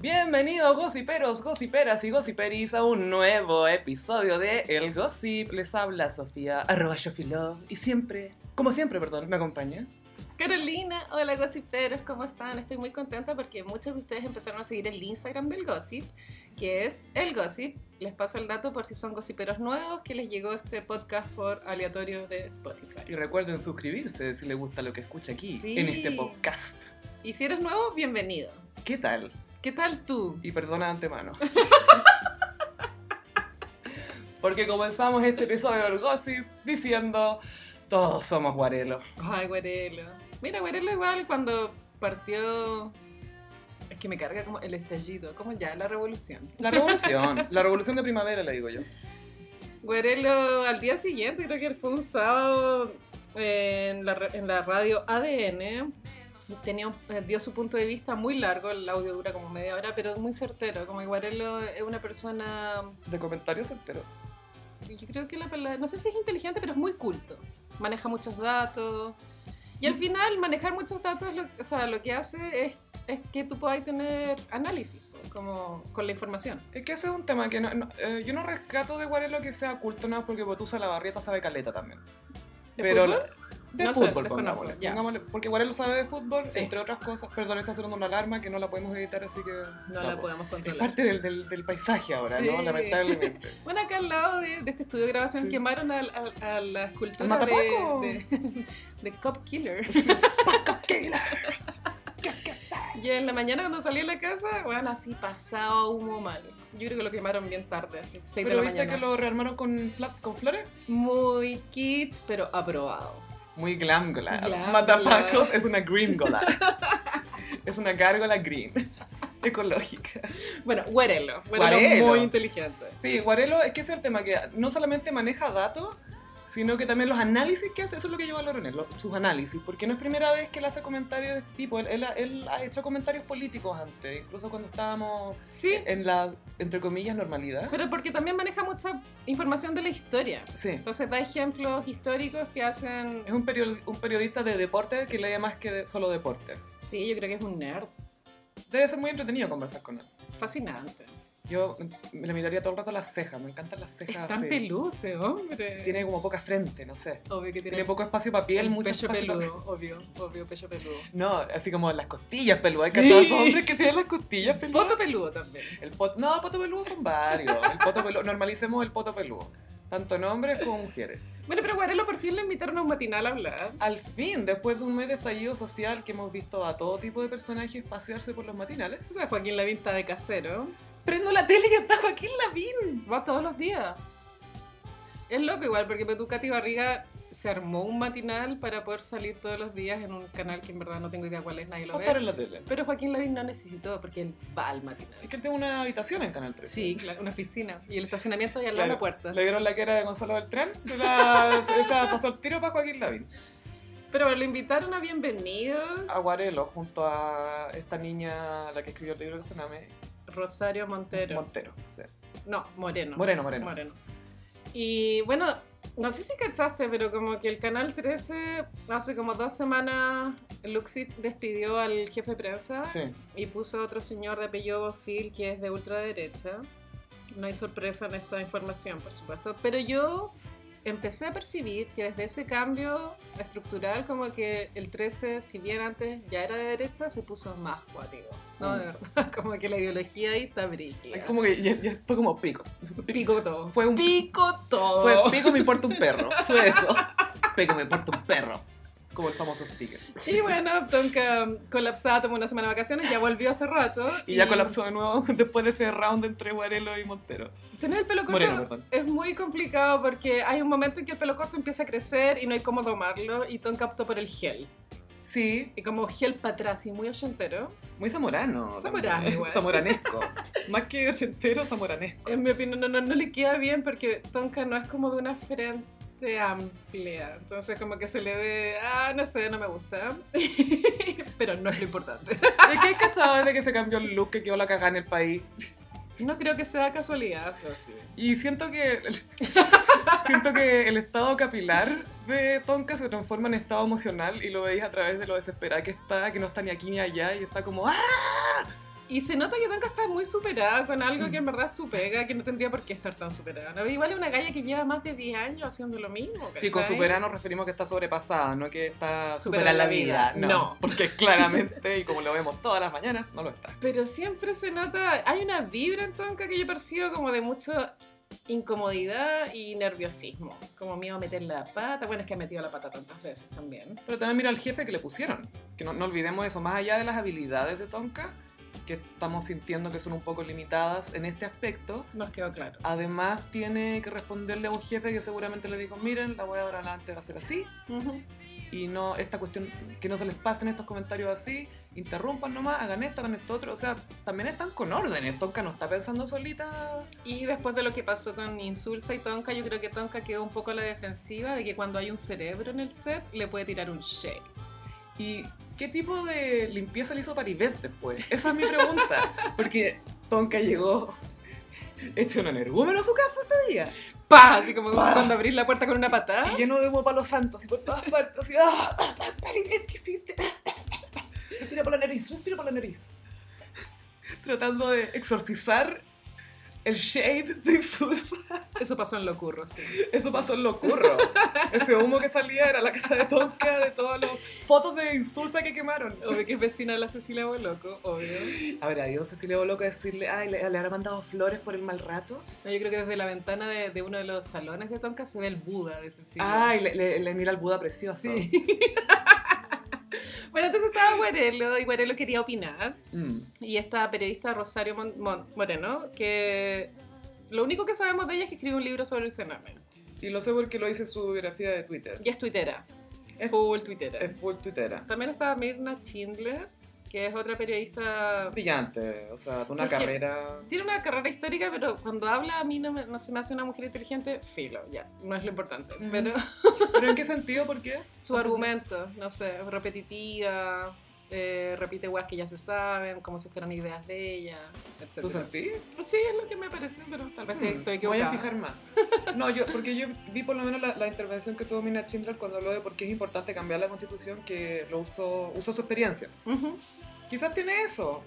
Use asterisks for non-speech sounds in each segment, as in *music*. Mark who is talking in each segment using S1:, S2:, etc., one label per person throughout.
S1: Bienvenidos gossiperos, gossiperas y gossiperis a un nuevo episodio de El Gossip. Les habla Sofía, arroba Shofilove, y siempre, como siempre, perdón, me acompaña.
S2: Carolina, hola gossiperos, ¿cómo están? Estoy muy contenta porque muchos de ustedes empezaron a seguir el Instagram del gossip, que es el gossip. Les paso el dato por si son gossiperos nuevos que les llegó este podcast por aleatorio de Spotify.
S1: Y recuerden suscribirse si les gusta lo que escucha aquí,
S2: Sí.
S1: en este podcast.
S2: Y si eres nuevo, bienvenido.
S1: ¿Qué tal?
S2: ¿Qué tal tú?
S1: Y perdona de antemano. Porque comenzamos este episodio del Gossip diciendo, todos somos guarelos.
S2: Ay, Guarelo. Mira, Guarelo igual cuando partió... Es que me carga como el estallido, como ya la revolución.
S1: La revolución, la revolución de primavera, le digo yo.
S2: Guarelo al día siguiente, creo que fue un sábado en la, ra- en la radio ADN. Tenía, un- eh, dio su punto de vista muy largo, el audio dura como media hora, pero muy certero. Como que Guarelo es una persona,
S1: De comentarios enteros.
S2: yo creo que la palabra, no sé si es inteligente, pero es muy culto. Maneja muchos datos. Y al final, manejar muchos datos, lo, o sea, lo que hace es, es que tú puedas tener análisis, como con la información.
S1: Es que ese es un tema que no, no- eh, yo no rescato de Guarelo que sea culto nada porque Botusa la barrieta sabe caleta también.
S2: ¿De
S1: Pero
S2: fútbol?
S1: de
S2: No sé,
S1: fútbol,
S2: desconozco,
S1: pongámosle,
S2: ya.
S1: pongámosle, Porque Guarelo sabe de fútbol,
S2: Sí.
S1: entre otras cosas. Perdón, está sonando una alarma que no la podemos editar, así que.
S2: No la podemos
S1: Es
S2: controlar.
S1: parte del, del- del paisaje ahora,
S2: Sí.
S1: ¿no?
S2: *laughs*
S1: Lamentablemente.
S2: Bueno, acá al lado de, de este estudio de grabación
S1: Sí.
S2: quemaron al- al- a, la
S1: ¿Al
S2: escultura de,
S1: Matapaco?
S2: de, *laughs* de Cop Killer. *laughs*
S1: ¿Qué es que sé?
S2: Y en la mañana cuando salí de la casa, bueno, así pasaba humo mal. Yo creo que lo quemaron bien tarde, así, 6 de
S1: Pero
S2: la
S1: viste
S2: mañana.
S1: que lo rearmaron con, fla- con flores.
S2: Muy kitsch, pero aprobado.
S1: Muy glam gola.
S2: Glam
S1: Matapacos es una green
S2: *laughs*
S1: gola. es una gárgola green. *laughs* Ecológica.
S2: Bueno, huérelo. Huérelo
S1: Huérelo.
S2: muy inteligente.
S1: Sí, Guarelo, es que ese es el tema, que no solamente maneja datos, sino que también los análisis que hace, eso es lo que yo valoro en él, lo- sus análisis, porque no es primera vez que él hace comentarios de este tipo, él, él ha- él ha hecho comentarios políticos antes, incluso cuando estábamos
S2: Sí,
S1: en la, entre comillas, normalidad.
S2: pero porque también maneja mucha información de la historia.
S1: Sí,
S2: Entonces da ejemplos históricos que hacen...
S1: es un, period- un periodista de deporte que lee más que de- solo deporte.
S2: Sí, yo creo que es un nerd.
S1: Debe ser muy entretenido conversar con él.
S2: Fascinante.
S1: Yo me le miraría todo el rato las cejas, me encantan las
S2: Es
S1: cejas.
S2: tan
S1: así.
S2: peludo ese hombre.
S1: Tiene como poca frente, no sé.
S2: Obvio que tiene,
S1: Tiene poco espacio para piel,
S2: el
S1: mucho
S2: pecho
S1: espacio pa-
S2: peludo, obvio, obvio, pecho peludo.
S1: No, así como las costillas peludas.
S2: Sí.
S1: ¿Cachai? Esos hombres que tienen las costillas peludas.
S2: Poto peludo también.
S1: el pot- no, el poto peludo son varios. El poto peludo, normalicemos el poto peludo. Tanto en hombres como mujeres.
S2: Bueno, pero Guarelo por fin lo invitaron a un matinal a hablar.
S1: Al fin, después de un mes de estallido social que hemos visto a todo tipo de personajes pasearse por los
S2: O
S1: matinales,
S2: sea, Joaquín Lavín está de casero.
S1: prendo la tele y está Joaquín Lavín.
S2: Va todos los días. Es loco igual, porque tú, Katy Barriga se armó un matinal para poder salir todos los días en un canal que en verdad no tengo idea cuál es, nadie
S1: Va
S2: lo
S1: a estar
S2: ve.
S1: en la tele.
S2: Pero Joaquín Lavín no necesitó porque él va al matinal.
S1: Es que él tiene una habitación en Canal 3.
S2: Sí, claro, una oficina. Y el estacionamiento de al lado de la puerta.
S1: Le dieron la que era de Gonzalo Beltrán, se
S2: *laughs*
S1: la, esa pasó el tiro para Joaquín Lavín.
S2: Pero lo invitaron a bienvenidos.
S1: Aguarelo, junto a esta niña, la que escribió el libro que se llama
S2: Rosario Montero.
S1: Montero. sí.
S2: No, Moreno.
S1: Moreno, Moreno.
S2: Moreno. Y bueno, no sé si cachaste, pero como que el Canal 13 hace como dos semanas Luxich despidió al jefe de prensa
S1: Sí.
S2: y puso a otro señor de apellido Bofil que es de ultraderecha. No hay sorpresa en esta información, por supuesto. Pero yo empecé a percibir que desde ese cambio estructural, como que el 13, si bien antes ya era de derecha, se puso más cuático. No,
S1: Mm.
S2: de verdad, *laughs* como que la ideología ahí está brígida.
S1: Es como que ya, ya fue como pico.
S2: Pico todo.
S1: Fue un
S2: pico todo.
S1: Fue pico me importa un perro. Fue eso. Pico me importa un perro. Como el famoso sticker.
S2: Y bueno, Tonka colapsada, tomó una semana de vacaciones, ya volvió hace rato.
S1: Y ya colapsó de nuevo *laughs* después de ese round entre Guarelo y Montero.
S2: Tener el pelo corto
S1: Moreno, perdón.
S2: es muy complicado porque hay un momento en que el pelo corto empieza a crecer y no hay cómo domarlo. Y Tonka optó por el gel.
S1: Sí,
S2: Y como gel para atrás y muy ochentero,
S1: muy zamorano.
S2: Zamorano
S1: también.
S2: igual.
S1: Zamoranesco. Más que ochentero, zamoranesco.
S2: en mi opinión, no, no, no le queda bien porque Tonka no es como de una frente amplia. Entonces, como que se le ve, ah, no sé, no me gusta. *laughs* Pero no es lo importante.
S1: ¿Y qué cachado de que se cambió el look que quedó la cagada en el país?
S2: No creo que sea casualidad, Sophie.
S1: Y siento que *laughs* siento que el estado capilar de Tonka se transforma en estado emocional y lo veis a través de lo desesperada que está, que no está ni aquí ni allá y está como ¡Ah!
S2: Y se nota que Tonka está muy superada con algo que
S1: Mm.
S2: en verdad es su pega, que no tendría por qué estar tan superada. ¿no? Igual es una galla que lleva más de 10 años haciendo lo mismo.
S1: Sí,
S2: ¿cachai?
S1: con superar nos referimos que está sobrepasada, no que está
S2: Superar
S1: superar la
S2: la
S1: vida.
S2: vida.
S1: No,
S2: No.
S1: porque *laughs* claramente, y como lo vemos todas las mañanas, no lo está.
S2: Pero siempre se nota, hay una vibra en Tonka que yo percibo como de mucha incomodidad y nerviosismo. Como miedo a meter la pata. Bueno, es que ha metido la pata tantas veces también.
S1: Pero también mira al jefe que le pusieron. Que no, no olvidemos eso, más allá de las habilidades de Tonka, que estamos sintiendo que son un poco limitadas en este aspecto,
S2: Nos quedó claro.
S1: además tiene que responderle a un jefe que seguramente le dijo, miren, la voy a adelante va a ser así,
S2: Ujú.
S1: y no esta cuestión, que no se les pasen estos comentarios así, interrumpan nomás, hagan esto, hagan esto otro, o sea, también están con órdenes, Tonka no está pensando solita.
S2: Y después de lo que pasó con Insulsa y Tonka, yo creo que Tonka quedó un poco a la defensiva de que cuando hay un cerebro en el set le puede tirar un shake.
S1: ¿Y qué tipo de limpieza le hizo Paribet después? Esa es mi pregunta, porque Tonka llegó hecho un energúmeno a su casa ese día,
S2: ¡Pah! Así como
S1: ¡Pah!
S2: cuando abrís la puerta con una patada.
S1: y lleno de humo para los santos, y por todas partes, así, ¡ah! Paribet, ¿qué hiciste? Ah, Respira por la nariz, respira por la nariz. Tratando de exorcizar el shade de sus
S2: Eso pasó en lo curro, sí.
S1: Eso pasó en Locurro. Ese humo que salía era la casa de Tonka, de todas las fotos de insulsa que quemaron.
S2: Obvio que es vecina de la Cecilia Boloco, obvio.
S1: Habrá ido Cecilia Boloco a decirle, ay, le, le habrá mandado flores por el mal rato.
S2: No, yo creo que desde la ventana de, de uno de los salones de Tonka se ve el Buda de Cecilia.
S1: Ay, le, le- le mira al Buda precioso.
S2: Sí. bueno, entonces estaba Guarelo y Guarelo quería opinar.
S1: Mm.
S2: Y esta periodista Rosario Mon- Mon- Moreno, que lo único que sabemos de ella es que escribe un libro sobre el cenamen.
S1: Y lo sé porque lo hice en su biografía de Twitter.
S2: Y es tuitera.
S1: Es-
S2: full tuitera.
S1: Es full tuitera.
S2: También está Mirna Schindler, que es otra periodista
S1: Brillante, o sea, una
S2: Sí, es que-
S1: carrera...
S2: Tiene una carrera histórica, pero cuando habla a mí no, me- no se me hace una mujer inteligente, filo, ya, no es lo importante.
S1: Mm.
S2: Pero *laughs*
S1: ¿Pero en qué sentido? ¿Por qué? *laughs*
S2: su argumento, no sé, repetitiva, eh, repite weas que ya se saben, como si fueran ideas de ella, etc.
S1: ¿Tú sentí?
S2: Sí, es lo que me parece, pero tal vez te-
S1: Mm,
S2: estoy
S1: Voy a
S2: equivocada.
S1: fijar más. No, yo, porque yo vi por lo menos la, la intervención que tuvo Mina Chindral cuando habló de por qué es importante cambiar la constitución, que lo usó, usó su experiencia.
S2: Ujú.
S1: Quizás tiene eso,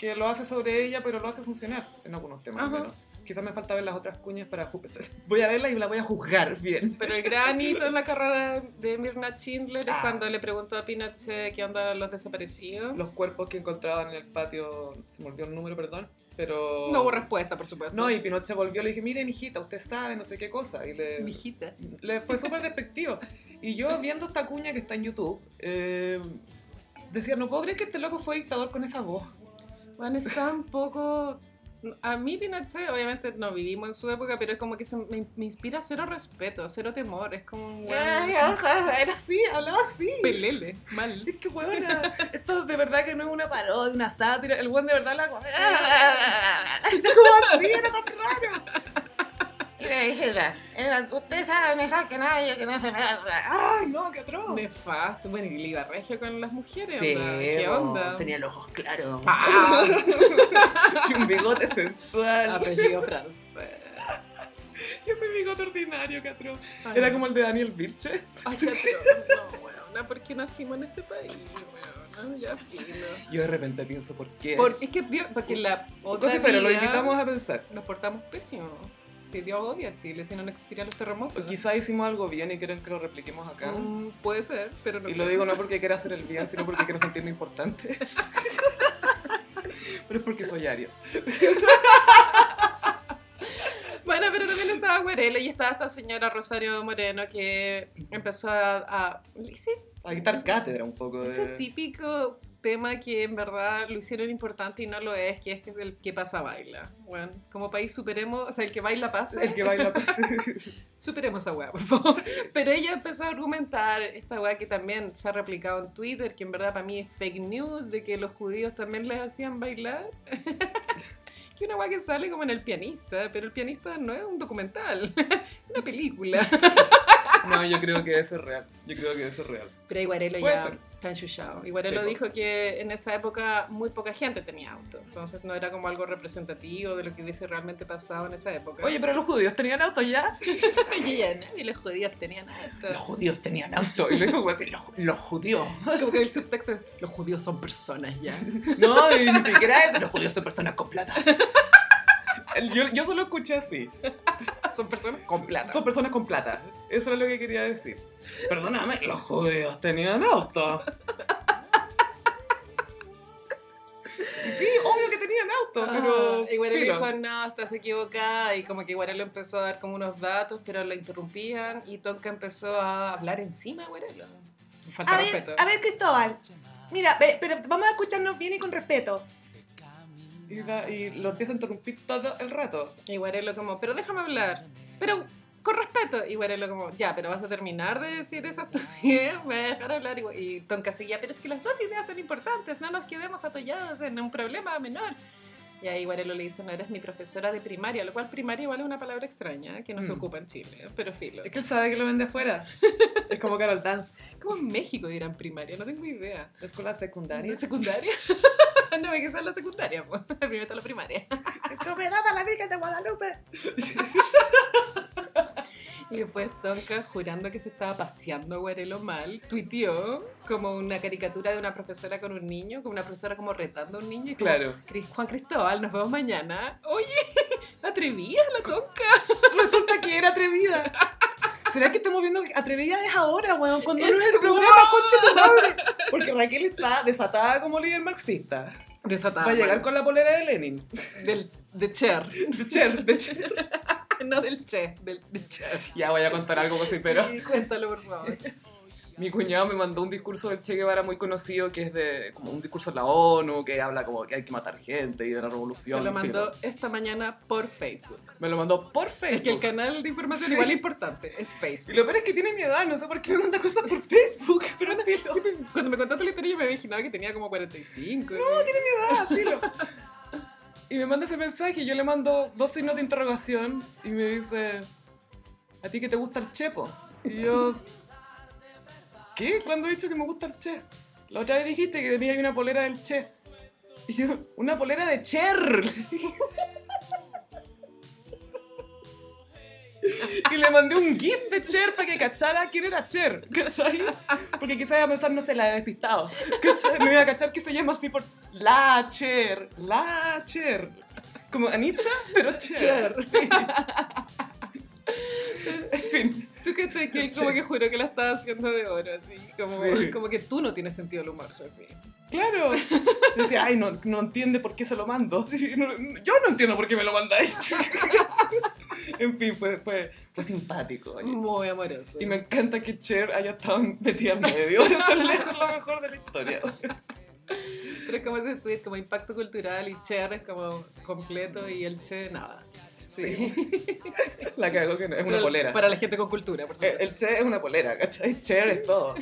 S1: que lo hace sobre ella, pero lo hace funcionar en algunos temas. al
S2: Ajá.
S1: menos. Quizás me falta ver las otras cuñas para... ju- *laughs* Voy a verla y la voy a juzgar bien.
S2: Pero el gran hito en la carrera de Mirna Schindler es
S1: Ah.
S2: cuando le preguntó a Pinochet qué onda los desaparecidos.
S1: Los cuerpos que encontraban en el patio, se me olvidó el número, perdón, pero...
S2: No hubo respuesta, por supuesto.
S1: No, y Pinochet volvió, le dije, mire, mijita, usted sabe, no sé qué cosa, y le...
S2: Mijita.
S1: Le fue súper despectivo. Y yo viendo esta cuña que está en YouTube, eh, decía, no puedo creer que este loco fue dictador con esa voz.
S2: Bueno, está un poco... A mí Pinochet, obviamente no vivimos en su época, pero es como que se me, me inspira cero respeto, cero temor. Es
S1: *laughs*
S2: como un weón
S1: Ah, Era así, hablaba así.
S2: pelele, mal.
S1: Es que huevona, esto de verdad que no es una parodia, una sátira. El buen de verdad la. Era como *laughs* así, era tan raro.
S3: *laughs* Usted sabe mejor que nadie que no se
S1: Ay, no, qué atroz.
S2: Nefasto. Bueno, y le iba regio con las mujeres,
S1: Sí,
S2: onda. ¿Qué
S1: bo,
S2: onda?
S3: Tenía los
S1: *laughs*
S3: ojos claros.
S2: *laughs* Ah,
S1: Y un bigote sensual.
S2: apellido francés.
S1: Y *laughs* ese bigote ordinario, qué atroz.
S2: Ay,
S1: Era como el de Daniel Birche. *laughs*
S2: Ay, qué atroz. No, weona, ¿por qué nacimos en este país, weona? Ya filo.
S1: Yo de repente pienso, ¿por qué?
S2: Por- es que, vio- porque la otra
S1: Entonces, pero lo
S2: vida
S1: invitamos a pensar.
S2: Nos portamos pésimo. Si Dios odia a Chile, si no, no existirían los terremotos.
S1: O Quizá hicimos algo bien y quieren que lo repliquemos acá.
S2: Mm, puede ser, pero no.
S1: Y lo
S2: creo.
S1: digo no porque quiera hacer el bien, sino porque quiero sentirme importante. *laughs* Pero es porque soy Aries.
S2: Bueno, pero también estaba Guarelo y estaba esta señora Rosario Moreno que empezó a. a ese,
S1: Hay que estar cátedra un poco de...
S2: ese típico tema que en verdad lo hicieron importante y no lo es, que es que es el que pasa baila. Bueno, como país superemos, o sea, el que baila pasa.
S1: El que baila. *laughs*
S2: Superemos esa weá, por favor. Pero ella empezó a argumentar esta weá que también se ha replicado en Twitter, que en verdad para mí es fake news, de que los judíos también les hacían bailar. *laughs* que una weá que sale como en el pianista, pero el pianista no es un documental, *laughs* una película.
S1: No, yo creo que eso es real. Yo creo que eso es real.
S2: *laughs* Pero igual
S1: Puede
S2: ya
S1: ser.
S2: Está enchuchado. Igual él
S1: Sí,
S2: lo
S1: po.
S2: dijo que en esa época muy poca gente tenía auto, entonces no era como algo representativo de lo que hubiese realmente pasado en esa época.
S1: Oye, pero los judíos tenían auto ya.
S2: *laughs* y ya, ¿no? Y los judíos tenían auto.
S1: Los judíos tenían auto. Y lo dijo como así, los, los judíos.
S2: Como que el subtexto es, los judíos son personas ya.
S1: *laughs* No, y ni siquiera es, los judíos son personas con plata. Yo, yo solo escuché así.
S2: son personas con plata.
S1: Son personas con plata. Eso es lo que quería decir. Perdóname, los judíos tenían auto. Y Sí, obvio que tenían auto, pero.
S2: Ah, igual él
S1: filo.
S2: dijo, no, estás equivocada. Y como que Guarelo empezó a dar como unos datos, pero lo interrumpían. Y Tonka empezó a hablar encima de Guarelo. Falta
S4: A
S2: de
S4: ver,
S2: respeto.
S4: a ver, Cristóbal. Mira, ve, pero vamos a escucharnos bien y con respeto.
S1: Y, la- y lo empieza a interrumpir todo el rato.
S2: Y Guarelo como, pero déjame hablar. Pero con respeto. Y Guarelo como, ya, pero vas a terminar de decir esa estupidez. Me voy a dejar hablar. Y, Gua- y Tonka seguía, pero es que las dos ideas son importantes. No nos quedemos atollados en un problema menor. Y ahí Guarelo le dice, no, eres mi profesora de primaria. Lo cual primaria igual es una palabra extraña que no se
S1: Mm.
S2: ocupa en Chile. Pero filo.
S1: Es que él sabe que lo vende afuera. Es como Carol Dance.
S2: ¿Cómo en México dirán primaria? No tengo idea.
S1: La escuela secundaria.
S2: ¿De secundaria? *laughs* no, que sea la secundaria, po. *laughs* primero está la primaria.
S4: Cobredada la Virgen de Guadalupe.
S2: Y después Tonka, jurando que se estaba paseando a Guarelo mal, tuiteó como una caricatura de una profesora con un niño, como una profesora como retando a un niño. Y como,
S1: Claro.
S2: "Cris- Juan Cristóbal, nos vemos mañana. Oye, *laughs* atrevida la Tonka.
S1: Resulta que era atrevida. ¿Será que estamos viendo que atrevida es ahora, weón? Cuando no
S2: Es-
S1: es el programa, concha tu madre. Porque Raquel está desatada como líder marxista.
S2: Desatada.
S1: Va a llegar
S2: bueno,
S1: con la polera de Lenin.
S2: Del, de Cher. *laughs*
S1: De Cher, de Cher.
S2: no del Che, del de Cher.
S1: Ya voy a contar algo así, pero
S2: Sí, cuéntalo, por favor.
S1: mi cuñado me mandó un discurso del Che Guevara muy conocido, que es de como un discurso de la ONU, que habla como que hay que matar gente y de la revolución.
S2: Se lo
S1: en fin.
S2: mandó esta mañana por Facebook.
S1: Me lo mandó por
S2: Es que el
S1: Facebook.
S2: canal de información
S1: Sí.
S2: igual es importante es
S1: Y
S2: Facebook.
S1: lo peor es que tiene mi edad, no sé por qué me manda cosas por Facebook, pero no filo.
S2: Cuando me contaste la historia yo me imaginaba que tenía como 45.
S1: Ah, filo. Y me manda ese mensaje y yo le mando dos signos de interrogación y me dice, ¿a ti que te gusta el chepo? Y yo, ¿qué? ¿Cuándo he dicho que me gusta el che? La otra vez dijiste que tenía ahí una polera del che. Y yo, una polera de Cher. Y le mandé un GIF de Cher para que cachara quién era Cher, ¿cachai? Porque quizás iba a pensar, no sé, la he despistado. ¿Cachai? No iba a cachar que se llama así por la Cher, la Cher. Como Anita, pero Cher.
S2: Cher.
S1: Sí. En fin,
S2: Tú que que él como que juró que la estaba haciendo de oro, así. Como,
S1: Sí.
S2: como que tú no tienes sentido del humor, Sophie. *laughs*
S1: claro. Yo decía, ay, no, no entiende por qué se lo mando. *laughs* Y no- Yo no entiendo por qué me lo mandáis. *laughs* En fin, fue, fue, fue simpático. oye.
S2: Muy amoroso.
S1: Mm. Y me encanta que Cher haya estado metida en medio. *laughs* Eso es lejos lo mejor de la
S2: *laughs*
S1: historia.
S2: Pero es como ese tweet, como impacto cultural y Cher es como completo y el Che nada. Sí.
S1: La cago que no. Es una
S2: Pero
S1: polera.
S2: Para la gente con cultura,
S1: Eh,
S2: por supuesto.
S1: El che es una polera, ¿cachai? Cher es
S2: *laughs*
S1: todo.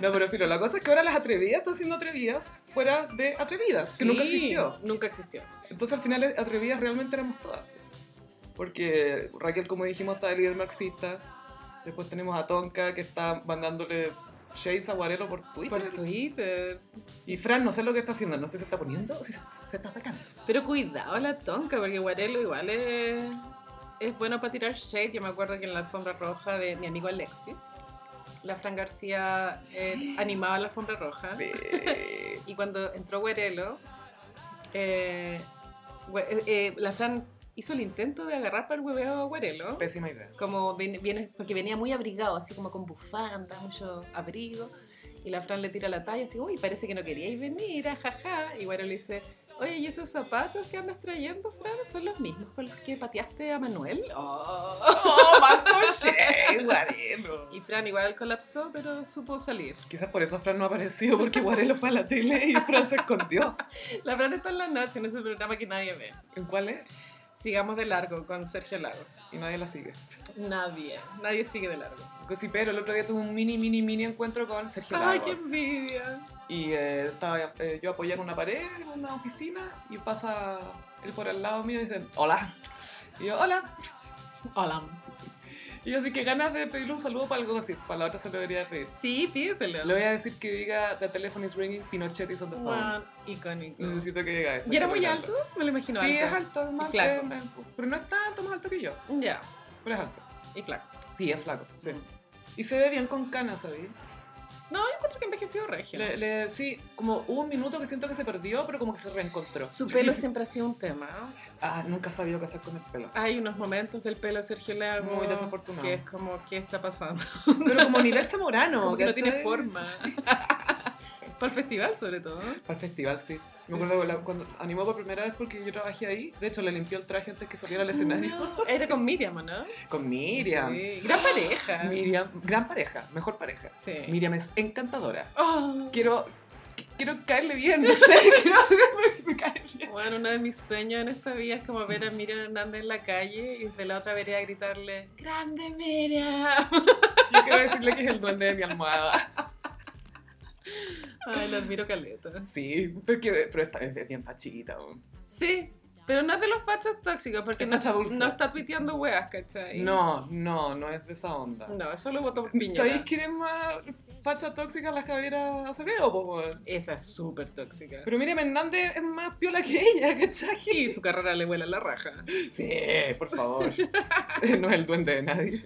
S1: No, pero filo, la cosa es que ahora las atrevidas están siendo atrevidas fuera de atrevidas, que nunca
S2: Sí,
S1: existió.
S2: Nunca existió.
S1: Entonces al final atrevidas realmente éramos todas. Porque Raquel, como dijimos, está de líder marxista. Después tenemos a Tonka, que está mandándole shades a Guarelo por Twitter.
S2: Por Twitter.
S1: Y Fran, no sé lo que está haciendo, no sé si se está poniendo o si se, se está sacando.
S2: Pero cuidado la tonca, porque Guarelo igual es, es bueno para tirar shade. Yo me acuerdo que en la alfombra roja de mi amigo Alexis, la Fran García eh, animaba la alfombra roja.
S1: Sí.
S2: Y cuando entró Guarelo, eh, Gua- eh, eh, la Fran hizo el intento de agarrar para el hueveo a Guarelo.
S1: Pésima idea.
S2: Como ven- viene, porque venía muy abrigado, así como con bufanda, mucho abrigo. Y la Fran le tira la talla, así, uy, parece que no queríais venir, ajaja. Y bueno, le dice, oye, ¿y esos zapatos que andas trayendo, Fran, son los mismos con los que pateaste a Manuel? Oh.
S1: ¡Oh, pasó shade, Guarelo!
S2: Y Fran igual colapsó, pero supo salir.
S1: Quizás por eso Fran no ha aparecido, porque Guarelo fue a la tele y Fran se escondió.
S2: La Fran está en la noche, en ese programa que nadie ve.
S1: ¿En cuál es?
S2: Sigamos de largo con Sergio Lagos.
S1: Y nadie la sigue.
S2: Nadie, nadie sigue de largo.
S1: Pero el otro día tuve un mini, mini, mini encuentro con Sergio
S2: ¡Ay, qué
S1: Lagos.
S2: envidia!
S1: Y eh, estaba eh, yo apoyado en una pared, en una oficina, y pasa él por al lado mío y dice, hola. Y yo, hola.
S2: Hola.
S1: Y yo así que ganas de pedirle un saludo para el gossip, para la otra se lo debería pedir.
S2: Sí, pídeselo.
S1: Le voy a decir que diga The telephone is ringing, Pinochet is on the phone.
S2: Weón, icónico.
S1: Necesito que llegue a eso.
S2: ¿Y era muy
S1: quiero
S2: alto? Me lo imagino
S1: Sí, es
S2: alto.
S1: alto, es más
S2: Y flaco.
S1: eh, Pero no es tanto más alto que yo,
S2: Ya,
S1: pero es alto.
S2: y flaco.
S1: Sí, es flaco, sí. Y se ve bien con canas, ¿sabes?
S2: No, yo encuentro que envejeció regio.
S1: Le- le- sí, como hubo un minuto que siento que se perdió, pero como que se reencontró.
S2: Su
S1: *laughs*
S2: pelo siempre ha sido un tema.
S1: Ah, nunca he sabido qué hacer con el pelo.
S2: Hay unos momentos del pelo de Sergio Lago
S1: Muy desafortunado.
S2: que es como, ¿qué está pasando?
S1: Pero como nivel zamorano,
S2: como que no
S1: ¿cachai?
S2: tiene forma. *laughs* Para el festival, sobre todo.
S1: Para el festival, sí.
S2: Sí,
S1: Me acuerdo que la- cuando animó por primera vez porque yo trabajé ahí. De hecho, le limpió el traje antes que saliera al escenario.
S2: No, Era con Miriam, ¿o ¿no?
S1: Con Miriam.
S2: Ah. Sí, Gran pareja.
S1: Miriam, gran pareja, mejor pareja.
S2: Sí.
S1: Miriam es encantadora.
S2: Oh.
S1: Quiero, qu- quiero caerle bien, no sé, *laughs* quiero me cae bien.
S2: Bueno, uno de mis sueños en esta vida es como ver a Miriam Hernández en la calle y desde la otra vereda gritarle ¡Grande Miriam!
S1: Yo quiero decirle que es el duende de mi almohada.
S2: Ay, la admiro caleta.
S1: Sí, porque, pero esta vez es bien fachita. weón.
S2: Sí, pero no es de los fachos tóxicos porque
S1: Es
S2: no,
S1: facha dulce.
S2: no está tuiteando weas, ¿cachai?
S1: No, no, no es de esa onda.
S2: No, eso lo votó Piñera.
S1: ¿Sabéis quién es más facha tóxica? La Javiera Acevedo, po, weón.
S2: Esa es súper tóxica.
S1: Pero Miriam Hernández es más piola que ella, ¿cachai?
S2: Y su carrera le vuela la raja.
S1: Sí, por favor. *laughs* no es el duende de nadie.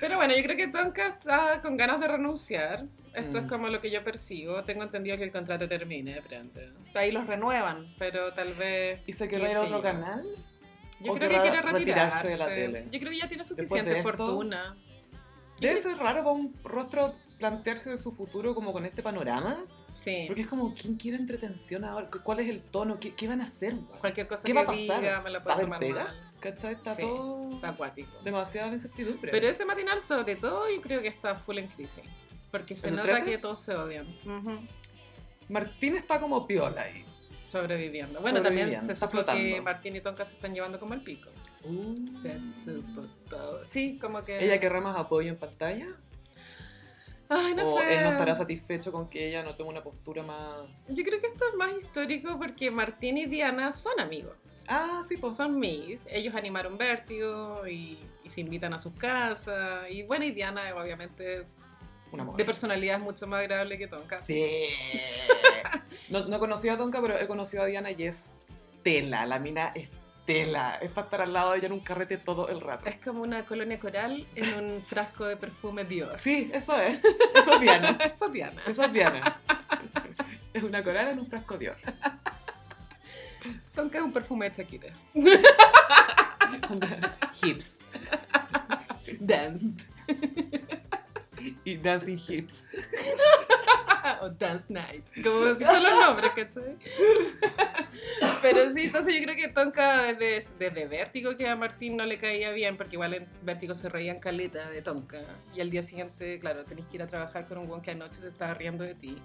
S2: Pero bueno, yo creo que Tonka está con ganas de renunciar. Esto
S1: Mm.
S2: es como lo que yo percibo. Tengo entendido que el contrato termine pronto. Ahí los renuevan, pero tal vez
S1: ¿Y se querrá ir a
S2: Sí.
S1: otro canal?
S2: Yo
S1: O
S2: creo que
S1: querrá
S2: quiere retirarse.
S1: retirarse de la tele.
S2: Yo creo que ya tiene
S1: de
S2: suficiente
S1: esto-
S2: fortuna.
S1: Debe ser raro para un rostro plantearse su futuro como con este panorama.
S2: Sí.
S1: Porque es como, ¿quién quiere entretención ahora? ¿Cu- ¿Cuál es el tono? ¿Qué, qué van a hacer? weón?
S2: Cualquier cosa
S1: ¿Qué
S2: que
S1: va a pasar?
S2: diga me la
S1: ¿Va a
S2: puede
S1: haber
S2: tomar
S1: pega?
S2: mal.
S1: ¿Cachai? Está
S2: Sí,
S1: todo
S2: Está acuático.
S1: demasiada incertidumbre.
S2: Pero ese matinal, sobre todo, yo creo que está full en crisis. Porque se
S1: ¿El
S2: nota
S1: 13?
S2: que todos se odian. Ujú.
S1: Martín está como piola ahí.
S2: Sobreviviendo. Bueno, también
S1: Sobreviviendo,
S2: se
S1: está
S2: supo que
S1: flotando.
S2: Martín y Tonka se están llevando como el pico. Uh, Se supo todo. Sí, como que.
S1: ¿Ella querrá más apoyo en pantalla?
S2: Ay, no
S1: ¿O
S2: sé.
S1: él no estará satisfecho con que ella no tome una postura más...?
S2: Yo creo que esto es más histórico porque Martín y Diana son amigos.
S1: Ah, sí, pues.
S2: Son mis. Ellos animaron Vértigo y, y se invitan a sus casas. Y bueno, y Diana, obviamente,
S1: Una mujer.
S2: de personalidad es mucho más agradable que Tonka.
S1: Sí. no, no conocía a Tonka, pero he conocido a Diana y es tela. La mina es tela. Es para estar al lado de ella en un carrete todo el rato.
S2: Es como una colonia coral en un frasco de perfume Dios.
S1: Sí, eso es. Eso es Diana.
S2: *laughs* Eso es Diana.
S1: Eso es Diana. Es una coral en un frasco de oro.
S2: Tonka es un perfume de Shakira.
S1: Hips.
S2: *laughs* Dance.
S1: Y Dancing Hips.
S2: Ah, o Dance Night. Como si son los nombres, ¿cachai? *laughs* Pero sí, entonces yo creo que Tonka desde, desde Vértigo que a Martín no le caía bien, porque igual en Vértigo se reían caleta de Tonka. Y al día siguiente, claro, tenés que ir a trabajar con un guan que anoche se estaba riendo de ti.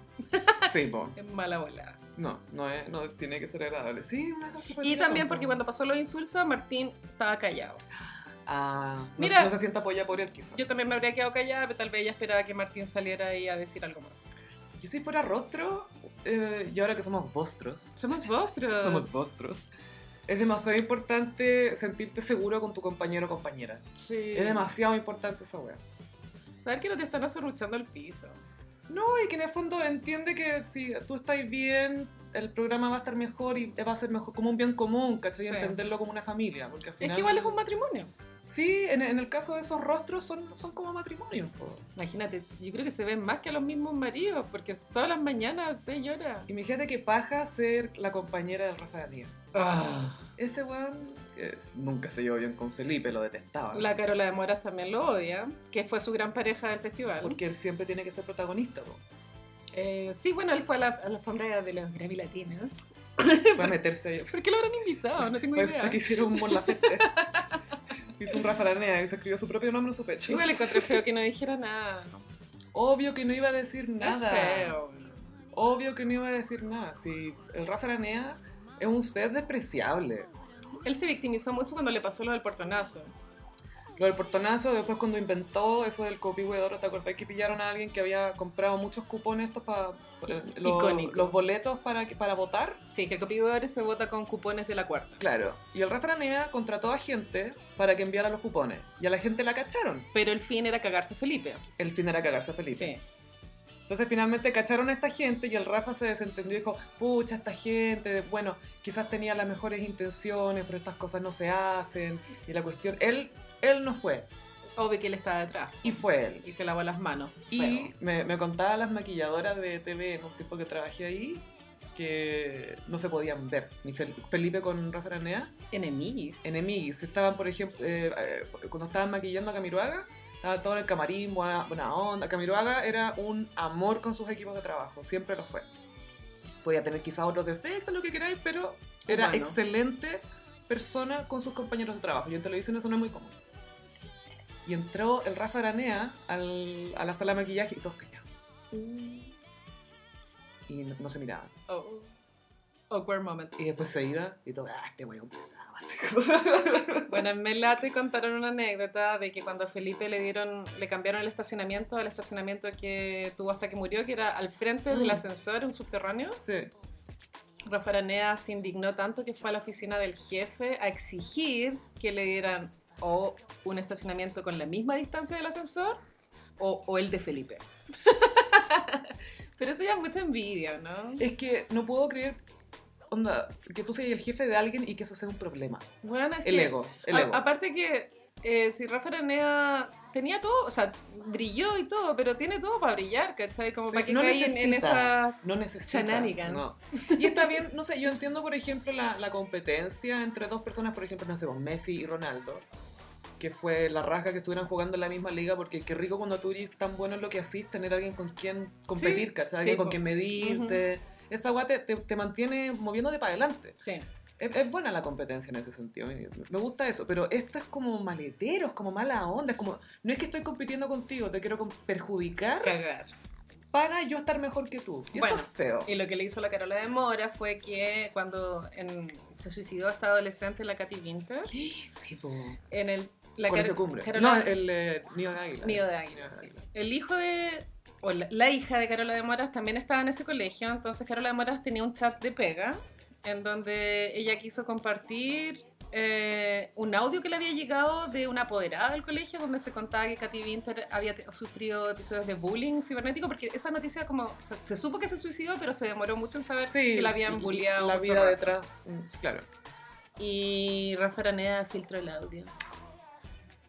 S1: Sí, po.
S2: Es mala volada.
S1: No, no, es- no tiene que ser agradable. Sí, una cosa
S2: Y
S1: retira
S2: también
S1: tanto.
S2: porque cuando pasó los insulsos, Martín estaba callado.
S1: Ah, no,
S2: Mira.
S1: no se sienta apoyada por él, quizás.
S2: Yo también me habría quedado callada, pero tal vez ella esperaba que Martín saliera ahí a decir algo más.
S1: Yo si fuera rostro, eh, y ahora que somos vostros,
S2: Somos vosotros.
S1: somos vostros, es demasiado importante sentirte seguro con tu compañero o compañera.
S2: Sí.
S1: Es demasiado importante esa wea.
S2: Saber que no te están azorruchando el piso.
S1: No, y que en el fondo entiende que si tú estás bien, el programa va a estar mejor y va a ser mejor como un bien común, ¿cachai? Y
S2: Sí.
S1: Entenderlo como una familia, porque al final...
S2: Es que igual es un matrimonio.
S1: Sí, en, en el caso de esos rostros son, son como matrimonios, po.
S2: Imagínate, yo creo que se ven más que a los mismos maridos, porque todas las mañanas se llora.
S1: Imagínate que paja ser la compañera del Rafa Díaz. Ese weón que es- nunca se llevó bien con Felipe, lo detestaba.
S2: La Carola de Moras también lo odia, que fue su gran pareja del festival.
S1: Porque él siempre tiene que ser protagonista,
S2: *laughs*
S1: po.
S2: Eh, sí, bueno, él fue a la, a la alfombra de los Grammy Latinos.
S1: Fue a meterse
S2: ¿Por qué lo habrán invitado? No
S1: *laughs*
S2: tengo
S1: fue
S2: idea.
S1: hasta que hicieron un Mon *laughs* Laferte. Hizo un Rafa Aranea y se escribió su propio nombre en su pecho.
S2: Igual encontré feo que no dijera nada.
S1: Obvio que no iba a decir *laughs* nada.
S2: Es feo.
S1: Obvio que no iba a decir nada. Si el Rafa Aranea es un ser despreciable.
S2: Él se victimizó mucho cuando le pasó lo del portonazo.
S1: Lo del portonazo, después cuando inventó eso del copihuedoro, ¿te acordás que pillaron a alguien que había comprado muchos cupones estos para
S2: I- icónico.
S1: los, los boletos para, que- para votar?
S2: Sí, que el copiador se vota con cupones de la cuarta.
S1: Claro. Y el refranea contrató a gente para que enviara los cupones. Y a la gente la cacharon.
S2: Pero el fin era cagarse a Felipe.
S1: El fin era cagarse a Felipe.
S2: Sí.
S1: Entonces finalmente cacharon a esta gente y el Rafa se desentendió y dijo, pucha, esta gente, bueno, quizás tenía las mejores intenciones, pero estas cosas no se hacen. Y la cuestión, él, él no fue,
S2: Obvio que él estaba detrás.
S1: y fue él.
S2: Y se lavó las manos.
S1: Y
S2: Fuego.
S1: me, me contaba las maquilladoras de TV en un tiempo que trabajé ahí que no se podían ver, ni Fel- Felipe con Rafa Aranea,
S2: Enemies.
S1: enemigos. Estaban, por ejemplo, eh, eh, cuando estaban maquillando a Camiroaga, estaba todo en el camarín, buena, buena onda. Camiroaga era un amor con sus equipos de trabajo, siempre lo fue. Podía tener quizás otros defectos, lo que queráis, pero era
S2: Humano.
S1: excelente persona con sus compañeros de trabajo. Y en televisión eso no es muy común. Y entró el Rafa Aranea al- a la sala de maquillaje y todos callados. Y no, no se miraban.
S2: Mm. Oh. Awkward moment.
S1: Y después se iba y todo, ah, este weón pesado. Así como-
S2: Bueno, en Melate contaron una anécdota de que cuando a Felipe le dieron, le cambiaron el estacionamiento al estacionamiento que tuvo hasta que murió, que era al frente del
S1: Mm.
S2: ascensor, un subterráneo.
S1: Sí.
S2: Rafa Aranea se indignó tanto que fue a la oficina del jefe a exigir que le dieran o un estacionamiento con la misma distancia del ascensor o, o el de Felipe. *laughs* Pero eso ya es mucha envidia, ¿no?
S1: Es que no puedo creer, onda, que tú seas el jefe de alguien y que eso sea un problema.
S2: Bueno, es
S1: El
S2: que-
S1: ego, el
S2: A-
S1: ego.
S2: aparte que eh, si Rafa Araneda tenía todo, o sea, brilló y todo, pero tiene todo para brillar, ¿cachai? Como
S1: Sí,
S2: para que
S1: no
S2: caiga en, en
S1: necesita.
S2: esa
S1: no necesita.
S2: shenanigans.
S1: no. Y está bien, no sé, yo entiendo, por ejemplo, la, la competencia entre dos personas, por ejemplo, no sé, pues, Messi y Ronaldo, que fue la rasga que estuvieran jugando en la misma liga, porque qué rico cuando tú eres tan bueno en lo que haces, tener alguien con quien competir, ¿cachai? Alguien
S2: sí,
S1: con
S2: po.
S1: quien medirte. Esa guay te, te- te mantiene moviéndote para adelante.
S2: Sí.
S1: Es, es buena la competencia en ese sentido. me- Me gusta eso. Pero esto es como maleteros, como mala onda. Es como, no es que estoy compitiendo contigo, te quiero com- perjudicar
S2: Cagar.
S1: para yo estar mejor que tú. Y
S2: Bueno,
S1: eso es feo.
S2: Y lo que le hizo la Carola de Mora fue que cuando en- se suicidó hasta adolescente la Katy Winter,
S1: Sí, po.
S2: en el... La
S1: Colegio
S2: Car-
S1: Cumbre.
S2: Carola-
S1: No, el eh, Nido de Águila.
S2: Nido de águila,
S1: Nido de
S2: sí.
S1: Águila.
S2: El hijo de. O la, la hija de Carola de Moras también estaba en ese colegio, entonces Carola de Moras tenía un chat de pega en donde ella quiso compartir eh, un audio que le había llegado de una apoderada del colegio donde se contaba que Katy Winter había te- sufrido episodios de bullying cibernético porque esa noticia como se, se supo que se suicidó pero se demoró mucho en saber
S1: Sí,
S2: que la habían bulleado
S1: La
S2: mucho
S1: vida
S2: rato.
S1: detrás, mm, sí, claro.
S2: y Rafa Araneda filtró el audio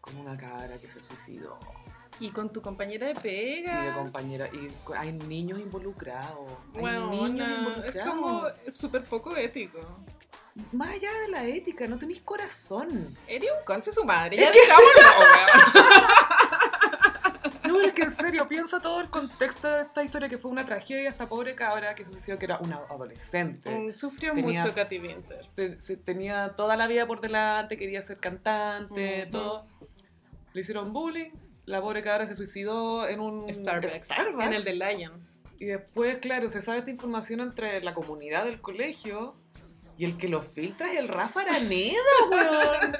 S1: Como una cabra que se suicidó.
S2: y con tu compañera de
S1: Y de
S2: pega
S1: compañera. Y co- hay niños involucrados.
S2: Bueno,
S1: hay niños
S2: no, es
S1: involucrados.
S2: como súper poco ético.
S1: Más allá de la ética, no tenéis corazón.
S2: Eres un conche su madre. Ya digámoslo, weón.
S1: No, pero es que en serio, piensa todo el contexto de esta historia que fue una tragedia, esta pobre cabra que suicidó, que era una adolescente.
S2: Mm, Sufrió
S1: Tenía-
S2: mucho Katy Winter.
S1: Se, se tenía toda la vida por delante, quería ser cantante,
S2: Ujú.
S1: todo. Le hicieron bullying, la pobre cabra se suicidó en un
S2: Starbucks,
S1: Starbucks.
S2: En el de Lion.
S1: Y después, claro, se sabe esta información entre la comunidad del colegio y el que lo filtra es el Rafa Araneda,
S2: *laughs*
S1: weón.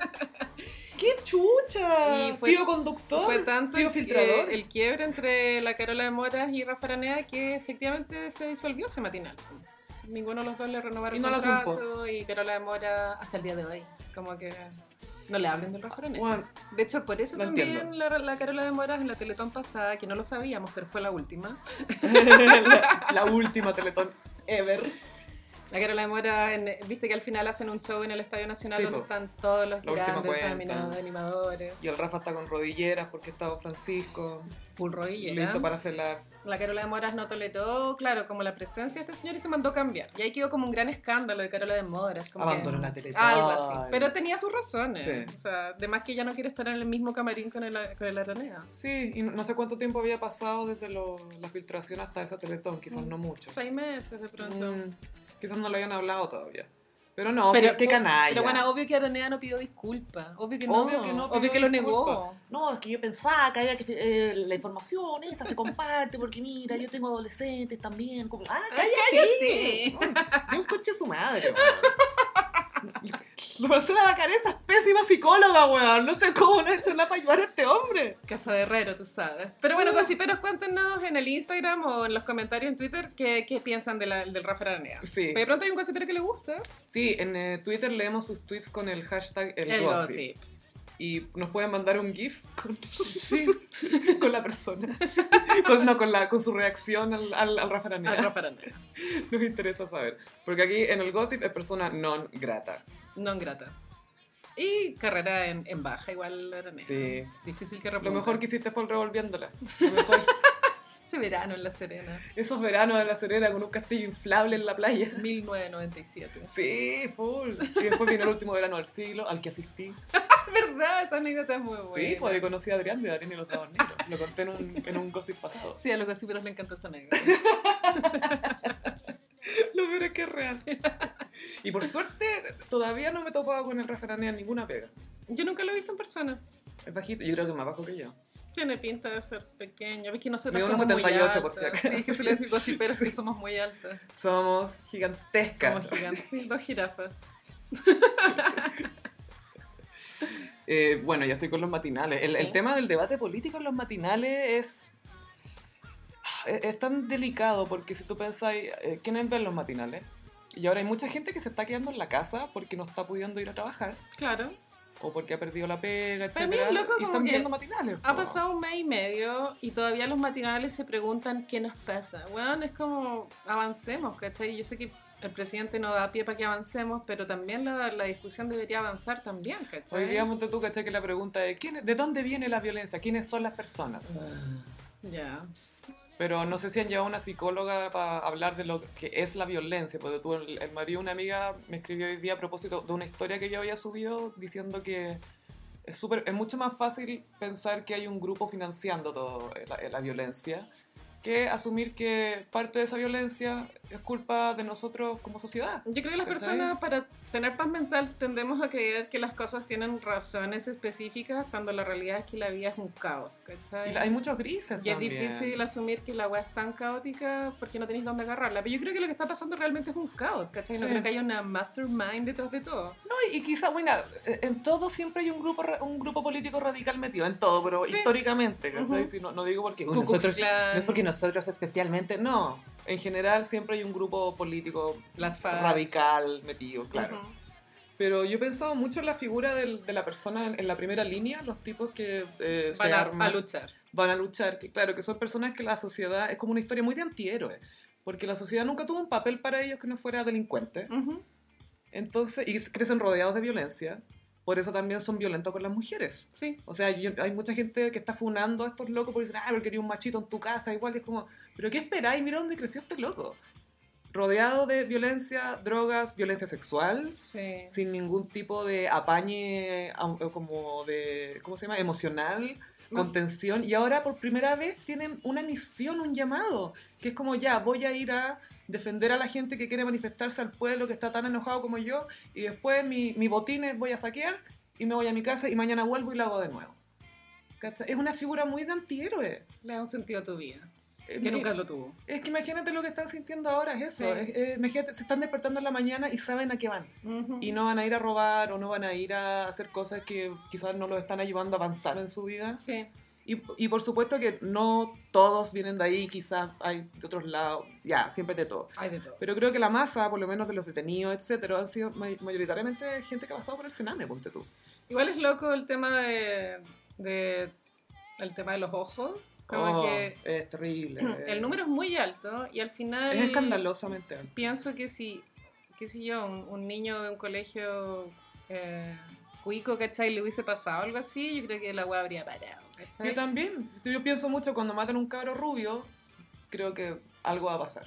S1: ¡Qué chucha!
S2: Y fue-
S1: tío conductor,
S2: Fue tanto
S1: tío
S2: el,
S1: filtrador.
S2: el quiebre entre la Carola de Moras y Rafa Araneda que efectivamente se disolvió ese matinal. Ninguno de los dos le renovaron
S1: Y no la
S2: contrato y Carola de Moras hasta el día de hoy. Como que no le hablen del Rafa Araneda.
S1: Weón,
S2: De hecho, por eso
S1: Lo
S2: también
S1: entiendo.
S2: la, la Carola de Moras en la Teletón pasada, que no lo sabíamos, pero fue la última,
S1: la, la última Teletón ever.
S2: La Carola de Mora, en- viste que al final hacen un show en el Estadio Nacional
S1: Sí,
S2: donde
S1: po.
S2: están todos los
S1: La última
S2: grandes
S1: cuenta.
S2: animados- animadores,
S1: Y el Rafa está con rodilleras porque está Don Francisco,
S2: full rodillera.
S1: listo para celar.
S2: La Carola de Moras no toleró, claro, como la presencia de este señor y se mandó a cambiar. Y ahí quedó como un gran escándalo de Carola de Moras. como que-
S1: Abandonó la Teletón.
S2: Algo así. Pero tenía sus razones.
S1: Sí.
S2: O sea, además que ella no quiere estar en el mismo camarín con el, con el Aranea.
S1: Sí, y no- no sé cuánto tiempo había pasado desde lo- la filtración hasta esa Teletón, quizás
S2: Mm.
S1: no mucho.
S2: Seis meses de pronto.
S1: Mm, quizás no lo hayan hablado todavía. Pero no, qué, qué
S2: ob-
S1: canalla.
S2: Pero bueno, obvio que Aranea no pidió disculpas. Obvio que no.
S1: Obvio que no
S2: Obvio
S1: pidió
S2: que lo negó.
S1: disculpas.
S4: No, es que yo pensaba que había que eh, la información esta se comparte porque mira, yo tengo adolescentes también. Como, ah, cállate.
S2: Sí.
S4: Yo un coche a su madre.
S1: Lo Marcela Bacaresa es pésima psicóloga, weón. No sé cómo no ha hecho nada para ayudar a este hombre.
S2: Casa de Herrero, tú sabes. Pero bueno, cosiperos, cuéntenos en el Instagram o en los comentarios en Twitter qué, qué piensan de la- del Rafa Aranea.
S1: Sí.
S2: Pero de pronto hay un cosipero que le gusta.
S1: Sí, en eh, Twitter leemos sus tweets con el hashtag el,
S2: El
S1: gossip.
S2: gossip.
S1: Y nos pueden mandar un GIF con,
S2: *laughs*
S1: con la persona. *laughs* Con, no, con, la, con su reacción al, al, al Rafa Araneda.
S2: Al Rafa Aranea.
S1: *laughs* Nos interesa saber. Porque aquí en el gossip es persona non grata.
S2: Non grata. Y carrera en, en baja, igual Aranea.
S1: Sí.
S2: Difícil que
S1: Lo
S2: reproducir.
S1: mejor que hiciste fue el revolviéndola. Lo mejor. *laughs*
S2: Ese verano en La Serena,
S1: Esos veranos de la Serena con un castillo inflable en la playa.
S2: 1997.
S1: Sí, full. Y después vino el último verano del siglo al que asistí.
S2: ¿Verdad? Esa anécdota es muy buena.
S1: Sí, pues ahí conocí a Adrián de Adrián y los Dados Negros. Lo conté en un, en un gossip pasado.
S2: Sí, a los cosiperos le encanta esa anécdota.
S1: Lo peor es que es real. Y por suerte, todavía no me he topado con el referanea en ninguna pega.
S2: Yo nunca lo he visto en persona.
S1: Es bajito, yo creo que es más bajo que yo.
S2: Tiene pinta de ser pequeño. Ves que nosotros
S1: Mide
S2: somos
S1: 1,78
S2: muy
S1: por si
S2: altas.
S1: acaso.
S2: Sí, es que suele decir
S1: *laughs*
S2: cosiperos que somos muy altas.
S1: Somos gigantescas.
S2: Somos gigantes. Sí, dos jirafas.
S1: Eh, bueno, ya soy con los matinales. El,
S2: Sí.
S1: el tema del debate político en los matinales es. Es, es tan delicado porque si tú pensáis, eh, ¿quiénes ven los matinales? Y ahora hay mucha gente que se está quedando en la casa porque no está pudiendo ir a trabajar
S2: Claro.
S1: o porque ha perdido la pega, etc.
S2: Para mí es loco
S1: y
S2: como
S1: están
S2: que
S1: viendo matinales.
S2: Ha
S1: po.
S2: pasado un mes y medio y todavía los matinales se preguntan qué nos pasa. Bueno, es como avancemos, ¿cachai? Yo sé que el presidente no da pie para que avancemos, pero también la, la discusión debería avanzar también, ¿cachai?
S1: Hoy día ponte tú, ¿cachai? Que la pregunta de ¿quién, ¿de dónde viene la violencia? ¿Quiénes son las personas?
S2: Ya.
S1: Pero no sé si han llevado a una psicóloga para hablar de lo que es la violencia. Porque tú, el, el marido de una amiga me escribió hoy día a propósito de una historia que yo había subido diciendo que es, súper- es mucho más fácil pensar que hay un grupo financiando toda la, la violencia que asumir que parte de esa violencia es culpa de nosotros como sociedad.
S2: Yo creo que las
S1: ¿Cachai?
S2: personas para tener paz mental tendemos a creer que las cosas tienen razones específicas cuando la realidad es que la vida es un caos,
S1: Y
S2: ¿cachai?
S1: la- hay muchos grises
S2: Y es
S1: también.
S2: difícil asumir que la agua es tan caótica porque no tenéis dónde agarrarla. Pero yo creo que lo que está pasando realmente es un caos, ¿cachai? No
S1: Sí.
S2: creo que haya una mastermind detrás de todo.
S1: No, y, y quizá, bueno, e, en todo siempre hay un grupo ra- un grupo político radical metido, en todo, pero
S2: Sí.
S1: históricamente, ¿cachai?
S2: Ujú.
S1: Si no, no digo porque
S2: Ku Klux
S1: nosotros-
S2: Klan.
S1: no es porque nosotros especialmente, no. En general siempre hay un grupo político
S2: Las FARC.
S1: radical metido, claro.
S2: Ah. Ujú.
S1: Pero yo he pensado mucho en la figura del- de la persona en, en la primera línea, los tipos que eh, se
S2: Van a,
S1: arman
S2: a luchar.
S1: van a luchar, que claro, que son personas que la sociedad es como una historia muy de antihéroes, porque la sociedad nunca tuvo un papel para ellos que no fuera delincuente. Entonces, y crecen rodeados de violencia, por eso también son violentos con las mujeres.
S2: Sí.
S1: O sea, yo- hay mucha gente que está funando a estos locos porque dicen, ah, pero quería un machito en tu casa, igual, y es como, pero ¿qué esperáis? Mira dónde creció este loco. Rodeado de violencia, drogas, violencia sexual,
S2: Sí.
S1: sin ningún tipo de apañe au- o como de, ¿cómo se llama? Emocional,
S2: No.
S1: contención. Y ahora por primera vez tienen una misión, un llamado, que es como ya, voy a ir a defender a la gente que quiere manifestarse al pueblo que está tan enojado como yo, y después mi, mi botines voy a saquear y me voy a mi casa y mañana vuelvo y lo hago de nuevo. ¿Cachai? Es una figura muy de antihéroe.
S2: Le da un sentido a tu vida.
S1: Eh,
S2: Que
S1: mi-
S2: nunca lo tuvo.
S1: Es que imagínate lo que están sintiendo ahora, es eso.
S2: Sí.
S1: Es- eh, imagínate, se están despertando en la mañana y saben a qué van y no van a ir a robar o no van a ir a hacer cosas que quizás no los están ayudando a avanzar en su vida.
S2: Sí.
S1: Y, y por supuesto que no todos vienen de ahí, quizás hay de otros lados, ya, siempre de todo.
S2: Hay de todo.
S1: Pero creo que la masa, por lo menos de los detenidos, etcétera, han sido may- mayoritariamente gente que ha pasado por el Sename, ponte tú.
S2: Igual es loco el tema de, de- el tema de los ojos. Como
S1: Oh,
S2: que *clears throat*
S1: Es terrible.
S2: el número es muy alto y al final...
S1: es escandalosamente alto.
S2: pienso que si, qué sé yo, un, un niño de un colegio eh, cuico, ¿cachai? Le hubiese pasado algo así, yo creo que la weá habría parado, ¿cachai?
S1: Yo también, yo pienso mucho cuando matan a un cabro rubio, creo que algo va a pasar.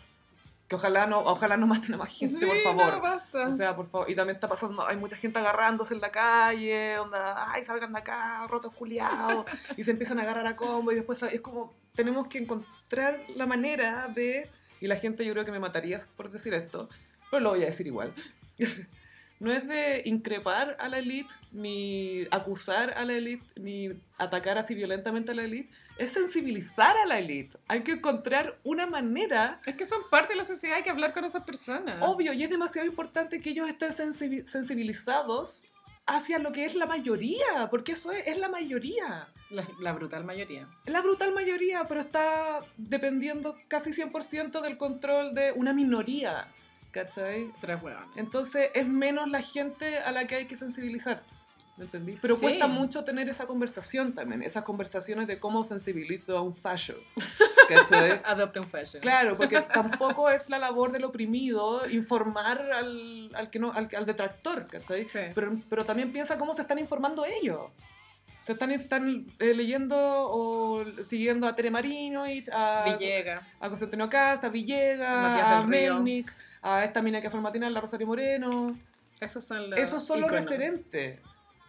S1: Que ojalá no, ojalá no maten a más gente,
S2: Sí,
S1: por favor.
S2: no, basta.
S1: O sea, por favor, y también está pasando, hay mucha gente agarrándose en la calle, onda, ay, salgan de acá, rotos culiados, y se empiezan a agarrar a combo, y después es como, tenemos que encontrar la manera de, y la gente yo creo que me mataría por decir esto, pero lo voy a decir igual, *laughs* no es de increpar a la elite, ni acusar a la elite, ni atacar así violentamente a la elite, es sensibilizar a la elite, hay que encontrar una manera
S2: es que son parte de la sociedad, hay que hablar con esas personas.
S1: Obvio, y es demasiado importante que ellos estén sensibi- sensibilizados hacia lo que es la mayoría, porque eso es, es la mayoría.
S2: La, la brutal mayoría.
S1: La brutal mayoría, pero está dependiendo casi 100% del control de una minoría, ¿cachai?
S2: Tres huevones.
S1: Entonces es menos la gente a la que hay que sensibilizar. ¿Me entendí? Pero
S2: Sí.
S1: cuesta mucho tener esa conversación también, esas conversaciones de cómo sensibilizo a un fallo. ¿Cachai?
S2: Adopt un fashion.
S1: Claro, porque tampoco es la labor del oprimido informar al, al que no, al, al detractor, ¿cachai?
S2: Sí.
S1: Pero, pero también piensa cómo se están informando ellos. Se están, están eh, leyendo o siguiendo a Tere Marinovich, a,
S2: Villega.
S1: a Constantino Cast, a Villegas,
S2: Matías
S1: a
S2: del Río.
S1: Melnik, a esta mina que fue matinal, la Rosario Moreno.
S2: Esos son los.
S1: Esos son los
S2: iconos.
S1: referentes.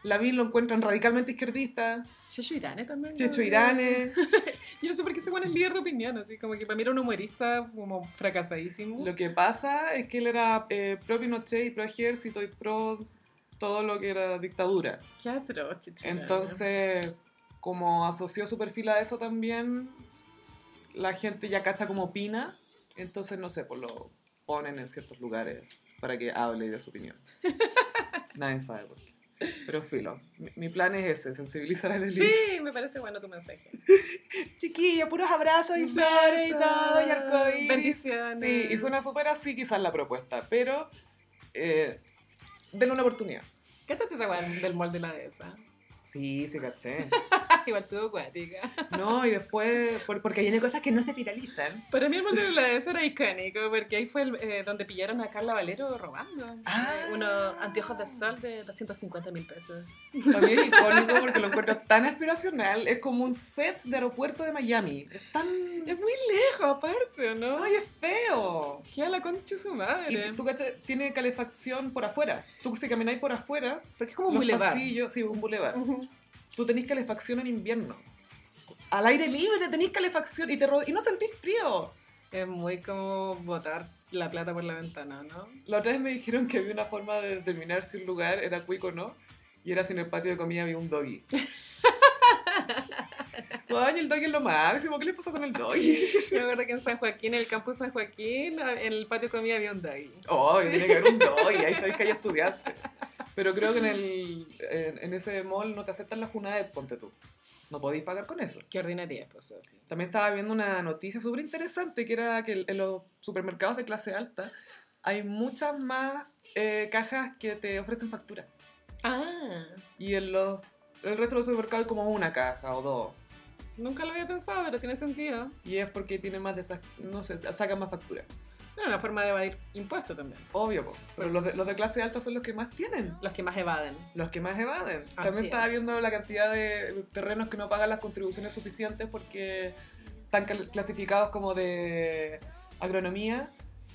S1: La vi lo encuentran radicalmente izquierdista,
S2: Checho Irane también. ¿no?
S1: Checho Irane,
S2: Yo no sé por qué se pone el líder de opinión, así como que para mí era un humorista como fracasadísimo.
S1: Lo que pasa es que él era eh, pro Pinochet y pro ejército y pro todo lo que era dictadura.
S2: Qué atroz, Checho Irane.
S1: Entonces, como asoció su perfil a eso también, la gente ya cacha como opina, entonces no sé, pues lo ponen en ciertos lugares para que hable y dé su opinión. Nadie sabe por qué. Pero filo, mi, mi plan es ese, sensibilizar al elite.
S2: Sí, me parece bueno tu mensaje.
S1: Chiquillo, puros abrazos y flores y todo y arcoíris.
S2: Bendiciones.
S1: Sí, y suena súper así quizás la propuesta, pero eh, denle una oportunidad.
S2: ¿Cachaste esa weá del molde de la dehesa? *laughs*
S1: Sí, sí, caché.
S2: Igual tuvo cuática.
S1: No, y después, por- porque viene cosas que no se viralizan.
S2: Para mí el molde de la dehesa era icónico, porque ahí fue el, eh, donde pillaron a Carla Valero robando.
S1: Ah.
S2: Eh, unos anteojos de sol de 250 mil pesos.
S1: Para mí es icónico porque lo encuentro tan aspiracional. Es como un set de aeropuerto de Miami. Es tan...
S2: Es muy lejos, aparte, ¿no?
S1: ¡Ay, es feo!
S2: Queda la concha de su
S1: Y
S2: madre.
S1: t- tú, caché, tiene calefacción por afuera. Tú si camináis por afuera,
S2: Porque es como
S1: los
S2: muy elevado.
S1: pasillos... Sí, un boulevard. tú tenés calefacción en invierno. Al aire libre tenés calefacción y, te rode- y no sentís frío.
S2: Es muy como botar la plata por la ventana, ¿no?
S1: La otra vez me dijeron que había una forma de determinar si un lugar era cuico o no. Y era si en el patio de comida había un doggy. Coño, el doggy es lo máximo. ¿Qué les pasó con el doggy? *laughs*
S2: Me acuerdo que en San Joaquín, en el campus San Joaquín, a- en el patio comía había un daggy.
S1: Oh, tiene que haber un doggy. Ahí sabés que ahí estudiaste. Pero creo que en, el, en, en ese mall no te aceptan la Junaed, ponte tú. No podís pagar con eso.
S2: Qué ordinaria, pues, Sophie.
S1: También estaba viendo una noticia súper interesante que era que en los supermercados de clase alta hay muchas más eh, cajas que te ofrecen factura.
S2: Ah,
S1: Y en los, el resto de los supermercados hay como una caja o dos.
S2: nunca lo había pensado, pero tiene sentido.
S1: Y es porque tienen más de esas, no sé, sacan más factura.
S2: Bueno, una forma de evadir impuestos también.
S1: Obvio, po. pero los de, los de clase alta son los que más tienen.
S2: Los que más evaden.
S1: Los que más evaden.
S2: Así
S1: También estaba
S2: es.
S1: viendo la cantidad de terrenos que no pagan las contribuciones suficientes porque están cal- clasificados como de agronomía,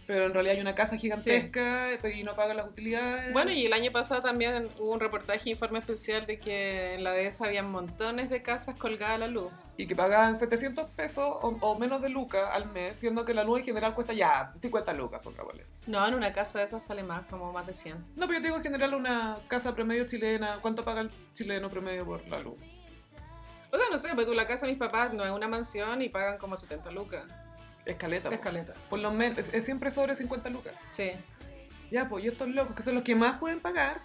S1: pero en realidad hay una casa gigantesca y no pagan las utilidades.
S2: Bueno, y el año pasado también hubo un reportaje, informe especial de que en la dehesa había montones de casas colgadas a la luz.
S1: y que pagan 700 pesos o, o menos de lucas al mes, siendo que la luz en general cuesta ya 50 lucas, pongámosle.
S2: No, en una casa de esas sale más, como más de 100.
S1: No, pero yo te digo en general una casa promedio chilena, ¿cuánto paga el chileno promedio por la luz?
S2: O sea, no sé, pero tú la casa de mis papás no es una mansión y pagan como 70 lucas.
S1: Escaleta. po.
S2: Escaleta.
S1: Por lo menos, es, es siempre sobre 50 lucas.
S2: Sí.
S1: Ya, pues, y estos locos, que son los que más pueden pagar.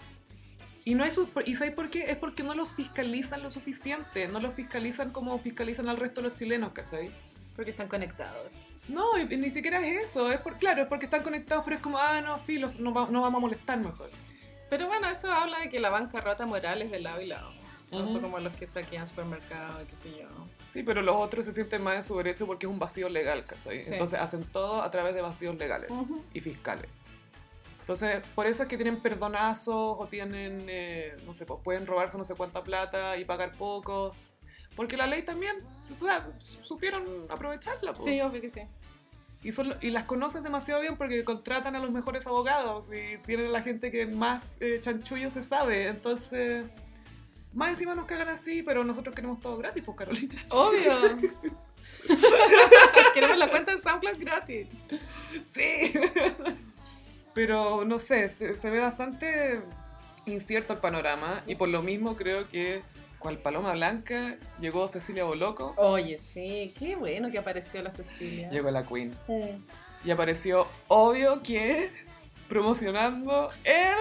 S1: Y no hay su- ¿Y sabes por qué? Es porque no los fiscalizan lo suficiente. No los fiscalizan como fiscalizan al resto de los chilenos, ¿cachai?
S2: Porque están conectados.
S1: No, y- y ni siquiera es eso. Es por, claro, es porque están conectados, pero es como, ah, no, filos, no, va- no vamos a molestar mejor.
S2: Pero bueno, eso habla de que la bancarrota moral es de lado y lado. Tanto
S1: Ujú.
S2: como los que saquean supermercados, qué sé yo.
S1: Sí, pero los otros se sienten más en su derecho porque es un vacío legal, ¿cachai?
S2: Sí.
S1: Entonces hacen todo a través de vacíos legales
S2: Ujú.
S1: y fiscales. Entonces, por eso es que tienen perdonazos o tienen, eh, no sé, pues pueden robarse no sé cuánta plata y pagar poco. Porque la ley también, o sea, su- supieron aprovecharla. po.
S2: Sí, obvio que sí.
S1: Y, son, y las conocen demasiado bien porque contratan a los mejores abogados y tienen a la gente que más eh, chanchullo se sabe. Entonces, más encima nos cagan así, pero nosotros queremos todo gratis, pues Carolina.
S2: Obvio. *laughs* Queremos la cuenta de SoundCloud gratis.
S1: Sí. *laughs* Pero no sé, se, se ve bastante incierto el panorama y por lo mismo creo que cual paloma blanca llegó Cecilia Boloco,
S2: Oye, sí, qué bueno que apareció la Cecilia.
S1: llegó la Queen
S2: Sí.
S1: y apareció obvio que promocionando el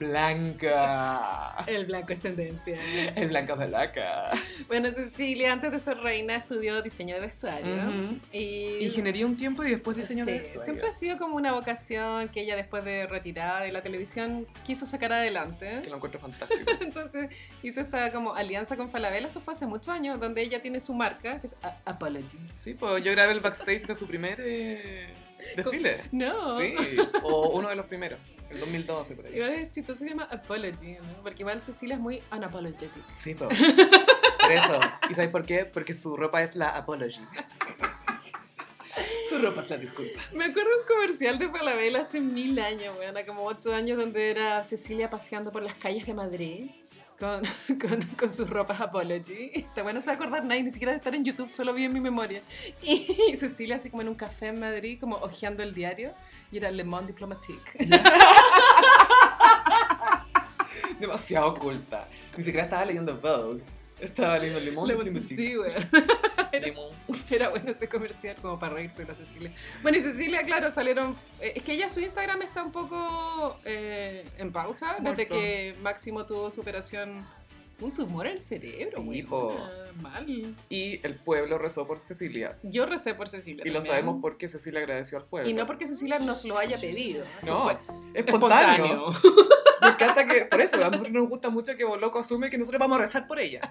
S1: blanca.
S2: El blanco es tendencia.
S1: El blanca balaca.
S2: Bueno, Cecilia, antes de ser reina, estudió diseño de vestuario.
S1: Ujú.
S2: Y
S1: Ingeniería un tiempo y después diseño de
S2: Sí,
S1: vestuario.
S2: Siempre ha sido como una vocación que ella después de retirada de la televisión quiso sacar adelante.
S1: Que lo encuentro fantástico.
S2: Entonces hizo esta como alianza con Falabella, esto fue hace muchos años, donde ella tiene su marca, que es A- Apology.
S1: Sí, pues yo grabé el backstage de su primer eh, desfile.
S2: No.
S1: Sí, *laughs* o uno de los primeros, el 2012 por ahí.
S2: Igual es chistoso, se llama Apology, ¿no? Porque igual Cecilia es muy unapologetic.
S1: Sí, pues. Por eso. ¿Y sabes por qué? Porque su ropa es la apology. Su ropa es la disculpa.
S2: Me acuerdo un comercial de Falabella hace mil años, weón, como ocho años, donde era Cecilia paseando por las calles de Madrid con, *laughs* con, con sus ropas Apology. Está bueno, no se va a acordar nadie, ni siquiera de estar en YouTube, solo vi en mi memoria. Y *laughs* Cecilia así como en un café en Madrid, como hojeando el diario, y era Le Monde Diplomatique.
S1: Demasiado oculta. Ni siquiera estaba leyendo Vogue. Estaba leyendo Limón.
S2: *laughs* Le-
S1: Limón.
S2: sí, weón.
S1: Limón.
S2: *laughs* Era bueno ese comercial como para reírse de la Cecilia. Bueno, y Cecilia, claro, salieron... eh, es que ella su Instagram está un poco eh, en pausa desde
S1: Muerto.
S2: que Máximo tuvo su operación... Un tumor al cerebro,
S1: Sí,
S2: weona,
S1: po.
S2: Mal.
S1: Y el pueblo rezó por Cecilia.
S2: Yo recé por Cecilia.
S1: Y lo
S2: también.
S1: sabemos porque Cecilia agradeció al pueblo.
S2: Y no porque Cecilia nos lo haya pedido. Esto
S1: No,
S2: fue
S1: espontáneo.
S2: espontáneo. *laughs*
S1: Me encanta que, por eso, a nosotros nos gusta mucho que Boloco asume que nosotros vamos a rezar por ella.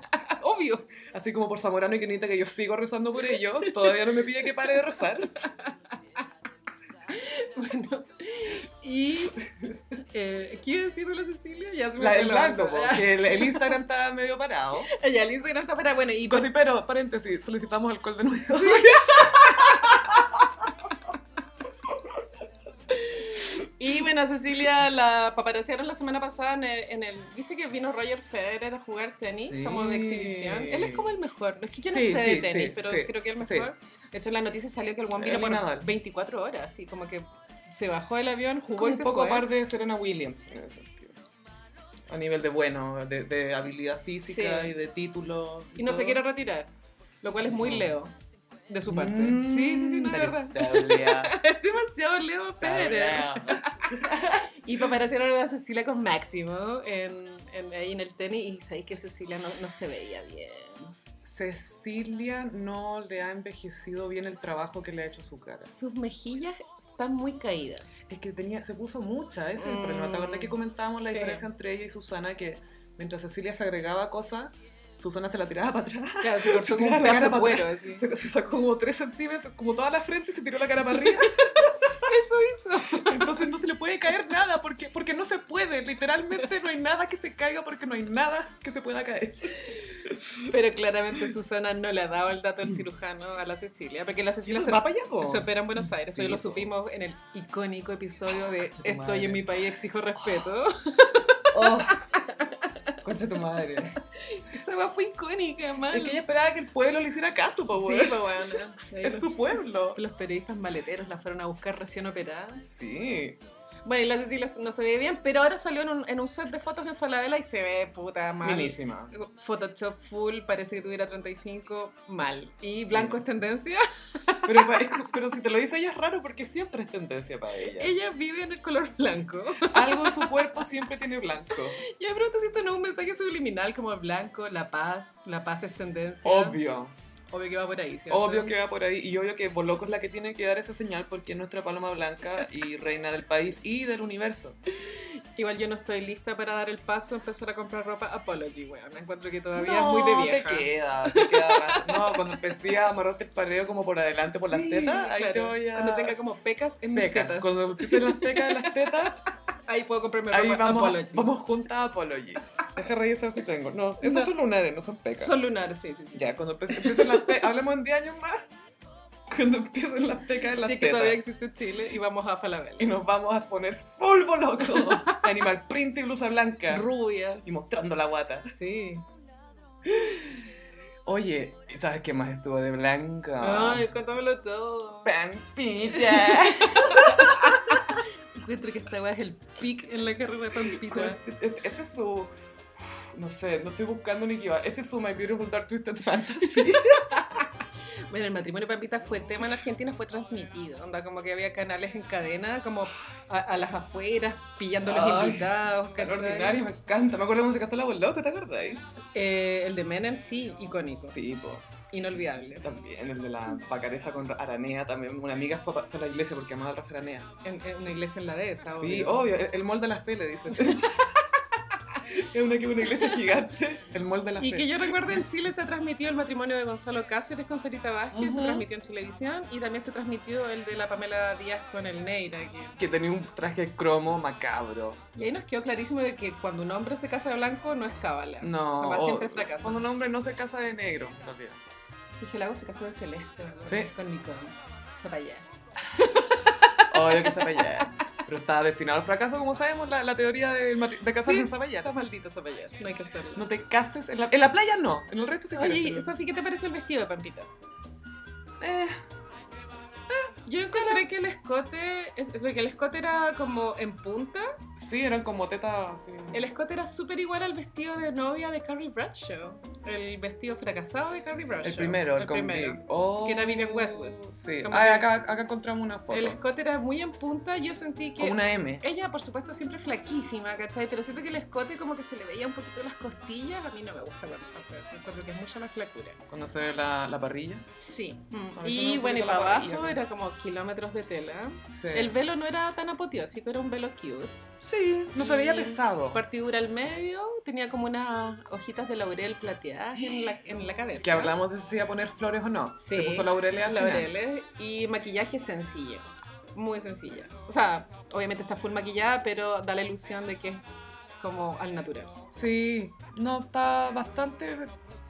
S2: Obvio.
S1: Así como por Zamorano y que necesita que yo sigo rezando por ellos, todavía no me pide que pare de *laughs* rezar.
S2: Bueno. Y. Eh, ¿Qué iba a decir de la Cecilia? Ya se me
S1: La
S2: fue
S1: del
S2: la
S1: blanco,
S2: onda.
S1: po, que el, el Instagram estaba medio parado.
S2: Ah, *laughs* Ya, el Instagram está para. Bueno, y.
S1: Cosi, pero, paréntesis, solicitamos alcohol de nuevo.
S2: Y bueno, Cecilia la paparazziaron la semana pasada en el, en el- ¿Viste que vino Roger Federer a jugar tenis
S1: Sí.
S2: como de exhibición? Él es como el mejor. No es que yo no
S1: Sí,
S2: sé
S1: sí,
S2: de tenis,
S1: sí,
S2: pero
S1: sí,
S2: creo que el
S1: sí.
S2: mejor. De hecho, en la noticia salió que el Juan vino
S1: Él y
S2: por
S1: Nadal.
S2: 24 horas, y como que se bajó del avión, jugó
S1: *laughs*
S2: y
S1: un
S2: se
S1: poco
S2: fue.
S1: par de Serena Williams en ese sentido. A nivel de bueno, de, de habilidad física
S2: Sí.
S1: y de título.
S2: y no se
S1: todo.
S2: quiere retirar, lo cual es muy
S1: No.
S2: Leo de su parte.
S1: Mm,
S2: sí, sí, sí, no, de
S1: that
S2: verdad.
S1: is *laughs* Saulia,
S2: Es demasiado Leo Federer.
S1: Saulia.
S2: Y paparazziaron a Cecilia con Máximo en, en- ahí en el tenis y sabéis que Cecilia no, no se veía bien.
S1: Cecilia no le ha envejecido bien el trabajo que le ha hecho su cara.
S2: Sus mejillas están muy caídas.
S1: Es que tenía, se puso mucha, ese es el
S2: Mm.
S1: problema. ¿Te acuerdas que comentábamos la
S2: Sí.
S1: diferencia entre ella y Susana? Que mientras Cecilia se agregaba cosas, Susana se la tiraba para atrás. *laughs*
S2: Claro, se cortó como
S1: Claro,
S2: un
S1: la
S2: pedazo
S1: cara
S2: de
S1: para
S2: cuero así.
S1: Se, se sacó como 3 centímetros, como toda la frente y se tiró la cara para
S2: *laughs*
S1: arriba.
S2: Eso hizo.
S1: Entonces no se le puede caer nada, porque, porque no se puede. Literalmente no hay nada que se caiga porque no hay nada que se pueda caer.
S2: Pero claramente Susana no le ha dado el dato al cirujano a la Cecilia, porque la
S1: Y
S2: Cecilia
S1: eso
S2: se,
S1: va para allá, po.
S2: se opera en Buenos Aires.
S1: Sí,
S2: eso ya lo
S1: po.
S2: supimos en el icónico episodio de
S1: Concha tu
S2: Estoy
S1: madre.
S2: en mi país, exijo respeto.
S1: Oh, *laughs* Concha tu madre.
S2: Esa va fue icónica, man.
S1: Es que ella esperaba que el pueblo le hiciera caso, po,
S2: Sí,
S1: weón.
S2: pues bueno.
S1: Es su pueblo.
S2: Los periodistas maleteros la fueron a buscar recién operada.
S1: Sí.
S2: Bueno, y la Cecilia no se ve bien, pero ahora salió en un, en un set de fotos en Falabella y se ve puta mal.
S1: Minísima.
S2: Photoshop full, parece que tuviera 35, mal. Y blanco es tendencia.
S1: Pero, pa- es que- pero si te lo dice ella es raro porque siempre es tendencia para ella.
S2: *laughs* Ella vive en el color blanco. *laughs*
S1: Algo en su cuerpo siempre tiene blanco.
S2: Yo me pregunto si esto no es un mensaje subliminal como blanco, la paz, la paz es tendencia.
S1: Obvio.
S2: Obvio que va por ahí, ¿cierto?
S1: Obvio que va por ahí. Y obvio que Boloco es la que tiene que dar esa señal porque es nuestra paloma blanca y reina del país y del universo.
S2: Igual yo no estoy lista para dar el paso a empezar a comprar ropa Apology, weón. Me encuentro que todavía es muy de vieja.
S1: te queda, te queda. bastante. No, cuando empecé a amarrarte el pareo como por adelante, por las
S2: Sí,
S1: tetas, ahí
S2: claro.
S1: te voy a...
S2: Cuando tenga como pecas en mis
S1: Peca.
S2: tetas.
S1: Cuando empiecen las pecas de las tetas,
S2: Ahí puedo comprarme
S1: ahí
S2: ropa
S1: vamos,
S2: Apology.
S1: vamos juntas a Apology. Deja revisar si tengo. No, esos
S2: No.
S1: son lunares, no son pecas.
S2: Son lunares, sí, sí, sí.
S1: Ya, cuando empe- empiecen las pecas, hablemos en 10 años más, cuando empiecen las pecas de las
S2: Sí que
S1: tetas.
S2: todavía existe Chile y vamos a Falabella.
S1: Y nos vamos a poner full boloco, animal print y blusa blanca,
S2: Rubias.
S1: y mostrando la guata.
S2: Sí.
S1: Oye, ¿sabes qué más estuvo de blanca?
S2: Ay, cuéntamelo todo. *laughs*
S1: Pampita.
S2: Encuentro que esta weá es el pic en la carrera de Pampita.
S1: Este este es su...
S2: *laughs*
S1: No sé, no estoy buscando ni que va. Este es su My Beautiful Dark Twisted Fantasy.
S2: Bueno, el matrimonio Pampita fue tema en Argentina, fue transmitido. Onda, como que había canales en cadena, como a, a las afueras, pillando a los
S1: Ay,
S2: invitados.
S1: Calor
S2: ¿cachai?
S1: ordinario, me encanta. Me acuerdo cuando se casó la voz loca, ¿te acordáis?
S2: Eh, el de Menem, sí, icónico,
S1: Sí, po.
S2: inolvidable.
S1: También el de la pacareza con Aranea. También una amiga fue a, fue a la iglesia porque amaba al Rafa Aranea.
S2: En, en una iglesia en la dehesa,
S1: Sí, obvio. El, el mall de la fe, le
S2: *laughs*
S1: dicen. es una, que una iglesia gigante. El mall de la
S2: Y
S1: fe. *laughs*
S2: que yo recuerdo en Chile se ha transmitido el matrimonio de Gonzalo Cáceres con Sarita Vázquez, se
S1: Ujú.
S2: transmitió en Televisión y también se transmitió el de la Pamela Díaz con el Neira. que-
S1: que tenía un traje cromo macabro.
S2: Y ahí nos quedó clarísimo de que cuando un hombre se casa de blanco no es cábala.
S1: No.
S2: Esa weá
S1: o-
S2: siempre fracasa.
S1: Cuando un hombre no se casa de negro. También.
S2: Sergio Lago se casó de celeste ¿no?
S1: Sí.
S2: con Nicole Zapallá.
S1: Obvio que Zapallar. Pero estaba destinado al fracaso, como sabemos, la, la teoría de, de casarse
S2: Sí.
S1: en Zapallar.
S2: Está maldito Zapallá, no hay que hacerlo.
S1: No te cases en la, en la playa, no. En el resto sí
S2: Oye,
S1: quieres,
S2: y,
S1: pero-
S2: Sofi, ¿qué te pareció el vestido de Pampita?
S1: Eh,
S2: Yo encontré que el escote, es- porque el escote era como en punta,
S1: sí, eran como tetas. sí.
S2: el escote era súper igual al vestido de novia de Carrie Bradshaw, el vestido fracasado de Carrie Bradshaw.
S1: El primero, el,
S2: el
S1: con
S2: primero.
S1: Big. Oh.
S2: que era Vivian Westwood.
S1: Sí.
S2: Como
S1: Ah,
S2: que-
S1: acá, acá encontramos una foto.
S2: El escote era muy en punta, yo sentí que...
S1: Con una M.
S2: Ella, por supuesto, siempre flaquísima, ¿cachai? Pero siento que el escote como que se le veía un poquito las costillas. A mí no me gusta cuando pasa eso, porque es mucha más flacura.
S1: Cuando se ve la, la parrilla.
S2: Sí.
S1: Con eso
S2: Y
S1: no
S2: bueno, y
S1: publica
S2: para
S1: la
S2: abajo
S1: parrilla, ¿no?
S2: era como kilómetros de tela.
S1: Sí.
S2: El velo no era tan apoteósico, era un velo cute.
S1: Sí, no se veía
S2: Y-
S1: pesado.
S2: Partidura al medio, tenía como unas hojitas de laurel plateadas en la, en la cabeza.
S1: Que hablamos de si iba a poner flores o no.
S2: Sí.
S1: Se puso laureles al final.
S2: Laureles ¿eh? y maquillaje sencillo. Muy sencilla. O sea, obviamente está full maquillada, pero da la ilusión de que es como al natural.
S1: Sí, no, está bastante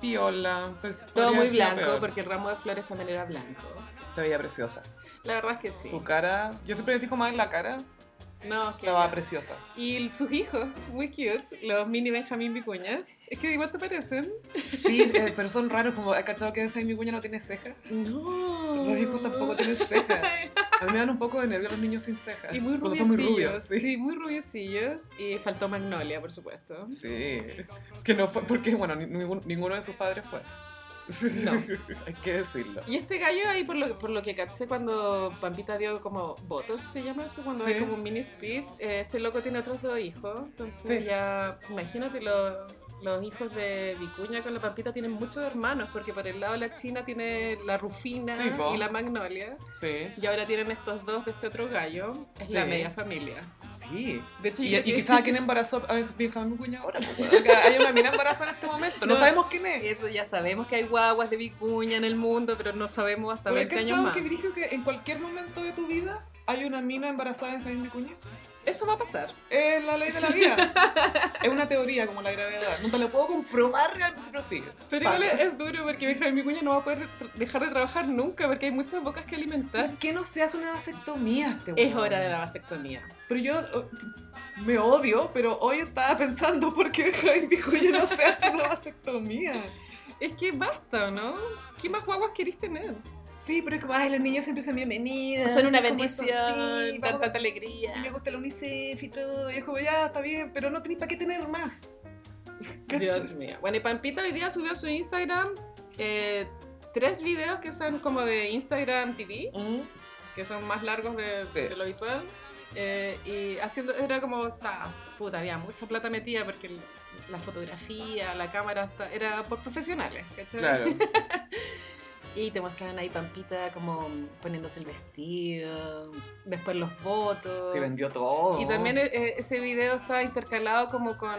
S1: piola. Pues,
S2: Todo
S1: podría
S2: muy
S1: haber sido
S2: blanco,
S1: peor.
S2: porque el ramo de flores también era blanco.
S1: Se veía preciosa.
S2: La verdad es que sí.
S1: Su cara, yo siempre me fijo más en la cara,
S2: No, es que
S1: estaba
S2: ya. *laughs*
S1: preciosa.
S2: Y el- sus hijos, muy cute, los mini Benjamín Vicuñas. Es que igual se parecen.
S1: Sí, eh, pero son raros, como he cachado que Jaime Cuña no tiene cejas.
S2: No.
S1: Los hijos
S2: Mm.
S1: tampoco tienen
S2: *laughs*
S1: cejas. A mí me dan un poco de nervio los niños sin cejas.
S2: Y muy
S1: cuando
S2: rubiecillos.
S1: son muy rubios.
S2: sí.
S1: Sí.
S2: muy rubiecillos. Y faltó Magnolia, por supuesto.
S1: Sí. Que no fue, porque bueno, ni- ningún- ninguno de sus padres fue.
S2: No.
S1: *laughs* Hay que decirlo.
S2: Y este gallo ahí, por lo, por lo que caché cuando Pampita dio como votos, se llama eso, cuando
S1: Sí.
S2: hay como un mini speech, eh, este loco tiene otros dos hijos, entonces
S1: Sí.
S2: ya, imagínate, lo- los hijos de Vicuña con la Pampita tienen muchos hermanos, porque por el lado de la China tiene la Rufina
S1: Sí, po.
S2: y la Magnolia,
S1: Sí.
S2: y ahora tienen estos dos de este otro gallo, es la
S1: Sí.
S2: media familia.
S1: Sí.
S2: De hecho,
S1: Y,
S2: yo
S1: y
S2: creo que-
S1: quizás a quién embarazó a Benjamín Cuña ahora. Porque hay una mina embarazada en este momento. No,
S2: No.
S1: sabemos quién es.
S2: Eso ya sabemos que hay guaguas de Vicuña en el mundo, pero no sabemos hasta
S1: Pero he
S2: 20 años
S1: cachado
S2: más.
S1: que dirijo que en cualquier momento de tu vida hay una mina embarazada en Jaime Cuña.
S2: Eso va a pasar.
S1: Es la ley de la
S2: *laughs*
S1: vida. es una teoría como la gravedad. No te lo puedo comprobar realmente, pero sí.
S2: Pero
S1: Pasa.
S2: igual es, es duro porque Benjamín Vicuña no va a poder de- dejar de trabajar nunca porque hay muchas bocas que alimentar.
S1: ¿Por qué no se hace una vasectomía este
S2: Es
S1: weón?
S2: hora de la vasectomía.
S1: Pero yo eh, me odio, pero hoy estaba pensando por qué Jaime Cuña no se hace una vasectomía.
S2: Es que basta, ¿o ¿no? ¿Qué más guaguas querés tener?
S1: Sí, pero es como, ay, los niños siempre son bienvenidas.
S2: Son una
S1: es Eh, como eso,
S2: bendición,
S1: sí,
S2: dan
S1: vamos a
S2: tanta alegría.
S1: Y me gusta la UNICEF y todo. Y es como, ya, está bien, pero no tenéis para qué tener más.
S2: Dios mío. Bueno, y Pampita hoy día subió a su Instagram eh, tres videos que son como de Instagram TV,
S1: Mm.
S2: que son más largos de,
S1: Sí.
S2: de lo habitual. eh, y haciendo, era como, ta, puta, había mucha plata metida porque el- la fotografía, la cámara, ta- era por profesionales, ¿cachai? *laughs* Y te mostraban ahí Pampita como poniéndose el vestido, después los votos.
S1: Se vendió todo.
S2: y también eh, ese video está intercalado como con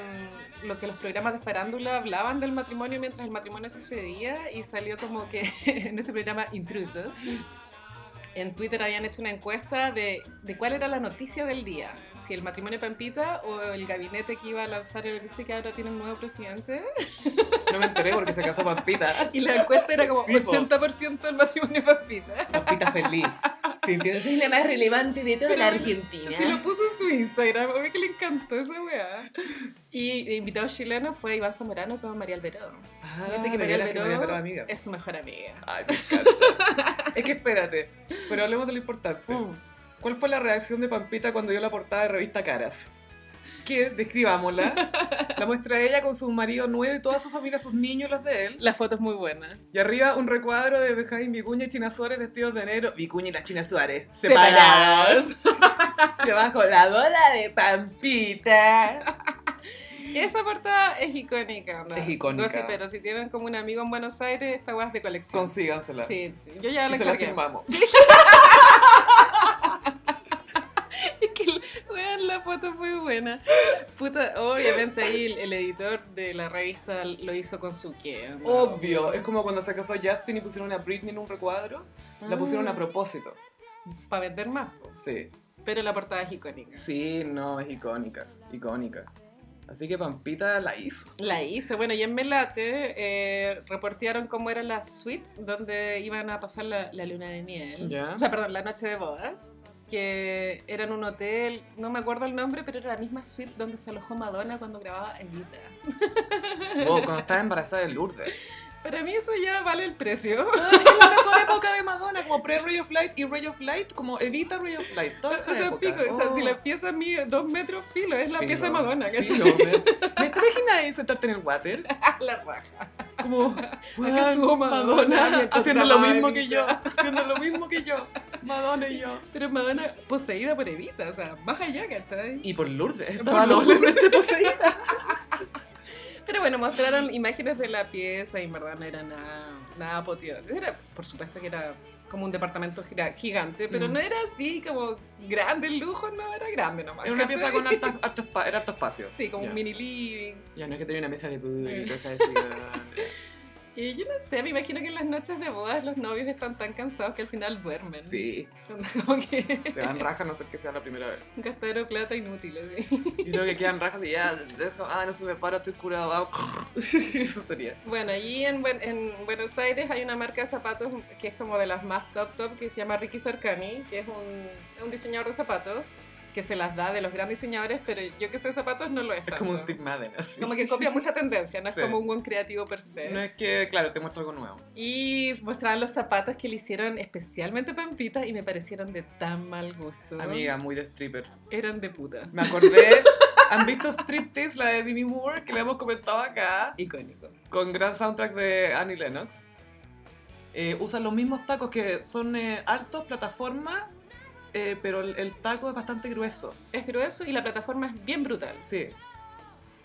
S2: lo que los programas de farándula hablaban del matrimonio mientras el matrimonio sucedía y salió como que *laughs* en ese programa Intrusos. En Twitter habían hecho una encuesta de, de cuál era la noticia del día, si el matrimonio de Pampita o el gabinete que iba a lanzar el viste que ahora tiene un nuevo presidente.
S1: No me enteré porque se casó Pampita.
S2: Y la encuesta era como
S1: Sí, po.
S2: 80% del matrimonio de Pampita.
S1: Pampita feliz. Sintiéndose
S4: Es la más relevante de toda la
S2: Pero-
S4: Argentina.
S2: Si lo puso en su Instagram, a mí que le encantó esa weá. Y el invitado chileno fue Iván Zamorano con María Alberó.
S1: Ah,
S2: Viste
S1: de
S2: que María
S1: veras que María Alberó
S2: Alberó
S1: es amiga.
S2: es su mejor amiga.
S1: Ay, me encanta. es que espérate, pero hablemos de lo importante.
S2: Mm.
S1: ¿Cuál fue la reacción de Pampita cuando dio la portada de revista Caras? que, describámosla, la muestra de ella con su marido nuevo y toda su familia, sus niños, los de él.
S2: La foto es muy buena.
S1: Y arriba un recuadro de Benjamín Vicuña y China Suárez vestidos de negro. Vicuña y la China Suárez separadas. y abajo la bola de Pampita.
S2: Esa portada es icónica. ¿no?
S1: Es icónica.
S2: Gossip, pero si tienen como un amigo en Buenos Aires, esta weá es de colección.
S1: *laughs* Consígansela.
S2: Sí, sí. Yo ya la
S1: Y se la
S2: encargué.
S1: firmamos.
S2: *laughs* Es que la- weón, la foto es muy buena. Puta, obviamente ahí el, el editor de la revista lo hizo con su quien.
S1: Obvio, es como cuando se casó Justin y pusieron a Britney en un recuadro. La pusieron a propósito.
S2: Para vender más. pues.
S1: Sí.
S2: Pero la portada es icónica.
S1: Sí, no, es icónica. Icónica. Así que Pampita la *laughs* hizo.
S2: La hice. Bueno, y en Melate eh, reportearon cómo era la suite donde iban a pasar la, la luna de miel.
S1: Ya.
S2: O sea, perdón, la noche de bodas. Que era en un hotel, no me acuerdo el nombre, pero era la misma suite donde se alojó Madonna cuando grababa Evita.
S1: Wow, Oh, cuando estaba embarazada de Lourdes.
S2: Para mí eso ya vale el precio.
S1: La mejor época de Madonna, como pre-Ray of Light y Ray of Light, como evita Ray of Light. Toda esa
S2: *laughs* O sea,
S1: época.
S2: pico, o sea,
S1: Oh.
S2: si la pieza mide dos metros, filo, es la
S1: Filo.
S2: pieza de Madonna, ¿cachai?
S1: Filo, me- ¿Me te imaginas sentarte en el
S2: *laughs*
S1: water?
S2: la raja.
S1: Como,
S2: Acá estuvo
S1: "Weón,
S2: Madonna mientras
S1: haciendo lo
S2: grababa
S1: mismo que yo,
S2: Evita".
S1: haciendo lo mismo que yo, Madonna y yo.
S2: Pero Madonna poseída por Evita, o sea, más allá, ¿cachai?
S1: Y por Lourdes,
S2: Por
S1: estaba este
S2: Lourdes.
S1: doblemente *laughs* poseída.
S2: Pero bueno, mostraron imágenes de la pieza y en verdad no era nada, nada potioso. Era, por supuesto que era como un departamento gira- gigante, pero
S1: Mm.
S2: no era así como grande el lujo, no, era grande nomás.
S1: Era una
S2: ¿cachai?
S1: pieza con harto, harto espa- era harto espacio.
S2: Sí, como
S1: Ya.
S2: un mini living.
S1: Ya no es que tenía una mesa de pudor y
S2: *laughs*
S1: cosas así. ¿verdad?
S2: Y yo no sé, me imagino que en las noches de bodas los novios están tan cansados que al final duermen.
S1: Sí,
S2: Como que *laughs*
S1: se van rajas, a no sé que sea la primera vez.
S2: gastaron plata inútil, así.
S1: Y luego que quedan rajas y ya, dejo, ah, no se me para, estoy curado. ah, *laughs* Eso sería.
S2: Bueno, allí en, Buen- en Buenos Aires hay una marca de zapatos que es como de las más top top que se llama Ricky Sarcani, que es un, un diseñador de zapatos que se las da de los grandes diseñadores, pero yo que sé de zapatos no lo es.
S1: Es
S2: tanto.
S1: como un Steve Madden, así.
S2: Como que copia mucha tendencia, no
S1: *laughs* Sí.
S2: es como un buen creativo per se.
S1: No es que, claro, te muestro algo nuevo.
S2: Y mostraban los zapatos que le hicieron especialmente Pampita y me parecieron de tan mal gusto.
S1: Amiga, muy de stripper.
S2: Eran de puta.
S1: Me acordé, ¿han visto Striptease, la de Demi Moore, que la hemos comentado acá,
S2: Icónico.
S1: con gran soundtrack de Annie Lennox? Eh, usan los mismos tacos que son eh, altos, plataforma, eh, pero el, el taco es bastante grueso.
S2: Es grueso y la plataforma es bien brutal.
S1: Sí,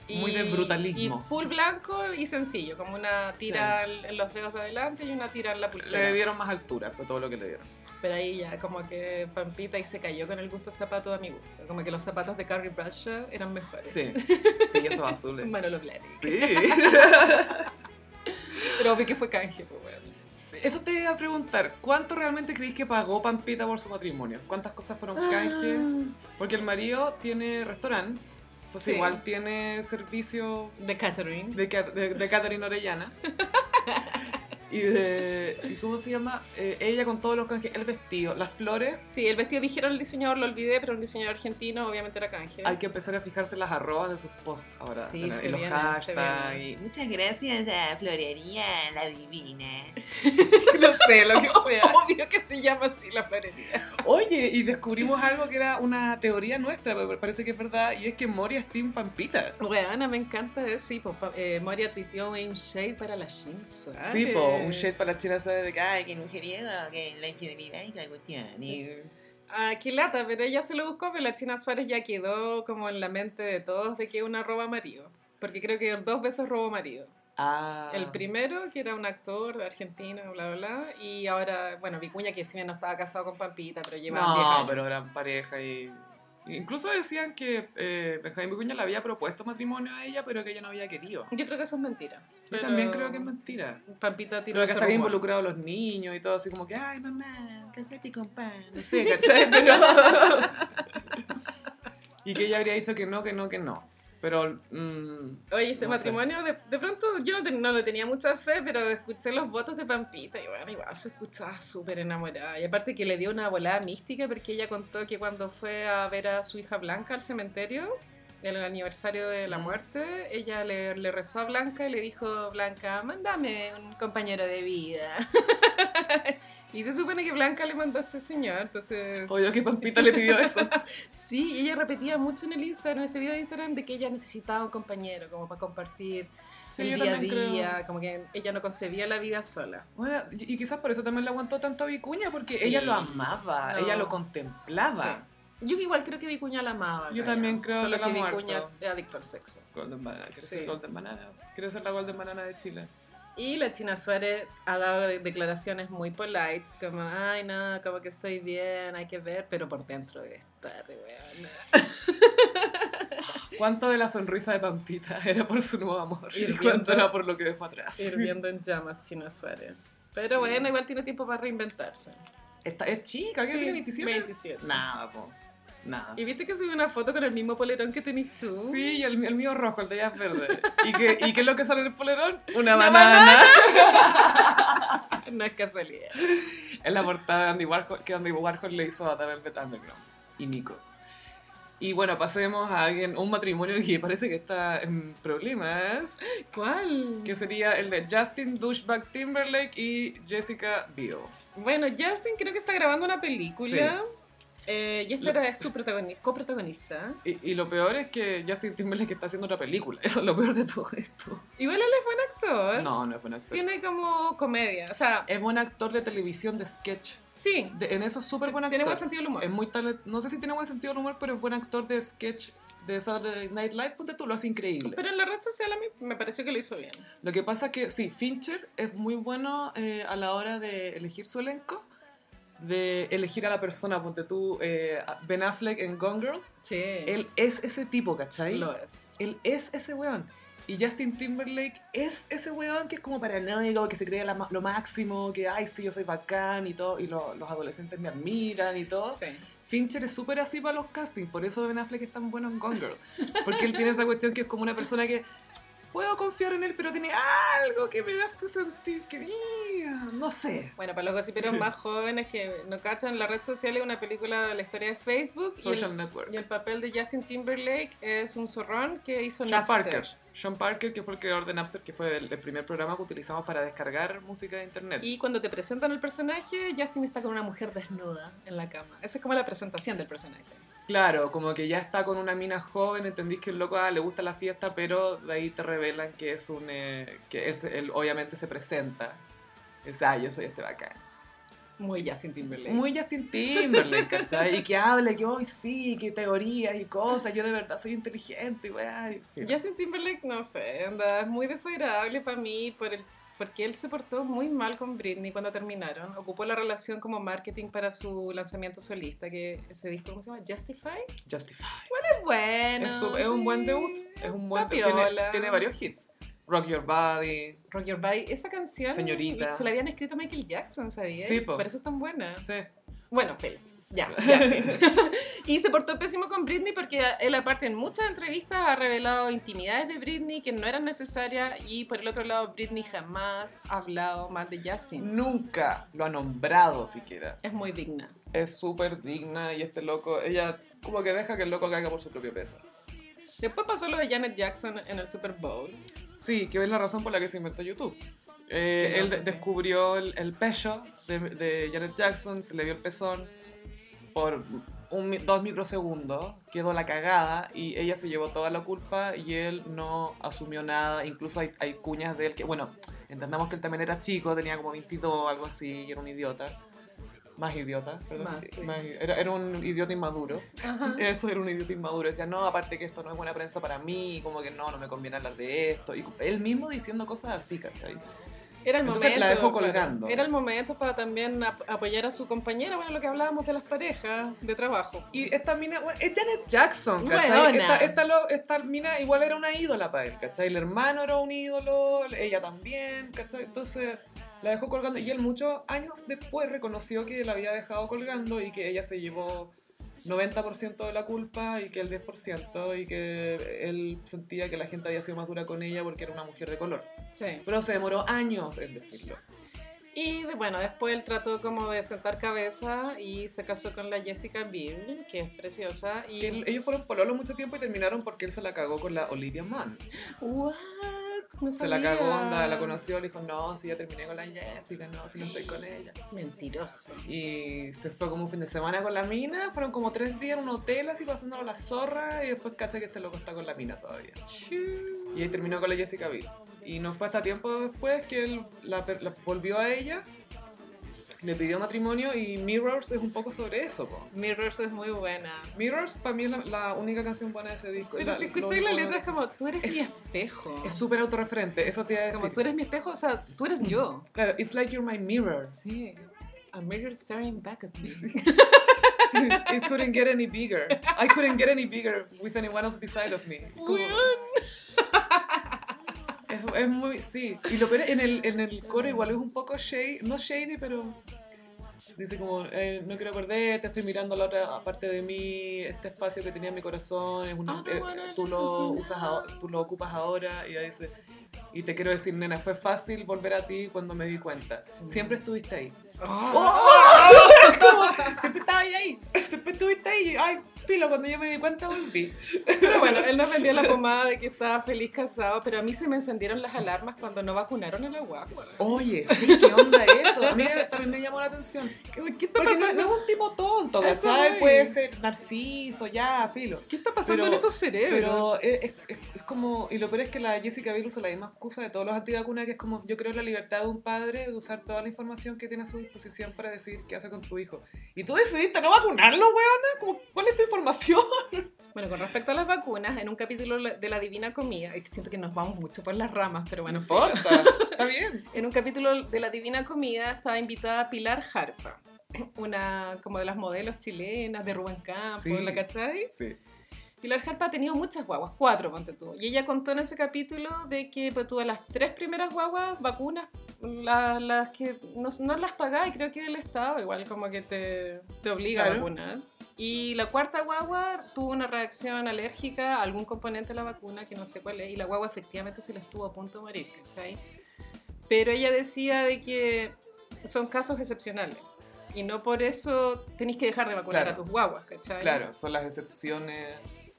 S1: Muy de brutalismo.
S2: Y full blanco y sencillo, como una tira en- en los dedos de adelante y una tira en la
S1: le
S2: pulsera.
S1: dieron más altura, fue todo lo que le dieron.
S2: Pero ahí ya, como que Pampita y se cayó con el gusto zapato a mi gusto. Como que los zapatos de Carrie Bradshaw eran mejores.
S1: Sí, sí, esos
S2: *laughs*
S1: azules.
S2: Manolo Blahnik.
S1: Sí.
S2: Pero obvio que fue canje, pues bueno.
S1: Eso te iba a preguntar, ¿cuánto realmente creéis que pagó Pampita por su matrimonio? ¿Cuántas cosas fueron
S2: Ah,
S1: canje? Porque el marido tiene restaurante, entonces
S2: Sí.
S1: igual tiene servicio
S2: De Catherine.
S1: de, Ca- de, de Catherine
S2: *laughs*
S1: Orellana. y de... ¿y ¿Cómo se llama? Eh, ella con todos los canjes, el vestido, las flores.
S2: Sí, el vestido dijeron el diseñador, lo olvidé, pero un diseñador argentino obviamente era canje.
S1: Hay que empezar a fijarse en las arrobas de sus posts ahora.
S2: Sí,
S1: en-
S2: se
S1: en los
S2: vienen, se
S1: hashtags.
S2: vienen.
S3: Muchas gracias a Florería La Divina.
S1: y- *laughs* No sé, lo que sea.
S2: *laughs* Obvio que se llama así la florería.
S1: Oye, y descubrimos algo que era una teoría nuestra, pero parece que es verdad, y es que Moria es Team Pampita.
S2: Weana, me encanta eso. Sí, pues, pa- eh, Moria tuiteó un shade para la Shin Suárez.
S1: Sí, po, un shit para la china sabe de que, ay,
S3: Ay, que mujeriego, que la infidelidad y la cuestión. Y...
S2: Ah, qué lata, pero ella se lo buscó, pero la China Suárez ya quedó como en la mente de todos de que una roba marido. Porque creo que dos veces robó marido.
S1: Ah,
S2: El primero, que era un actor argentino, bla, bla, bla. Y ahora, bueno, Vicuña, que si bien no estaba casado con Pampita, pero llevaban 10
S1: No,
S2: años.
S1: pero eran pareja y... Incluso decían que eh, Benjamín Vicuña le había propuesto matrimonio a ella, pero que ella no había querido.
S2: Yo creo que eso es mentira.
S1: Yo
S2: pero
S1: también creo que es mentira.
S2: Pampita tiró
S1: Pero que
S2: ese
S1: están
S2: rumor.
S1: involucrados los niños y todo, así como que, ay, mamá.
S3: Mamá, casate con pan.
S1: No sé,
S2: *laughs*
S1: ¿cachai? Pero... *laughs* y que ella habría dicho que no, que no, que no. Pero... mm,
S2: Oye, este
S1: No sé.
S2: matrimonio, de, de pronto yo no, ten- no le tenía mucha fe, pero escuché los votos de Pampita y bueno, igual se escuchaba súper enamorada. Y aparte que le dio una volada mística porque ella contó que cuando fue a ver a su hija Blanca al cementerio, el aniversario de la
S1: Mm.
S2: muerte, ella le, le rezó a Blanca y le dijo, Blanca, mándame un compañero de vida. *laughs* y se supone que Blanca le mandó a este señor, entonces...
S1: Oye, que Pampita le pidió eso.
S2: Sí, y ella repetía mucho en el Instagram, en ese video de Instagram, de que ella necesitaba un compañero, como para compartir
S1: Sí,
S2: el
S1: yo
S2: día a
S1: también creo.
S2: día, como que ella no concebía la vida sola.
S1: Bueno, y y quizás por eso también le aguantó tanto a Vicuña, porque
S2: Sí.
S1: ella lo amaba,
S2: No.
S1: ella lo contemplaba.
S2: Sí. Yo igual creo que Vicuña la amaba.
S1: Ah, Yo
S2: Gaya.
S1: también creo
S2: Solo
S1: que la
S2: que
S1: muerto.
S2: Vicuña era adicto al sexo.
S1: Golden Banana, quiero
S2: Sí.
S1: ser Golden Banana. Quiero ser la Golden Banana de Chile.
S2: Y la China Suárez ha dado de- declaraciones muy polites, como, ay, no, como que estoy bien, hay que ver, pero por dentro debe estar, weona.
S1: ¿Cuánto de la sonrisa de Pampita *laughs* era por su nuevo amor? Y
S2: Hirviendo.
S1: cuánto era por lo que dejó atrás.
S2: Hirviendo en llamas, China Suárez. Pero
S1: Sí.
S2: bueno, igual tiene tiempo para reinventarse.
S1: Esta es chica, ¿qué
S2: Sí,
S1: tiene 27?
S2: 27.
S1: Nada, po. Nada.
S2: Y viste que subí una foto con el mismo polerón que tenés tú.
S1: Sí, y el, el mío rojo, el de ella es verde. ¿Y qué, ¿Y qué es lo que sale en el *laughs* polerón? Una,
S2: Una
S1: banana.
S2: No es casualidad.
S1: *laughs* Es la portada de Andy Warhol, que Andy Warhol le hizo a David Underground y Nico. Y bueno, pasemos a alguien, un matrimonio que parece que está en problemas,
S2: ¿Cuál?
S1: que sería el de Justin Douchebag Timberlake y Jessica Biel.
S2: Bueno, Justin creo que está grabando una película. Eh, y esta
S1: La-
S2: era su protagoni- coprotagonista.
S1: Y, y lo peor es que Justin Timberlake está haciendo otra película. *laughs* Eso es lo peor de todo esto.
S2: Igual él es buen actor.
S1: No, no es buen actor.
S2: Tiene como comedia. O sea,
S1: Es buen actor de televisión, de sketch.
S2: sí.
S1: De- en eso es súper buen actor.
S2: Tiene buen sentido del humor.
S1: Es muy talent- no sé si tiene buen sentido del humor, pero es buen actor de sketch de Saturday Night Live, ponte tú, lo hace increíble.
S2: Pero en la red social a mí me pareció que lo hizo bien.
S1: Lo que pasa es que sí, Fincher es muy bueno eh, a la hora de elegir su elenco, de elegir a la persona, ponte tú, eh, a Ben Affleck en Gone Girl,
S2: Sí.
S1: él es ese tipo, ¿cachai?
S2: lo es.
S1: Él es ese weón. Y Justin Timberlake es ese weón que es como paranoico, que se cree la ma- lo máximo, que, ay, sí, yo soy bacán y todo, y lo- los adolescentes me admiran y todo.
S2: Sí.
S1: Fincher es súper así para los castings, por eso Ben Affleck es tan bueno en Gone Girl. Porque él tiene esa cuestión que es como una persona que puedo confiar en él, pero tiene algo que me hace sentir que. ¡Ih! No sé.
S2: Bueno, para los gossiperos
S1: *laughs*
S2: más jóvenes que no cachan, la red social es una película de la historia de Facebook. y el-
S1: Social
S2: Y
S1: Network.
S2: el papel de Justin Timberlake es un zorrón que hizo
S1: Sean
S2: Napster.
S1: Parker. Sean Parker, que fue el creador de Napster, que fue el, el primer programa que utilizamos para descargar música de internet.
S2: Y cuando te presentan el personaje, Justin está con una mujer desnuda en la cama. Esa es como la presentación del personaje.
S1: Claro, como que ya está con una mina joven, entendís que el loco ah, le gusta la fiesta, pero de ahí te revelan que es un. eh, que es, él obviamente se presenta. Es, ah, yo soy este bacán.
S2: Muy Justin Timberlake.
S1: Muy Justin Timberlake, ¿cachai? Y que habla, que hoy sí, que teorías y cosas, yo de verdad soy inteligente y weá. y-
S2: Justin Timberlake, no sé, anda, es muy desagradable para mí por el, porque él se portó muy mal con Britney cuando terminaron. Ocupó la relación como marketing para su lanzamiento solista, que ese disco, ¿cómo se llama? Justify.
S1: Justify.
S2: Es bueno.
S1: es, su- es un buen
S2: sí.
S1: debut, es un buen
S2: Está
S1: tiene,
S2: piola.
S1: tiene varios hits. Rock Your Body.
S2: Rock Your Body, esa canción
S1: Señorita.
S2: se la habían escrito a Michael Jackson, ¿sabías?
S1: Sí, po.
S2: Por eso es tan buena.
S1: No sé.
S2: Bueno, Phil, ya, ya.
S1: *laughs*
S2: Phil. y se portó pésimo con Britney porque él aparte en muchas entrevistas ha revelado intimidades de Britney que no eran necesarias y por el otro lado Britney jamás ha hablado mal de Justin.
S1: Nunca lo ha nombrado siquiera.
S2: Es muy digna.
S1: Es súper digna y este loco, ella como que deja que el loco caiga por su propio peso.
S2: Después pasó lo de Janet Jackson en el Super Bowl.
S1: Sí, que es la razón por la que se inventó YouTube. Eh,
S2: Qué
S1: él
S2: loco,
S1: de-
S2: sí.
S1: descubrió el, el pecho de, de Janet Jackson, se le vio el pezón por un mi- dos microsegundos, quedó la cagada y ella se llevó toda la culpa y él no asumió nada. Incluso hay, hay cuñas de él que, bueno, entendamos que él también era chico, tenía como 22 o algo así y era un idiota. Más idiota, perdón.
S2: Más, sí.
S1: Más i- era, era un idiota inmaduro.
S2: Ajá.
S1: *laughs* Eso era un idiota inmaduro. Decía, no, aparte que esto no es buena prensa para mí, como que no, no me conviene hablar de esto. Y él mismo diciendo cosas así, ¿cachai?
S2: Era el
S1: Entonces
S2: momento.
S1: la dejó
S2: claro.
S1: colgando.
S2: Era el momento para también ap- apoyar a su compañera, bueno, lo que hablábamos de las parejas de trabajo.
S1: Y esta mina, bueno, es Janet Jackson, ¿cachai?
S2: Weona.
S1: Esta, esta, lo- esta mina igual era una ídola para él, ¿cachai? El hermano era un ídolo, ella también, ¿cachai? Entonces la dejó colgando. Y él muchos años después reconoció que la había dejado colgando y que ella se llevó 90% de la culpa y que el 10% y que él sentía que la gente había sido más dura con ella porque era una mujer de color.
S2: Sí.
S1: Pero se demoró años en decirlo.
S2: Y de- bueno, después él trató como de sentar cabeza y se casó con la Jessica Biel, que es preciosa. Y
S1: Que él- ellos fueron pololos mucho tiempo y terminaron porque él se la cagó con la Olivia Mann.
S2: What? No
S1: Se la cagó,
S2: sabía.
S1: onda, la conoció, le dijo, no, si ya terminé con la Jessica, no, si no estoy con ella.
S2: Mentiroso.
S1: Y se fue como un fin de semana con la mina, fueron como tres días en un hotel así pasándolo la zorra y después cacha que este loco está con la mina todavía. Y ahí terminó con la Jessica Biel. Y no fue hasta tiempo después que él la, per- la volvió a ella, le pidió matrimonio y Mirrors es un poco sobre eso, po.
S2: Mirrors es muy buena.
S1: Mirrors para mí es la, la única canción buena de ese disco.
S2: Pero
S1: La-
S2: si
S1: lo
S2: escucháis la
S1: único-
S2: letra es como, tú eres mi
S1: Es-
S2: espejo.
S1: Es súper autorreferente, eso te iba a decir.
S2: como tú eres mi espejo, o sea, tú eres
S1: *laughs*
S2: yo.
S1: Claro, it's like you're my mirror.
S2: Sí. A mirror staring back at me. *laughs*
S1: *laughs* It couldn't get any bigger. I couldn't get any bigger with anyone else beside of me. Como- Es, es muy, sí. Y lo peor es, en el, en el coro igual es un poco shady, no shady, pero dice como, eh, no quiero perderte, estoy mirando a la otra parte de mí, este espacio que tenía en mi corazón, es una,
S2: I don't
S1: eh,
S2: wanna
S1: tú, lo
S2: lose you
S1: usas
S2: now.
S1: aho- tú lo ocupas ahora, y ella dice, y te quiero decir, nena, fue fácil volver a ti cuando me di cuenta. Siempre estuviste ahí. Oh. Siempre estaba ahí, ahí. Siempre estuviste ahí. Ay, filo, cuando yo me di cuenta volví.
S2: Pero bueno, él nos
S1: *laughs*
S2: vendió la pomada de que estaba feliz casado, pero a mí se me encendieron las alarmas cuando no vacunaron a la guagua.
S1: Oye, sí, ¿qué onda eso? A mí también me llamó la atención.
S2: ¿Qué, qué está
S1: Porque no,
S2: pasando?
S1: no es un tipo tonto,
S2: Eso
S1: ¿cachai?
S2: voy.
S1: Puede ser narciso, ya, filo.
S2: ¿Qué está pasando
S1: Pero-
S2: en esos cerebros?
S1: Pero es, es- es- es como, y lo peor es que la Jessica Biel usa la misma excusa de todos los antivacunas, que es como, yo creo la libertad de un padre de usar toda la información que tiene a su disposición para decir qué hace con tu hijo. Y tú decidiste no vacunarlo, weona, como, ¿cuál es tu información?
S2: Bueno, con respecto a las vacunas, en un capítulo la- de La Divina Comida, es que siento que nos vamos mucho por las ramas, pero bueno, filo.
S1: importa, *laughs* está bien.
S2: en un capítulo de La Divina Comida estaba invitada Pilar Harpa, *clears throat* una como de las modelos chilenas de Rubén Campos,
S1: Sí.
S2: ¿la cachai?
S1: Sí.
S2: Pilar Harpa ha tenido muchas guaguas, cuatro, ponte tú. Y ella contó en ese capítulo de que pues, tú a las tres primeras guaguas, vacunas, la- las que no, no las pagaba y creo que el Estado igual como que te, te obliga a
S1: Claro.
S2: vacunar. Y la cuarta guagua tuvo una reacción alérgica a algún componente de la vacuna, que no sé cuál es, y la guagua efectivamente se le estuvo a punto de morir, ¿cachai? Pero ella decía de que son casos excepcionales. Y no por eso tenéis que dejar de vacunar
S1: Claro.
S2: a tus guaguas, ¿cachai?
S1: Claro, son las excepciones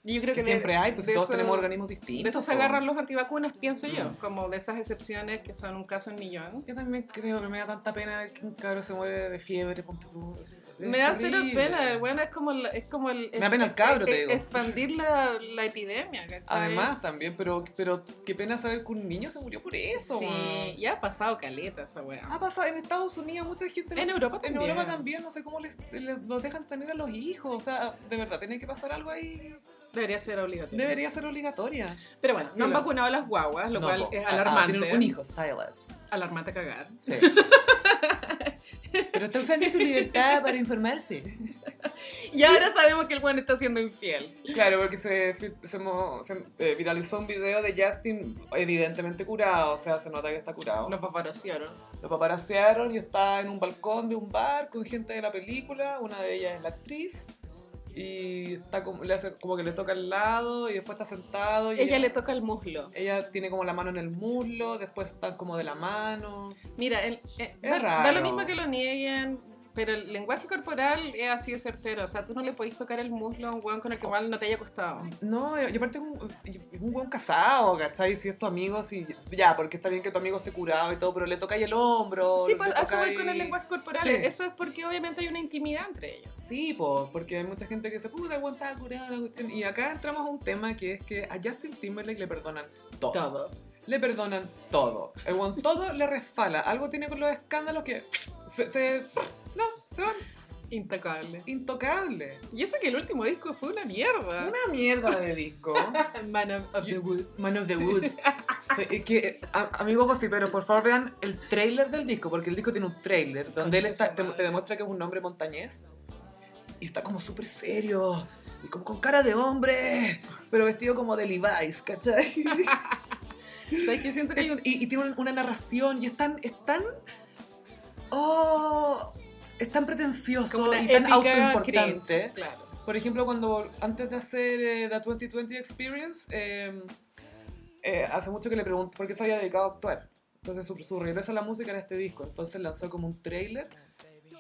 S2: Y Yo creo
S1: que,
S2: que, de-
S1: siempre hay, pues
S2: de
S1: todos
S2: eso-
S1: tenemos organismos distintos.
S2: de eso se
S1: po.
S2: agarran los antivacunas, pienso yo,
S1: Mm.
S2: como de esas excepciones que son un caso en millón.
S1: Yo también creo que me da tanta pena ver que un cabro se muere de fiebre, ponte tú. Es
S2: Me da cero
S1: terrible.
S2: pena, el bueno es como el, es como el, e-,
S1: Me da pena el cabro, te digo.
S2: expandir la, la epidemia, ¿cachai?
S1: Además, también, pero, pero qué pena saber que un niño se murió por eso.
S2: sí,
S1: weón.
S2: ya ha pasado caleta esa weá.
S1: Ha pasado en Estados Unidos, mucha gente. no
S2: En
S1: sé-
S2: Europa
S1: En
S2: también.
S1: Europa también, no sé cómo les, les- los dejan tener a los hijos. O sea, de verdad, tiene que pasar algo ahí.
S2: Debería ser obligatorio.
S1: Debería ser obligatoria.
S2: Pero bueno, no han
S1: Filo.
S2: vacunado a las guaguas, lo
S1: No,
S2: cual
S1: po.
S2: es
S1: Ah, ah,
S2: alarmante.
S1: tienen un hijo, Silas.
S2: Alarmante a cagar.
S1: *laughs*
S2: *laughs*
S1: Sí. Pero está usando su libertad para informarse.
S2: Y ahora sabemos que el weón está siendo infiel.
S1: Claro, porque se, se mo- se, eh, viralizó un video de Justin evidentemente curado, o sea, se nota que está curado.
S2: Lo paparocieron.
S1: Lo paparasearon y está en un balcón de un bar con gente de la película, una de ellas es la actriz, y está como, le hace, como que le toca al lado y después está sentado y
S2: Ella le toca el muslo.
S1: ella tiene como la mano en el muslo, después están como de la mano.
S2: Mira, el- eh,
S1: Es
S2: da, da
S1: raro.
S2: lo mismo que lo nieguen, pero el lenguaje corporal es así de certero. O sea, tú no le podés tocar el muslo a un weón con el que mal no te haya costado.
S1: No, eh, y aparte es un, es un buen casado, ¿cachai? Si es tu amigo, si, ya, porque está bien que tu amigo esté curado y todo, pero le toca ahí el hombro.
S2: Sí,
S1: le
S2: pues a
S1: toca
S2: eso voy con
S1: ahí-
S2: el lenguaje corporal.
S1: Sí.
S2: Eso es porque obviamente hay una intimidad entre ellos.
S1: Sí, po, porque hay mucha gente que se puta, el weón estaba curado, la cuestión. Y acá entramos a un tema que es que a Justin Timberlake le perdonan todo.
S2: Todo.
S1: Le perdonan todo. El weón todo le resfala. Algo tiene con los escándalos que se, se- no, se van
S2: Intacable.
S1: intocables.
S2: Y eso que el último disco fue una mierda.
S1: Una mierda de disco.
S2: Man of, of the
S1: Yo-
S2: Woods.
S1: Man of the Woods. Sí, es que, a- amigos gossiperos, por favor vean el trailer del disco, porque el disco tiene un trailer donde él
S2: Concha
S1: está,
S2: su
S1: te,
S2: madre.
S1: te demuestra que es un hombre montañés y está como súper serio y como con cara de hombre, pero vestido como de Levi's, ¿cachai? *laughs*
S2: ¿Sabes qué? siento que hay un-
S1: y, y tiene un- una narración y es tan, es tan, oh, es tan pretencioso
S2: como una
S1: y tan
S2: épica
S1: autoimportante.
S2: cringe, Claro.
S1: Por ejemplo, cuando antes de hacer eh, The em, 2020 Experience, eh, eh, hace mucho que le pregunté por qué se había dedicado a actuar. Entonces su, su regreso a la música era este disco. Entonces lanzó como un trailer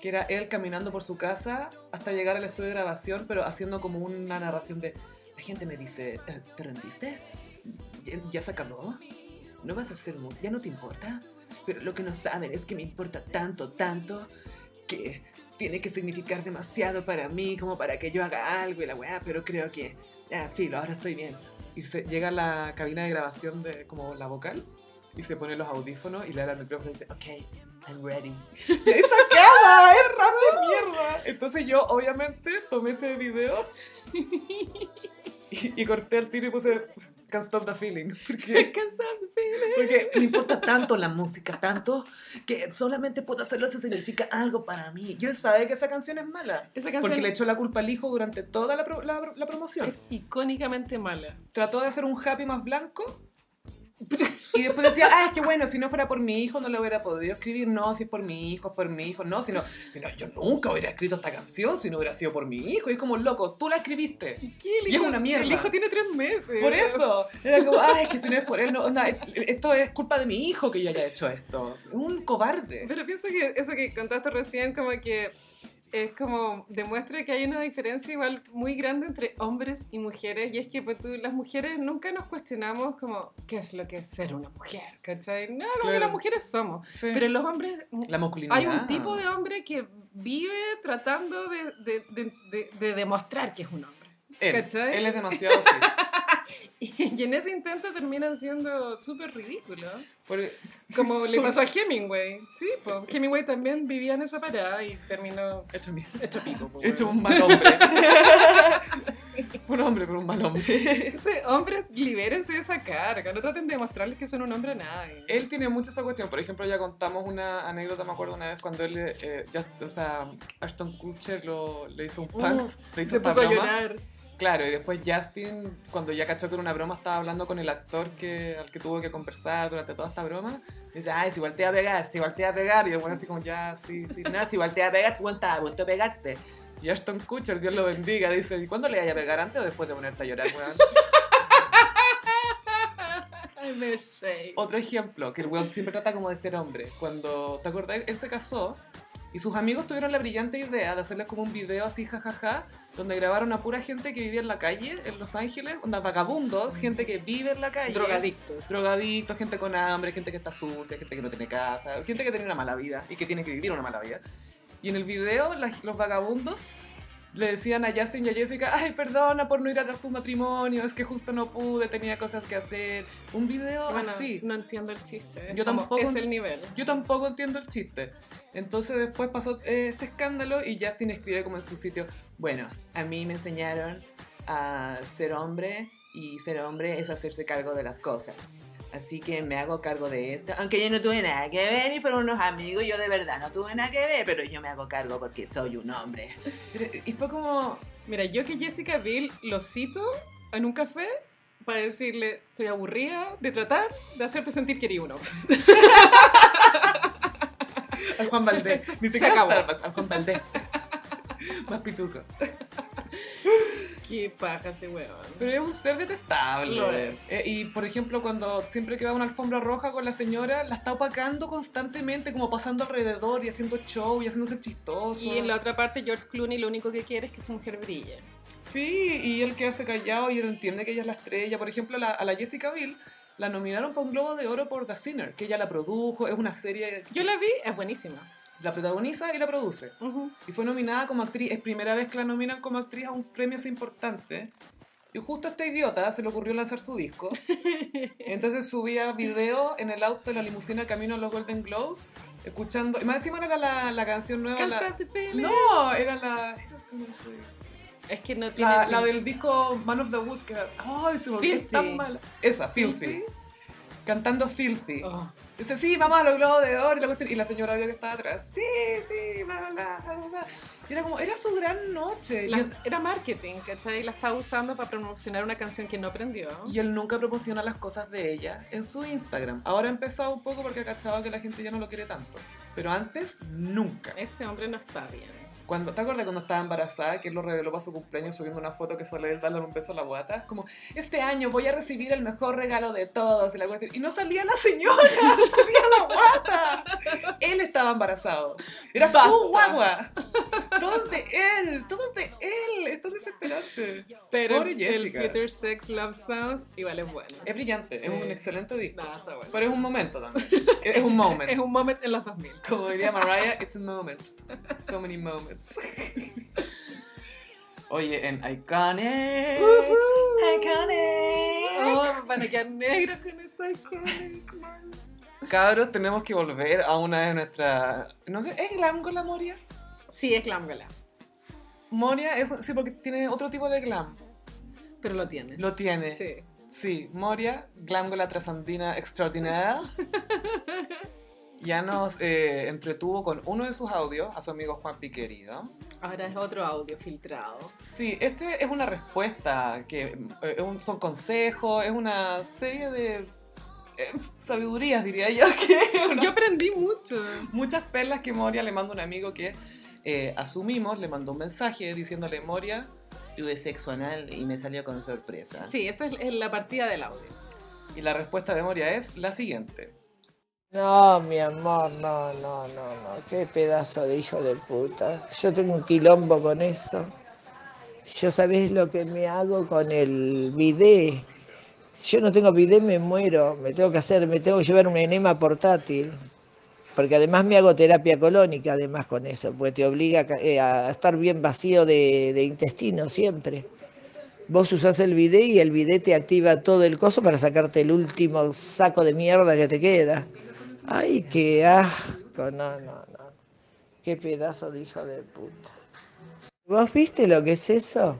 S1: que era él caminando por su casa hasta llegar al estudio de grabación, pero haciendo como una narración de la gente me dice, "Eh, ¿te rendiste? ¿Ya, ya se acabó? ¿No vas a hacer música? ¿Ya no te importa? Pero lo que no saben es que me importa tanto, tanto, que tiene que significar demasiado para mí como para que yo haga algo y la weá, pero creo que, ah, filo, ahora estoy bien. Y se, llega a la cabina de grabación de como la vocal y se pone los audífonos y le da el micrófono y dice, ok, I'm ready. Y ahí se acaba, es rap de mierda. Entonces yo, obviamente, tomé ese video y, y corté el tiro y puse Can't Stop the Feeling. Porque, porque me importa tanto la música, tanto, que solamente puedo hacerlo si significa algo para mí. Y él sabe que esa canción es mala.
S2: Esa
S1: Porque
S2: canción
S1: le echó la culpa al hijo durante toda la, pro- la- la promoción.
S2: es icónicamente mala.
S1: Trató de hacer un happy más
S2: *laughs*
S1: blanco. Y después decía, ah, es que bueno, si no fuera por mi hijo no lo hubiera podido escribir. No, si es por mi hijo, es por mi hijo. No, si no, si no, yo nunca hubiera escrito esta canción si no hubiera sido por mi hijo. Y es como, loco, tú la escribiste.
S2: ¿Y qué? El
S1: Y es una mierda.
S2: El hijo tiene tres meses.
S1: Por eso. Era como, ah, es que si no es por él, no, onda, es- esto es culpa de mi hijo que yo haya hecho esto. Un cobarde.
S2: Pero pienso que eso que contaste recién, como que es como demuestra que hay una diferencia igual muy grande entre hombres y mujeres. Y es que pues, tú, las mujeres nunca nos cuestionamos como, ¿qué es lo que es ser una mujer? ¿Cachai? No, como que
S1: Claro.
S2: las mujeres somos. Pero los hombres,
S1: la masculinidad.
S2: hay un tipo de hombre que vive tratando de, de- de- de- de demostrar que es un hombre.
S1: Él,
S2: ¿cachai?
S1: él es demasiado así.
S2: *laughs* Y en ese intento terminan siendo súper ridículos.
S1: Porque-
S2: Como le pasó a Hemingway. Sí, po. Hemingway también vivía en esa parada y terminó
S1: Hecho mierda.
S2: hecho pico. po,
S1: Hecho
S2: pues, weón.
S1: un mal
S2: *laughs*
S1: hombre. Fue un hombre, pero un mal hombre.
S2: Ese- Hombres, libérense de esa carga. No traten de demostrarles que son un hombre a nadie.
S1: Él tiene mucho esa cuestión. Por ejemplo, ya contamos una anécdota, me acuerdo una vez, cuando él, eh, ya- o sea, Ashton Kutcher lo, le hizo un pact, le hizo
S2: Uh, Se
S1: esta
S2: puso a
S1: broma.
S2: llorar.
S1: Claro, y después Justin, cuando ya cachó que era una broma, estaba hablando con el actor que, al que tuvo que conversar durante toda esta broma. Dice, ay, si igual te va a pegar, si igual te va a pegar. Y el bueno así como, ya, sí, sí, no, si igual te va a pegar, tú aguanta, aguanta a pegarte. Y Ashton Kutcher, Dios lo bendiga, dice, ¿y cuándo le vaya a pegar, antes o después de ponerte a llorar, weón?
S2: Ay, me shake.
S1: Otro ejemplo, que el weón siempre trata como de ser hombre. Cuando, ¿te acordás? Él se casó y sus amigos tuvieron la brillante idea de hacerles como un video así, jajaja, donde grabaron a pura gente que vivía en la calle, en Los Ángeles, onda vagabundos, gente que vive en la calle.
S2: Drogadictos.
S1: Drogadictos, gente con hambre, gente que está sucia, gente que no tiene casa, gente que tiene una mala vida y que tiene que vivir una mala vida. Y en el video, la- los vagabundos le decían a Justin y a Jessica, ay, perdona por no ir a tu matrimonio, es que justo no pude, tenía cosas que hacer. Un video
S2: Bueno,
S1: así.
S2: no entiendo el chiste.
S1: Yo
S2: Como,
S1: tampoco-
S2: Es el nivel.
S1: Yo tampoco entiendo el chiste. Entonces después pasó eh, este escándalo y Justin escribe como en su sitio, bueno, a mí me enseñaron a ser hombre y ser hombre es hacerse cargo de las cosas. Así que me hago cargo de esto.
S3: Aunque yo no tuve nada que ver y fueron unos amigos, yo de verdad no tuve nada que ver, pero yo me hago cargo porque soy un hombre.
S1: Y fue como,
S2: Mira, yo que Jessica Biel lo cito en un café para decirle, estoy aburrida de tratar de hacerte sentir que eres uno. *laughs*
S1: al Juan
S2: *laughs*
S1: Valdés. Ni
S2: Se
S1: siquiera
S2: acabó.
S1: Starbucks, al Juan Valdés. *laughs* Más pituco.
S2: Qué paja ese weón.
S1: Pero es un ser detestable.
S2: Lo es.
S1: Eh, y por ejemplo, cuando siempre que va a una alfombra roja con la señora, la está opacando constantemente, como pasando alrededor y haciendo show y haciéndose chistoso.
S2: Y en la otra parte, George Clooney lo único que quiere es que su mujer brille.
S1: Sí, y él quedarse callado y él entiende que ella es la estrella. Por ejemplo, la- a la Jessica Biel la nominaron para un Globo de Oro por The Sinner, que ella la produjo, es una serie,
S2: Yo la vi, es buenísima.
S1: la protagoniza y la produce.
S2: Ujú.
S1: Y fue nominada como actriz, es primera vez que la nominan como actriz a un premio así importante. Y justo a este idiota se le ocurrió lanzar su *laughs* disco. Entonces subía video en el auto, en la limusina, camino a los Golden Globes, escuchando... Y más encima no era la, la canción nueva.
S2: Can't
S1: la-
S2: stop the feeling.
S1: no, era la... ¿cómo se-
S2: Es que no tiene.
S1: La, la del disco Man of the Woods, que era- ¡Ay, se me olvidó! Es
S2: Filthy.
S1: tan mala. Esa, Filthy.
S2: Filthy.
S1: Cantando Filthy.
S2: Oh.
S1: Dice, sí, vamos a los globos de oro. Y la, cuestión- y la señora vio que estaba atrás. Sí, sí, bla, bla, bla, bla, bla, bla. Y era como, era su gran noche. Y, él,
S2: La- era marketing, ¿cachai? La estaba usando para promocionar una canción que no aprendió.
S1: y él nunca proporciona las cosas de ella en su Instagram. Ahora ha empezado un poco porque ha cachado que la gente ya no lo quiere tanto. Pero antes, nunca.
S2: Ese hombre no está bien.
S1: Cuando, ¿Te acuerdas cuando estaba embarazada que él lo reveló para su cumpleaños subiendo una foto que sale él darle un beso a la guata? Es Como, este año voy a recibir el mejor regalo de todos. Y, la cuestión- y no salía la señora, *laughs* salía la guata. Él estaba embarazado. Era
S2: Basta.
S1: su guagua. Todos de él, todos de él. Es tan desesperante.
S2: Pero
S1: Pobre
S2: el, el
S1: Jessica.
S2: Future Sex Love Sounds igual es bueno.
S1: Es brillante, es
S2: Sí.
S1: un excelente disco.
S2: Nada, está bueno.
S1: Pero es un momento también. Es es un moment.
S2: Es un moment en los 2000.
S1: Como diría Mariah, it's a moment. So many moments. Oye, en Iconic. Iconic.
S2: Oh, van a quedar negros con esta iconic, man.
S1: Cabros, tenemos que volver a una de nuestras. No sé, ¿es glam con la Moria?
S2: Sí, es glam glam,
S1: Moria es. Sí, porque tiene otro tipo de glam.
S2: pero lo tiene.
S1: Lo tiene. Sí.
S2: Sí.
S1: Moria, glam con la trasandina extraordinaria. Ya nos eh, entretuvo con uno de sus audios a su amigo Juan Piquerido.
S2: Ahora es otro audio
S1: *laughs*
S2: filtrado.
S1: Sí, este es una respuesta, que mm, eh, es un- son consejos, es una serie de eh, sabidurías, diría yo, que *laughs* una-
S2: Yo aprendí mucho.
S1: muchas perlas que Moria le manda a un amigo que eh, asumimos, le mandó un mensaje diciéndole, Moria,
S3: Tuve sexo anal y me salió con sorpresa.
S2: Sí, esa es es la partida del audio.
S1: y la respuesta de Moria es la siguiente.
S5: No, mi amor, no, no, no, no. Qué pedazo de hijo de puta. Yo tengo un quilombo con eso. Yo sabés lo que me hago con el bidé. Si yo no tengo bidé me muero. Me tengo que hacer, me tengo que llevar un enema portátil. Porque además me hago terapia colónica, además con eso, porque te obliga a ca- eh, a estar bien vacío de, de intestino siempre. Vos usás el bidé y el bidé te activa todo el coso para sacarte el último saco de mierda que te queda. Ay, qué asco, no, no, no. Qué pedazo de hijo de puta. ¿Vos viste lo que es eso?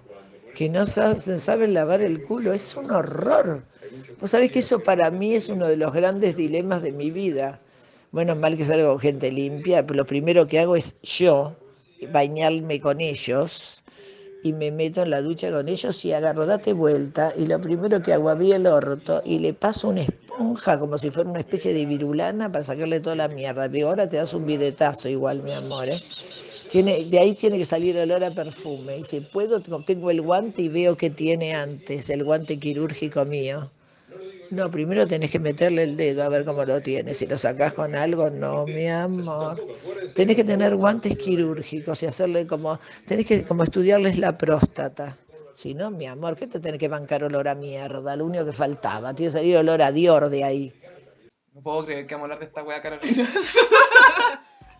S5: Que no sa- se saben lavar el culo, es un horror. Vos sabés que eso para mí es uno de los grandes dilemas de mi vida. Bueno, mal que salgo con gente limpia, pero lo primero que hago es yo bañarme con ellos y me meto en la ducha con ellos y agarro, date vuelta y lo primero que hago abrí el orto y le paso una esponja como si fuera una especie de virulana para sacarle toda la mierda. Digo, ahora te das un bidetazo igual, mi amor. ¿eh? Tiene, de ahí tiene que salir olor a perfume. Y si puedo, tengo el guante y veo que tiene antes, el guante quirúrgico mío. No, primero tenés que meterle el dedo a ver cómo lo tienes. Si lo sacás con algo, no, mi amor. Tenés que tener guantes quirúrgicos y hacerle como. Tenés que como estudiarles la próstata. Si no, mi amor, ¿qué te tenés que bancar olor a mierda? Lo único que faltaba. Tiene que salir olor a Dior de ahí.
S1: No puedo creer que vamos a hablar de esta wea Carolina.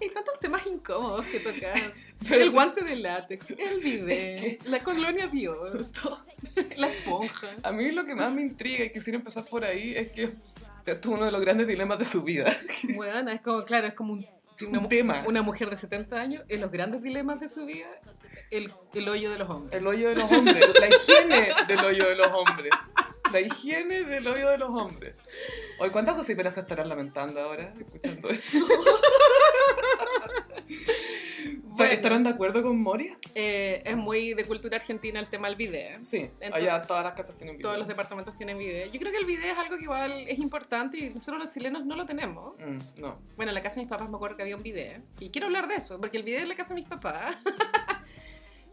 S2: Hay tantos temas incómodos que tocar. El guante de látex, el bidet, la colonia Dior, *laughs* la esponja.
S1: *laughs* A mí lo que más me intriga y quisiera empezar por ahí es que esto es uno de los grandes dilemas de su vida.
S2: Bueno, es como, claro, es como un, una,
S1: Un tema.
S2: una mujer de 70 años en los grandes dilemas de su vida, el, el hoyo de los hombres.
S1: El hoyo de los hombres, la higiene del hoyo de los hombres. La higiene del hoyo de los hombres. Hoy, ¿cuántas gossiperas se estarán lamentando ahora escuchando esto?
S2: Bueno.
S1: ¿Estarán de acuerdo con Moria?
S2: Eh, es muy de cultura argentina el tema del bidet.
S1: Sí,
S2: Entonces-
S1: allá todas las casas tienen
S2: Todos los
S1: video.
S2: departamentos tienen bidet. Yo creo que el bidet es algo que igual es importante y nosotros los chilenos no lo tenemos.
S1: Mm, no.
S2: Bueno, en la casa de mis papás me acuerdo que había un bidet. Y quiero hablar de eso, porque el bidet en la casa de mis papás. *laughs*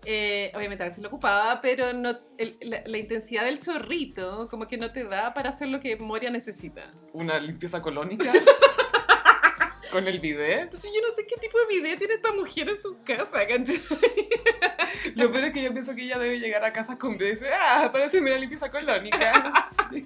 S2: eh, obviamente a veces lo ocupaba, pero no, el- la, la intensidad del chorrito como que no te da para hacer lo que Moria necesita.
S1: Una limpieza
S2: *laughs*
S1: colónica. Con el bidet.
S2: Entonces yo no sé qué tipo de bidet tiene esta mujer en su casa, ¿cachai? *laughs*
S1: Lo peor es que yo pienso que ella debe llegar a casas con bidet y decir, ah, parece una limpieza colónica. Sí.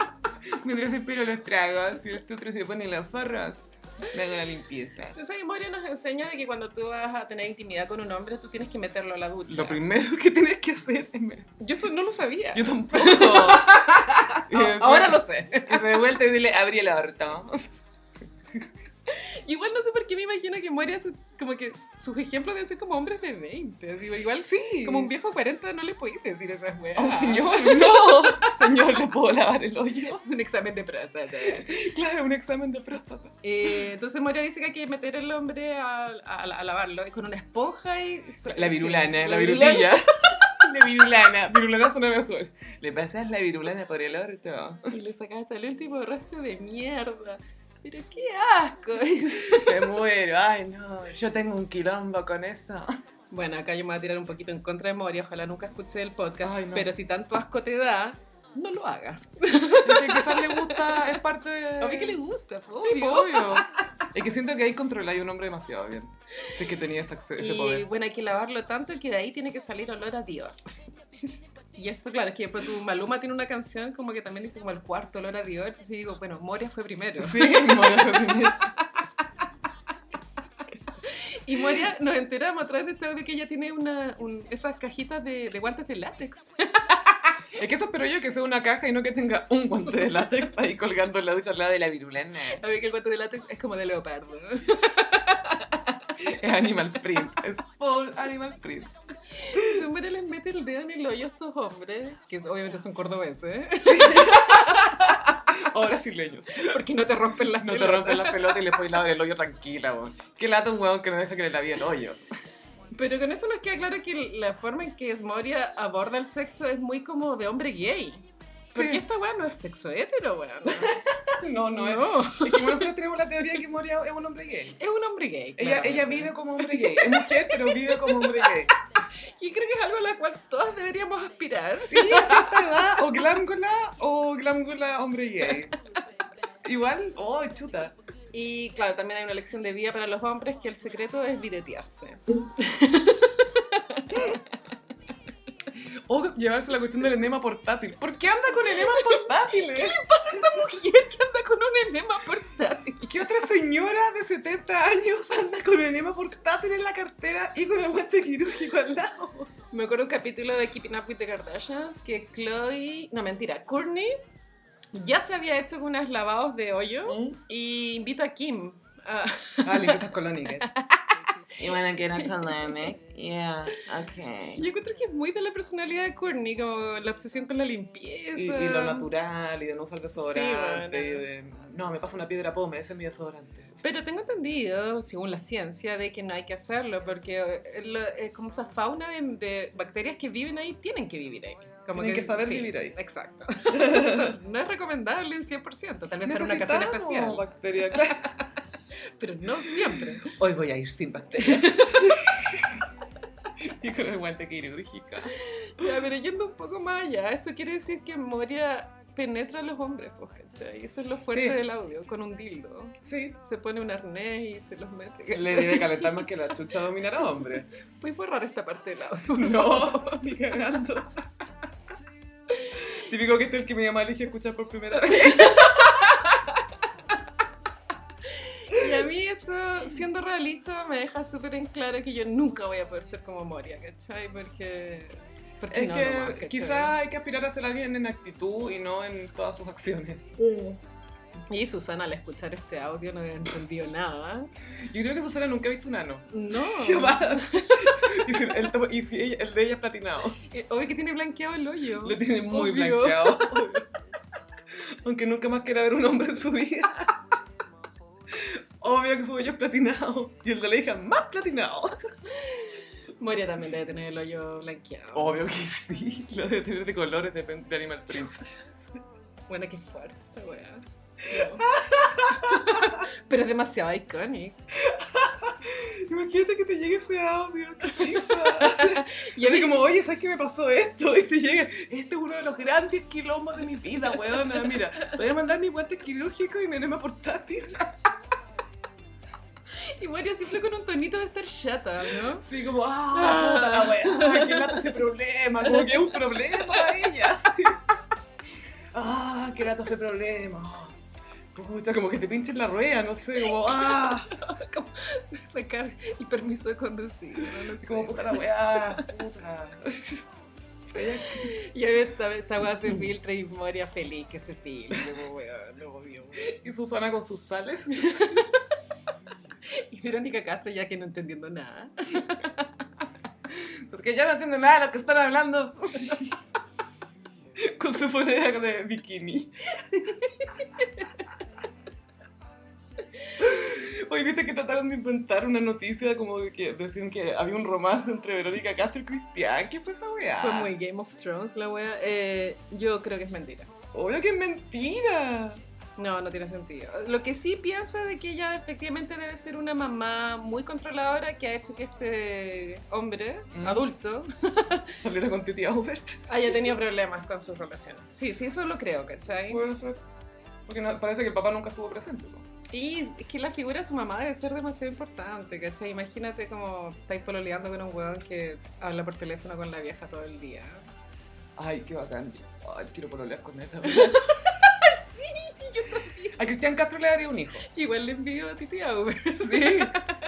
S1: Mientras espero los tragos y los otros se ponen los forros, me hago la limpieza.
S2: Entonces ahí Moria nos enseña de que cuando tú vas a tener intimidad con un hombre, tú tienes que meterlo a la ducha.
S1: Lo primero que tienes que hacer es... me-
S2: Yo esto no lo sabía.
S1: Yo *laughs* tampoco. Oh,
S2: Ah, ahora lo sé.
S1: Que se dé vuelta y dile, abrí el orto.
S2: Igual no sé por qué me imagino que Moria, se- como que sus ejemplos deben ser como hombres de 20. así, igual
S1: Sí.
S2: *laughs* como un viejo 40 no le podías decir esas weas.
S1: A un señor, *laughs* no. Señor, ¿le puedo lavar el hoyo?
S2: *laughs* Un examen de próstata.
S1: Claro, un examen de próstata.
S2: Eh, entonces Moria dice que hay que meter el hombre a, a- a lavarlo y con una esponja y...
S1: La virulana,
S2: sí,
S1: la *laughs*
S2: virulana.
S1: virutilla. La virulana. Virulana suena mejor. ¿Le pasas la virulana por el orto?
S2: Y le sacas el último resto de mierda. Pero qué asco. *laughs*
S1: Me muero. Ay, no. Yo tengo un quilombo con eso.
S2: Bueno, acá yo me voy a tirar un poquito en contra de Mori, ojalá nunca escuche el podcast,
S1: Ay, no.
S2: pero si tanto asco te da, no lo hagas.
S1: Es que quizás le gusta, es parte de...
S4: A mí que le gusta,
S1: Sí,
S4: obvio.
S1: po, obvio. Es que siento que ahí controláis un hombre demasiado bien. Sé que tenía ese, acce- ese
S2: Y
S1: poder.
S2: bueno, hay que lavarlo tanto que de ahí tiene que salir olor a Dior. Y esto, claro, es que después tu Maluma tiene una canción como que también le dice como el cuarto olor a Dior. Entonces digo, bueno, Moria fue primero.
S1: Sí, *laughs* Moria fue primero.
S2: Y Moria nos enteramos a través de este audio que ella tiene una, un- esas cajitas de, de guantes de látex.
S1: Es que eso espero yo, que sea una caja y no que tenga un guante de látex ahí colgando en la ducha al lado de la virulena.
S2: A ver que el guante de látex es como de leopardo. ¿no?
S1: Es animal print, es full animal print.
S2: Siempre les mete el dedo en el hoyo a estos hombres, que es- obviamente son cordobeses,
S1: O brasileños.
S2: porque no te rompen las
S1: No te
S2: pelotas.
S1: rompen la pelota y le puedes lavar el hoyo tranquila, weón. Qué lata un huevón que no deja que le lave el hoyo.
S2: Pero con esto nos queda claro que la forma en que Moria aborda el sexo es muy como de hombre gay. Porque
S1: Sí.
S2: esta weá no es sexo hetero, weá.
S1: No, no,
S2: No,
S1: es. Es que nosotros tenemos la teoría de que Moria es un hombre gay.
S2: es un hombre gay.
S1: *laughs* Ella,
S2: claramente.
S1: ella vive como hombre gay. Es mujer, pero vive como hombre gay.
S2: Y creo que es algo a la cual todas deberíamos aspirar.
S1: Sí, a cierta edad, o glángula o glángula hombre gay. Igual, oh, chuta.
S2: Y claro, también hay una lección de vida para los hombres que el secreto
S1: *laughs*
S2: es videtearse.
S1: O llevarse la cuestión del enema portátil. ¿Por qué anda con enema portátil? *laughs*
S2: pasa a esta mujer que anda con un enema portátil?
S1: ¿Qué otra señora de 70 años anda con enema portátil en la cartera y con el guante quirúrgico al lado?
S2: Me acuerdo un capítulo de Keeping Up with the Kardashians que Chloe, no mentira, Courtney ya se había hecho con unos lavados de hoyo y invita a Kim. a-
S1: Mm. Ah, limpiezas *laughs* colónicas.
S3: You wanna get a colonic? Yeah, okay.
S2: yo encuentro que es muy de la personalidad de Courtney, como la obsesión con la limpieza.
S1: Y, y lo natural, y de no usar desodorante.
S2: Sí,
S1: y de- no, me pasa una piedra pome, ese es mi desodorante.
S2: Pero tengo entendido, según la ciencia, de que no hay que hacerlo porque eh, lo- eh, como esa fauna de, de bacterias que viven ahí tienen que vivir ahí. Como
S1: Tienen que saber vivir ahí.
S2: Exacto. Entonces, no es recomendable en 100%, tal vez para una ocasión
S1: Necesitamos
S2: especial,
S1: bacteria, claro.
S2: pero no siempre.
S1: *laughs* Hoy voy a ir sin bacterias. *laughs* y con el guante quirúrgico.
S2: Ya, pero yendo un poco más allá, esto quiere decir que Moria penetra a los hombres, pues, ¿cachai? Eso es lo fuerte
S1: Sí.
S2: del audio, con un dildo.
S1: Sí.
S2: Se pone un arnés y se los mete. ¿cachai?
S1: Le debe calentar más que la chucha dominar a hombre.
S2: ¿Puedes borrar esta parte del audio? por
S1: *laughs* No,
S2: favor? *laughs*
S1: ni cagando. Típico que este es el que mi mamá elige escuchar por primera vez.
S2: Y a mí esto, siendo realista, me deja súper en claro que yo nunca voy a poder ser como Moria, ¿cachai? Porque... porque
S1: Es
S2: no
S1: que
S2: nomás, ¿cachai?
S1: quizá hay que aspirar a ser alguien en actitud y no en todas sus acciones.
S2: Y Susana al escuchar este audio no entendió nada.
S1: Yo creo que Susana nunca ha visto un ano. *laughs*
S2: No.
S1: Y si el, to- y si ella- el de ella es platinado.
S2: Eh, Obvio que tiene blanqueado el hoyo.
S1: Lo tiene muy
S2: Obvio.
S1: blanqueado.
S2: *laughs*
S1: Aunque nunca más quiera ver un hombre en su vida. *laughs* Obvio que su hoyo es platinado. Y el de la hija más platinado.
S2: Moria también debe tener el hoyo blanqueado.
S1: Obvio que sí. Lo de tener de colores depende de
S2: *laughs*
S1: Animal Print.
S2: Bueno, qué fuerte esta weá. No. Pero *laughs* es demasiado icónico.
S1: Imagínate que te llegue ese audio. Qué *laughs* risa.
S2: Y a mí-
S1: Así como, oye, ¿sabes qué me pasó esto? Y te llega, este es uno de los grandes quilombos de mi vida, weona. Mira, te voy a mandar mis guantes quirúrgicos y mi enema portátil.
S2: y Moria siempre con un tonito de estar chata, ¿no?
S1: Sí, como, ah, puta la weá, qué lata ese problema, como que es un problema para ella. sí. Ah, qué lata ese problema. Puta, como que te pinchen la rueda, no sé, como, ah,
S2: Sacar el permiso de conducir. No, No sé.
S1: como puta la weá, puta.
S2: Y a ver, esta, esta weá se filtra y Moria feliz que se filtre, como weá, no obvio. weá.
S1: Y Susana con sus sales.
S2: Y Verónica Castro ya que no entendiendo nada.
S1: Porque ya no entiendo nada de lo Pues que están hablando. *laughs* Con su polera de bikini. *laughs* Hoy viste que trataron de inventar una noticia como de que decían que había un romance entre Verónica Castro y Cristian. ¿Qué fue esa weá?
S2: Fue muy Game of Thrones la weá. Eh, yo creo que es mentira.
S1: Obvio que es mentira.
S2: No, no tiene sentido. Lo que sí pienso es de que ella efectivamente debe ser una mamá muy controladora que ha hecho que este hombre
S1: Mm.
S2: adulto
S1: Saliera con Titi Albert.
S2: haya *laughs* tenido problemas con sus relaciones. Sí, sí, eso lo creo, ¿cachai?
S1: Puede ser. Porque no- parece que el papá nunca estuvo presente. ¿no?
S2: Y es que la figura de su mamá debe ser demasiado importante, ¿cachai? Imagínate como estáis pololeando con un huevón que habla por teléfono con la vieja todo el día.
S1: Ay, qué bacán. Ay, quiero pololear con él. sí,
S2: *laughs*
S1: yo también. A Cristian Castro le daría un hijo.
S2: Igual le envío a Titi *laughs* Auber.
S1: Sí,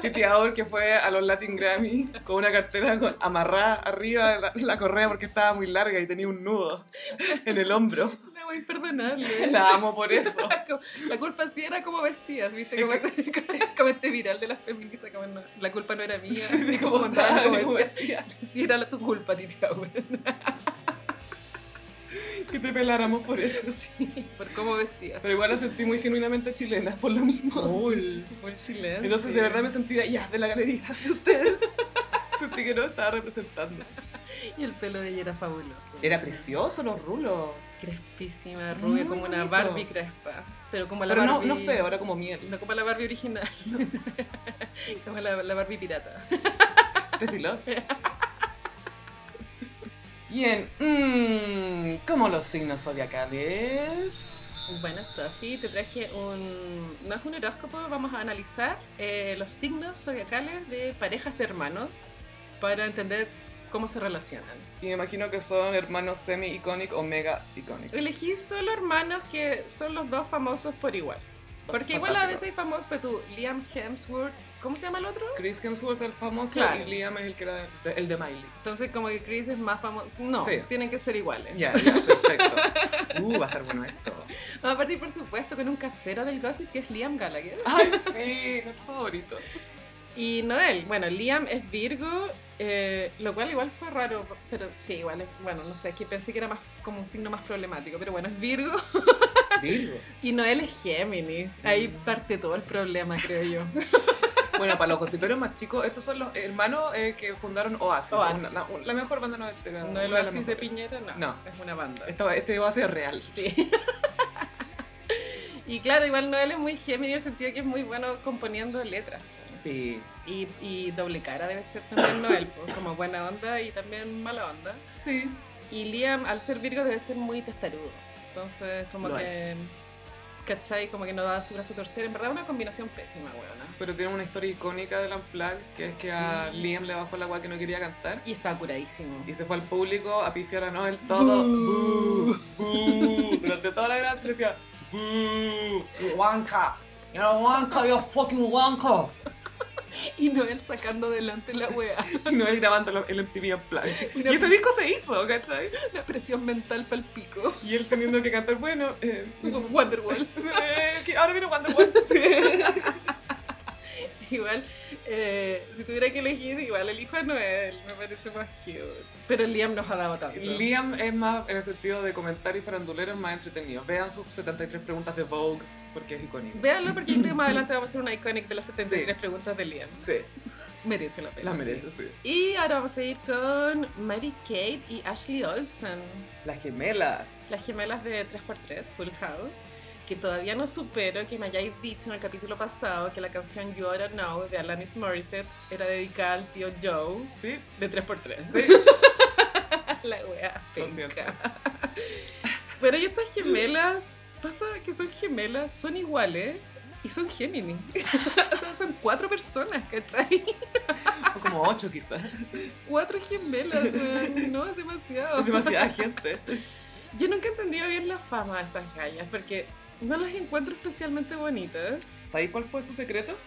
S1: Titi Auer que fue a los Latin Grammy con una cartera con- amarrada arriba de la, la correa porque estaba muy larga y tenía un nudo en el hombro.
S2: Es una
S1: *laughs*
S2: wea imperdonable.
S1: La amo por eso.
S2: Como- La culpa sí era como vestías, ¿viste? Como este, *laughs* como este viral de las feministas, como no- la culpa no era mía.
S1: Sí, de cómo
S2: como andaba,
S1: andaba,
S2: como
S1: de cómo
S2: vestías. *laughs* Sí, era la- tu culpa, Titi *laughs* Auber.
S1: Que te peláramos por eso.
S2: Por cómo vestías.
S1: Pero igual la sentí muy genuinamente chilena por lo mismo.
S2: Full, full chileno.
S1: Entonces de verdad me sentí de allá, de la galería de ustedes. Sentí que no estaba representando.
S2: Y el pelo de ella era fabuloso.
S1: Era precioso los rulos.
S2: Crespísima,
S1: Muy
S2: rubia, como una
S1: bonito.
S2: Barbie crespa. Pero como la
S1: Pero no,
S2: Barbie.
S1: no feo, era como miel.
S2: No como la Barbie original. *laughs* como la, la Barbie pirata.
S1: Steffi
S2: *laughs*
S1: Love. Y en mmm, como los signos zodiacales.
S2: Bueno, Sofi, te traje un. No es un horóscopo, vamos a analizar eh, los signos zodiacales de parejas de hermanos para entender cómo se relacionan.
S1: Y me imagino que son hermanos semi icónicos o mega icónicos.
S2: Elegí solo hermanos que son los dos famosos por igual. Porque igual a veces hay famosos, pero tú, Liam Hemsworth, ¿cómo se llama el otro?
S1: Chris Hemsworth es el famoso
S2: Claro.
S1: y Liam es el que era de- de- el de Miley.
S2: Entonces, como que Chris es más famoso. No,
S1: Sí.
S2: tienen que ser iguales.
S1: Ya, ya,
S2: *laughs*
S1: perfecto. Uh, va a estar bueno esto.
S2: Vamos a partir, por supuesto, con un casero del gossip que es Liam Gallagher.
S1: Ay, sí, nuestro favorito.
S2: Y Noel, bueno, Liam es Virgo, eh, lo cual igual fue raro, pero sí, igual es, bueno, no sé, es que pensé que era más como un signo más problemático, pero bueno, es Virgo
S1: Virgo.
S2: y Noel es Géminis. Ahí parte todo el problema, creo yo.
S1: Bueno, para los gossiperos más chicos, estos son los hermanos eh, que fundaron Oasis. una-
S2: Oasis.
S1: la, la mejor banda noventera. una de
S2: Noel
S1: las
S2: Oasis de
S1: mejores.
S2: Piñera, no,
S1: No.
S2: es una banda.
S1: Esto- Este Oasis es real.
S2: Sí. *laughs* y claro, igual Noel es muy Géminis en el sentido que es muy bueno componiendo letras.
S1: Sí.
S2: Y, y doble cara debe ser también Noel, pues, como buena onda y también mala onda.
S1: Sí.
S2: Y Liam, al ser Virgo, debe ser muy testarudo. Entonces, como
S1: Lo
S2: que.
S1: es.
S2: ¿Cachai? Como que no da su brazo a torcer. En verdad, una combinación pésima, weona.
S1: Pero tiene una historia icónica del Unplugged, que es que a
S2: Sí.
S1: Liam le bajó la agua que no quería cantar.
S2: Y está curadísimo.
S1: Y se fue al público a pifiar a Noel todo. Boo. Boo. Durante toda la gracia le decía, "Boo".
S3: Wanka. You're a wanka, you're fucking wanka.
S2: *laughs* Y Noel sacando adelante la wea. *laughs*
S1: Y Noel grabando lo- el MTV *laughs* Unplugged.
S2: Una-
S1: Y ese disco se hizo, ¿cachai?
S2: Una presión mental pal pico.
S1: Y él teniendo que cantar, bueno, eh,
S2: *laughs* Como Wonderwall. *laughs*
S1: eh, que ahora viene Wonderwall. *laughs* Sí.
S2: Igual, eh, si tuviera que elegir, igual elijo a Noel. Me parece más cute. Pero Liam nos ha dado tanto.
S1: Liam es más, en el sentido de comentario y farandulero, es más entretenido. Vean sus 73 preguntas de Vogue, porque es icónico.
S2: Véanlo porque yo creo que más adelante vamos a hacer una iconic de las 73 preguntas de Liam.
S1: Sí,
S2: Merece la pena.
S1: las
S2: sí.
S1: merece, sí.
S2: Y ahora vamos a ir con Mary Kate y Ashley Olsen,
S1: Las gemelas.
S2: las gemelas de 3x3, Full House, que todavía no supero que me hayáis dicho en el capítulo pasado que la canción You Oughta Know de Alanis Morissette era dedicada al tío Joe
S1: Sí,
S2: de 3x3.
S1: sí.
S2: *laughs* la wea
S1: Lo siento.
S2: *laughs* penca. Pero y estas gemelas, pasa que son gemelas, son iguales y son Géminis. *laughs* o sea, son cuatro personas, ¿cachai? *laughs*
S1: O como ocho quizás. *laughs*
S2: Cuatro gemelas, weón. no, es demasiado.
S1: Es demasiada gente.
S2: Yo nunca he entendido bien la fama de estas gallas porque no las encuentro especialmente bonitas.
S1: ¿Sabéis cuál fue su secreto?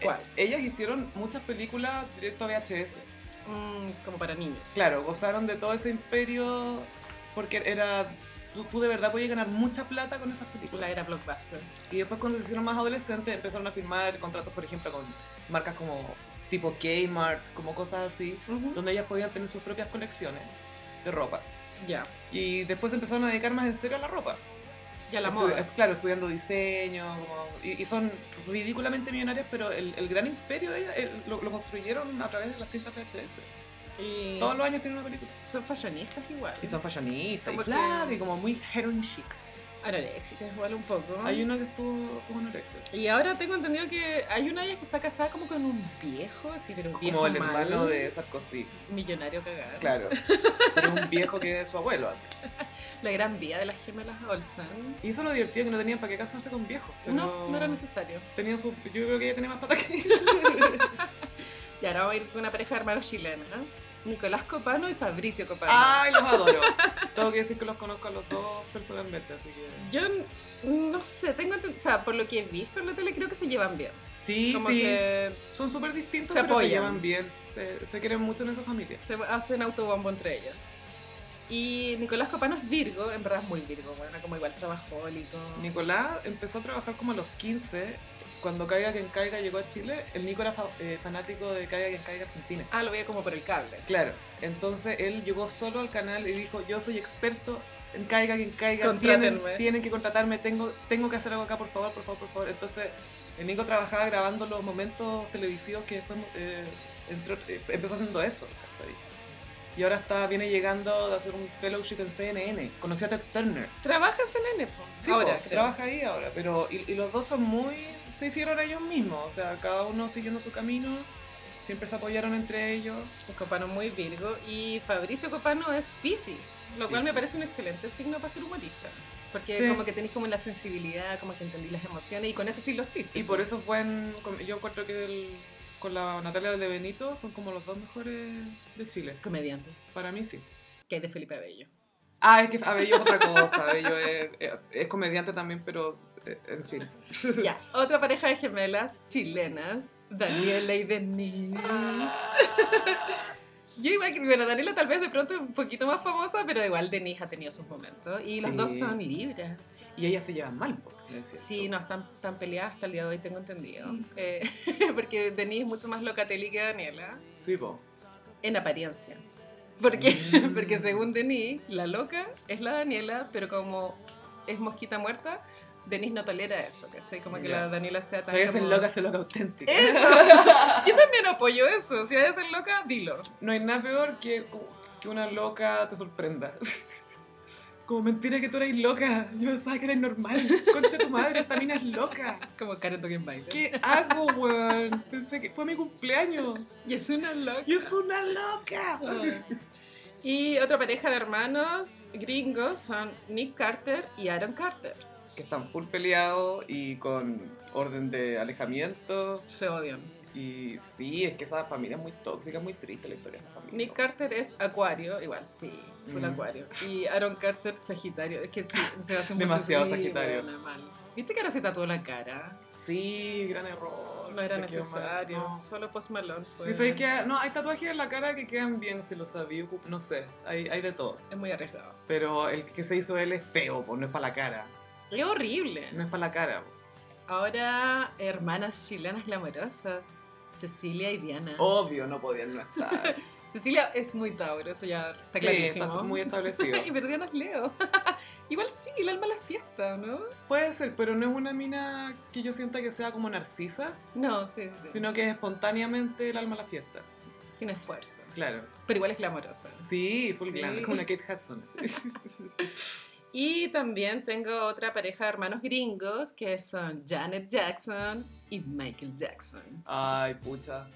S2: ¿Cuál?
S1: Eh, ellas hicieron muchas películas directo a VHS.
S2: Mm, como para niños.
S1: Claro, gozaron de todo ese imperio porque era... Tú, tú de verdad podías ganar mucha plata con esas
S2: La
S1: películas.
S2: era blockbuster.
S1: Y después cuando se hicieron más adolescentes empezaron a firmar contratos, por ejemplo, con marcas como tipo Kmart, como cosas así,
S2: Ujú.
S1: donde ellas podían tener sus propias colecciones de ropa.
S2: Ya,
S1: Y después empezaron a dedicar más en serio a la ropa.
S2: ya la
S1: Estu-
S2: moda.
S1: est- Claro, estudiando diseño. como- y, y son ridículamente millonarias, pero el, el gran imperio de ellas el- lo, lo construyeron a través de las cintas VHS.
S2: Y
S1: Todos los años tienen una película.
S2: son fashionistas igual.
S1: Y son fashionistas, y
S2: Como que-
S1: flacas, y como muy heroin chic.
S2: anoréxicas, igual un poco.
S1: Hay uno que estuvo con anorexia.
S2: Y ahora tengo entendido que hay una de ellas que está casada como con un viejo, así, pero un viejo
S1: Como el
S2: mal,
S1: hermano de Sarkozy.
S2: Millonario cagado.
S1: Claro. Era un viejo que es su abuelo. así.
S2: La gran vía de las gemelas Olsen.
S1: Y eso es lo divertido que no tenían para qué casarse con viejos. pero
S2: No, no era necesario.
S1: Tenía su, yo creo que ella tenía más plata *laughs* que
S2: Y ahora vamos a ir con una pareja de hermanos chilenos, ¿no? Nicolás Copano y Fabricio Copano.
S1: Ay, los adoro. Tengo que decir que los conozco a los dos personalmente, así que.
S2: Yo n- no sé, tengo enten- o sea, por lo que he visto en la tele creo que se llevan bien.
S1: Sí,
S2: Como
S1: sí.
S2: que
S1: Son súper distintos,
S2: Se
S1: pero se
S2: apoyan.
S1: llevan bien. Se, se quieren mucho en esa familia.
S2: se hacen autobombo entre ellos. Y Nicolás Copano es Virgo, en verdad es muy Virgo, bueno, como igual trabajólico.
S1: Nicolás empezó a trabajar como a los 15. Cuando Caiga Quien Caiga llegó a Chile, el Nico era fa- eh, fanático de Caiga Quien Caiga Argentina.
S2: Ah, lo veía como por el cable.
S1: Claro, entonces él llegó solo al canal y dijo, yo soy experto en caiga quien caiga, tienen,
S2: Contrátenme.
S1: tienen que contratarme, tengo, tengo que hacer algo acá, por favor, por favor, por favor. Entonces el Nico trabajaba grabando los momentos televisivos que después eh, entró- eh, empezó haciendo eso. ¿cachai? Y ahora está, viene llegando de hacer un fellowship en CNN, conoció a Ted Turner.
S2: Trabaja en CNN, po.
S1: Sí,
S2: ahora,
S1: po,
S2: creo.
S1: trabaja ahí ahora, pero y, y los dos son muy, se hicieron ellos mismos, o sea, cada uno siguiendo su camino, siempre se apoyaron entre ellos.
S2: Pues Copano muy Virgo y Fabricio Copano es Pisces, lo cual me
S1: Piscis.
S2: parece un excelente signo para ser humorista. Porque
S1: Sí.
S2: como que tenés como la sensibilidad, como que entendí las emociones y con eso sí los chistes.
S1: Y por eso fue en, con- yo encuentro que el- con la Natalia de Benito son como los dos mejores de Chile.
S2: Comediantes,
S1: Para mí sí.
S2: que hay de Felipe Abello.
S1: Ah, es que Abello es otra cosa. Abello es, es- es comediante también, pero eh, en fin.
S2: ya, otra pareja de gemelas chilenas, Daniela y Denise.
S1: Ah.
S2: Yo igual, que- bueno, Daniela tal vez de pronto es un poquito más famosa, pero igual Denise ha tenido sus momentos. Y las
S1: Sí.
S2: dos son libres.
S1: Y ellas se llevan mal, por decirlo.
S2: Sí, no, están, están peleadas hasta el día de hoy, tengo entendido.
S1: Mm.
S2: Eh, *laughs* porque Denise es mucho más locatelli que Daniela,
S1: Sí, po.
S2: en apariencia. Porque,
S1: Mm.
S2: *laughs* porque según Denise, la loca es la Daniela, pero como es mosquita muerta, Denise no tolera eso, ¿cachai? Como que
S1: Ya.
S2: la Daniela sea
S1: O
S2: tan
S1: sea, que hacen
S2: como- ¿Eh?
S1: loca, hacen loca auténtica.
S2: Eso.
S1: *laughs*
S2: Yo también apoyo eso. Si vas a ser loca, dilo.
S1: No hay nada peor que, que una loca te sorprenda. *laughs* Como mentira que tú eres loca. Yo pensaba que eres normal. Concha tu madre, esta mina es loca.
S2: Como Karen Token Baile.
S1: ¿Qué hago, weón? Pensé que fue mi cumpleaños.
S2: Y es una loca.
S1: *laughs* Y es una loca.
S2: Y otra pareja de hermanos gringos son Nick Carter y Aaron Carter.
S1: Que están full peleados y con orden de alejamiento.
S2: Se odian.
S1: Y sí, es que esa familia es muy tóxica, muy triste la historia de esa familia.
S2: Nick Carter es acuario, igual, sí, full
S1: Mm.
S2: acuario. Y Aaron Carter, sagitario. Es que sí, se hace mucho
S1: Demasiado
S2: sí,
S1: sagitario.
S2: bueno, mal. ¿Viste que ahora se tatuó la cara?
S1: Sí, gran error.
S2: No era
S1: Te quedó mal.
S2: necesario.
S1: No.
S2: Solo Post Malone fue...
S1: Y sabes que no, hay tatuajes en la cara que quedan bien si los sabía, ocup- no sé, hay, hay de todo.
S2: Es muy arriesgado.
S1: Pero el que se hizo él es feo, po, no es para la cara.
S2: Es horrible.
S1: No es para la cara. po.
S2: Ahora, hermanas chilenas glamorosas, Cecilia y Diana.
S1: Obvio, no podían no
S2: *laughs*
S1: estar.
S2: Cecilia es muy Tauro, eso ya está
S1: Sí,
S2: clarísimo.
S1: está
S2: *laughs*
S1: muy establecido.
S2: y pero Diana es Leo. *laughs* Igual sí, el alma a la fiesta, ¿no?
S1: Puede ser, pero no es una mina que yo sienta que sea como narcisa,
S2: No, sí, sí. Sin,
S1: sino que es espontáneamente el alma a la fiesta.
S2: esfuerzo.
S1: Claro.
S2: Pero igual es glamorosa.
S1: Sí, full
S2: Sí.
S1: glam, es como una Kate Hudson. así.
S2: Y también tengo otra pareja de hermanos gringos que son Janet Jackson y Michael Jackson.
S1: *laughs* Ay, pucha.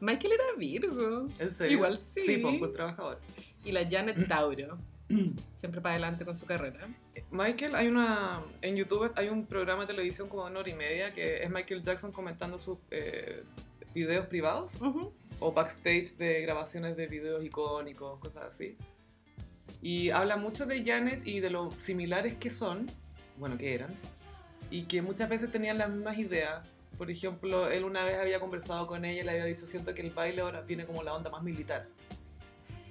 S2: Michael era Virgo
S1: ¿En serio?
S2: Igual sí.
S1: Sí, pues full trabajador.
S2: y la
S1: *clears throat*
S2: Janet Tauro. Siempre para adelante con su carrera.
S1: Michael, hay una. En YouTube hay un programa de televisión como de una hora y media que es Michael Jackson comentando sus eh, videos privados
S2: Ujú.
S1: o backstage de grabaciones de videos icónicos, cosas así. Y habla mucho de Janet y de lo similares que son, bueno, que eran, y que muchas veces tenían las mismas ideas. Por ejemplo, él una vez había conversado con ella y le había dicho, siento que el baile ahora tiene como la onda más militar.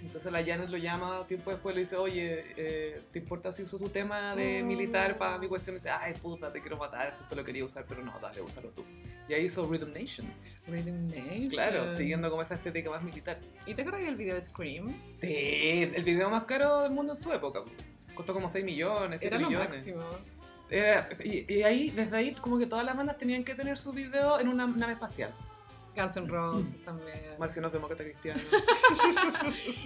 S1: Entonces la Janet lo llama tiempo después y le dice, oye, eh, ¿te importa si uso tu tema de militar para mi cuestión? Y dice, ay puta, te quiero matar, justo lo quería usar, pero no, dale, úsalo tú. Y ahí hizo Rhythm Nation.
S2: Rhythm Nation.
S1: Claro, siguiendo como esa estética más militar.
S2: ¿Y te acuerdas del video de Scream?
S1: Sí, el video más caro del mundo en su época. Costó como 6 millones, 7
S2: Era lo
S1: millones.
S2: máximo.
S1: Era- y, y ahí, desde ahí, como que todas las bandas tenían que tener su video en una nave espacial.
S2: Guns
S1: *laughs*
S2: N' Roses también.
S1: Marcianos Demócrata Cristiano.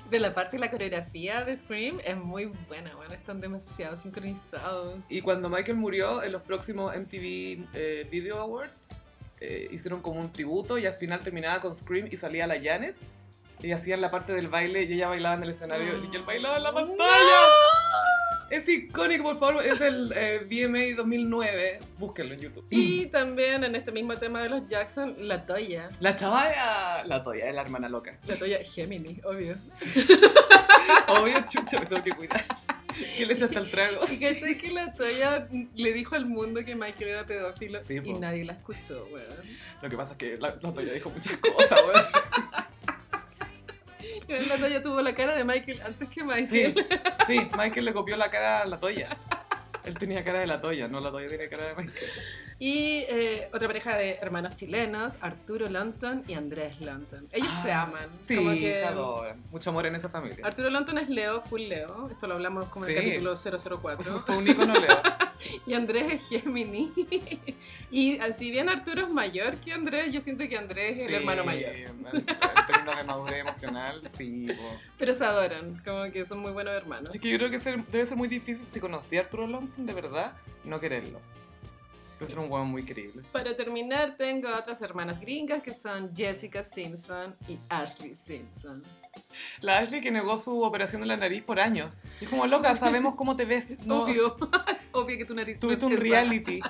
S2: Pero la parte y la coreografía de Scream es muy buena, bueno, están demasiado sincronizados.
S1: Y cuando Michael murió, en los próximos MTV eh, Video Awards, eh, hicieron como un tributo y al final terminaba con Scream y salía la Janet. Y hacían la parte del baile y ella bailaba en el escenario y él bailaba en la pantalla. Es icónico, por favor, es del eh, VMA 2009. Búsquenlo en YouTube.
S2: Y también en este mismo tema de los Jackson, la Toya.
S1: La chavala, la doya, es la hermana loca.
S2: La Toya Gemini,
S1: *laughs*
S2: obvio.
S1: Obvio, chucha, me tengo que cuidar. Que le echa hasta el trago.
S2: Y que sé que la Toya le dijo al mundo que Michael era pedófilo
S1: Sí,
S2: y
S1: po.
S2: nadie la escuchó, weón.
S1: Lo que pasa es que la, la Toya dijo muchas cosas, weón.
S2: La Toya tuvo la cara de Michael antes que Michael. *laughs*
S1: Sí, sí, Michael le copió la cara a la Toya. Él tenía cara de la Toya, no la Toya tenía cara de Michael.
S2: Y eh, otra pareja de hermanos chilenos, Arturo Lonton y Andrés Lonton. Ellos
S1: Ah,
S2: se aman.
S1: Sí,
S2: como que-
S1: se adoran. Mucho amor en esa familia.
S2: Arturo Lonton es Leo, full Leo. Esto lo hablamos como en
S1: Sí.
S2: el capítulo 004.
S1: *laughs* Fue un ícono Leo.
S2: Y Andrés es Gemini. *laughs* Y ah, si bien Arturo es mayor que Andrés, yo siento que Andrés es
S1: Sí,
S2: *laughs* el hermano mayor.
S1: En, en términos de madurez emocional, sí.
S2: *laughs*
S1: po.
S2: Pero se adoran, como que son muy buenos hermanos.
S1: Es que yo creo que ser- debe ser muy difícil, si conocí a Arturo Longton de verdad, no quererlo. Debe ser un huevo muy querible.
S2: Para terminar, tengo otras hermanas gringas que son Jessica Simpson y Ashley Simpson.
S1: La Ashley que negó su operación de la nariz por años. Y es como,
S2: *laughs*
S1: loca, sabemos cómo te ves.
S2: Es
S1: no-
S2: obvio, *laughs* es obvio que tu nariz no es
S1: Tuviste un
S2: esa.
S1: reality.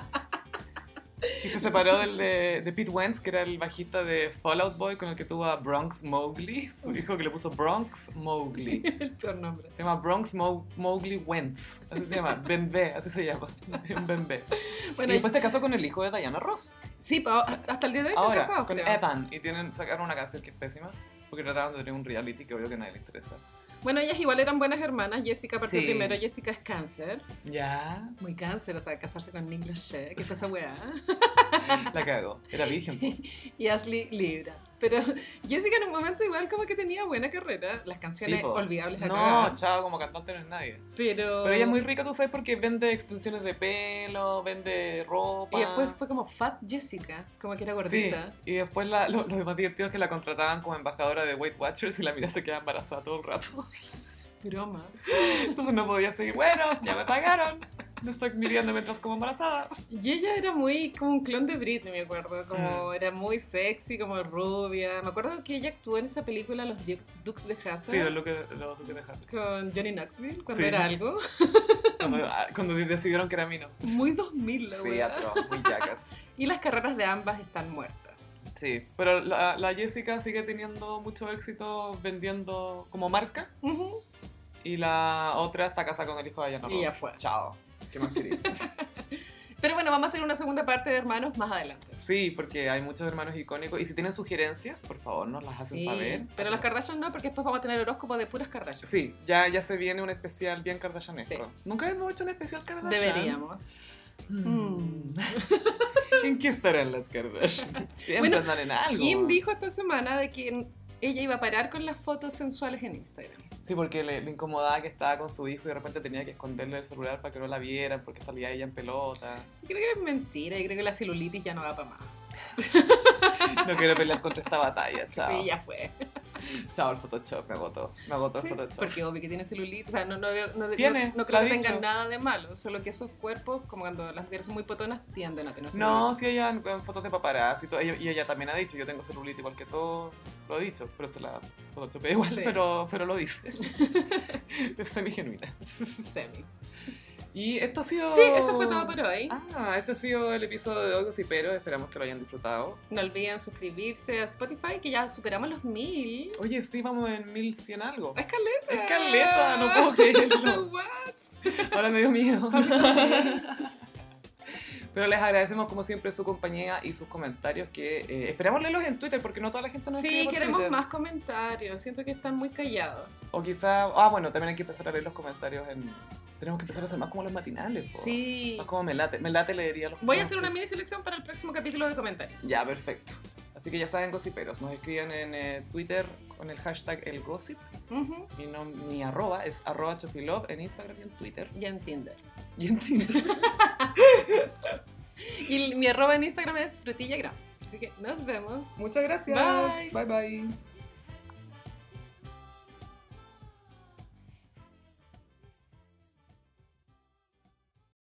S1: Y se separó del de, de Pete Wentz, que era el bajista de Fallout Boy, con el que tuvo a Bronx Mowgli, su hijo que le puso Bronx Mowgli.
S2: El peor nombre.
S1: Se llama Bronx Mo- Mowgli Wentz. Así se llama, Bembe, así se llama. Bembe.
S2: Bueno,
S1: y después se casó con el hijo de Diana Ross.
S2: sí, pa- hasta el día de hoy están
S1: Ahora,
S2: casados,
S1: con
S2: creo.
S1: Evan. Y tienen, sacaron una canción que es pésima, porque trataron de tener un reality que obvio que a nadie le interesa.
S2: Bueno, ellas igual eran buenas hermanas. Jessica partió
S1: Sí.
S2: primero. Jessica es cáncer.
S1: Ya,
S2: Muy cáncer, o sea, casarse con Nick Lachey. ¿Qué es esa weá?
S1: la cago. Era virgen.
S2: *laughs*
S1: po.
S2: Y Ashley Libra. Pero Jessica en un momento igual como que tenía buena carrera. Las canciones
S1: Sí, po.
S2: olvidables a
S1: No,
S2: cagar.
S1: chao, como cantante no es nadie.
S2: Pero...
S1: Pero ella es muy rica, tú sabes, porque vende extensiones de pelo, vende ropa.
S2: Y después fue como Fat Jessica, como que era
S1: Sí,
S2: gordita.
S1: y después la, lo, lo más divertido es que la contrataban como embajadora de Weight Watchers y la mira se queda embarazada todo el rato. *laughs*
S2: Broma.
S1: Entonces no podía seguir, bueno, ya me pagaron, me estoy mirando mientras como embarazada.
S2: Y ella era muy como un clon de Britney, me acuerdo.
S1: Mm.
S2: Como era muy sexy, como rubia. Me acuerdo que ella actuó en esa película Los Duke- Dukes de Hazzard.
S1: Sí, es lo que, lo, que dejaste.
S2: con Johnny Knoxville cuando
S1: Sí.
S2: era algo.
S1: Cuando, ah, cuando decidieron que era Mino.
S2: Muy 2000, la
S1: Sí,
S2: weá.
S1: atroz, muy yacas.
S2: Y las carreras de ambas están muertas.
S1: Sí, pero la, la Jessica sigue teniendo mucho éxito vendiendo como marca
S2: Ujú.
S1: y la otra está casada con el hijo de Diana Ross.
S2: Y ya fue.
S1: Chao. ¿Qué más quería?
S2: Pero bueno, vamos a hacer una segunda parte de Hermanos más adelante.
S1: Sí, porque hay muchos hermanos icónicos. Y si tienen sugerencias, por favor, nos las hacen
S2: Sí,
S1: saber.
S2: Pero los Kardashian no, porque después vamos a tener horóscopo de puras Kardashian.
S1: Sí, ya, ya se viene un especial bien kardashianesco.
S2: Sí.
S1: Nunca hemos hecho un especial Kardashian.
S2: Deberíamos.
S1: Mm. *laughs* ¿En qué estarán las
S2: *laughs*
S1: Kardashian? Siempre
S2: Bueno,
S1: andan en algo.
S2: Kim dijo esta semana de que ella iba a parar con las fotos sensuales en Instagram.
S1: Sí, porque le, le incomodaba que estaba con su hijo y de repente tenía que esconderle el celular para que no la vieran porque salía ella en pelota.
S2: Y Creo que es mentira y creo que la celulitis ya no da para más.
S1: No quiero pelear contra esta batalla, chao.
S2: *laughs* Sí, ya fue.
S1: Chao, el Photoshop me agotó. Me agotó
S2: Sí,
S1: el Photoshop.
S2: porque obvio que tiene celulitis, o sea, no, no, veo- no-
S1: Tiene,
S2: no- no creo
S1: lo
S2: que
S1: ha dicho.
S2: tengan nada de malo, solo que esos cuerpos, como cuando las mujeres son muy potonas, tienden a tener
S1: No,
S2: celulitis.
S1: sí, ella en, en fotos de paparazzi y todo, ella- y ella también ha dicho, yo tengo celulitis igual que todo, lo ha dicho, pero se la photoshopea igual,
S2: Sí.
S1: pero, pero lo dice. *laughs* es semi-genuina.
S2: Semi.
S1: Y esto ha sido...
S2: Sí, esto fue todo por hoy.
S1: Ah, este ha sido el episodio de hoy, sí, pero esperamos que lo hayan disfrutado.
S2: No olviden suscribirse a Spotify, que ya superamos los mil.
S1: Oye, sí, vamos en 1100 algo.
S2: ¡Es caleta!
S1: Es caleta, no *laughs*
S2: *laughs*
S1: puedo creerlo.
S2: What?
S1: Ahora me dio miedo. *laughs* Pero les agradecemos como siempre su compañía y sus comentarios que eh, esperamos leerlos en Twitter porque no toda la gente nos escribe
S2: Sí,
S1: por
S2: queremos
S1: Twitter.
S2: más comentarios. Siento que están muy callados.
S1: O quizá, ah, bueno, también hay que empezar a leer los comentarios en... Tenemos que empezar a hacer más como los matinales. po.
S2: Sí.
S1: Más Oh, como me late, me late leería los
S2: Voy a hacer una mini
S1: comentarios.
S2: selección para el próximo capítulo de comentarios.
S1: Ya, perfecto. Así que ya saben, gossiperos, nos escriben en eh, Twitter con el hashtag el gossip
S2: Ujú.
S1: y no mi arroba, es arroba chofilove en Instagram y en Twitter.
S2: Ya en Tinder.
S1: Y en Tinder. *laughs*
S2: Y mi arroba en Instagram es frutillagram. Así que nos vemos.
S1: Muchas gracias. bye. bye.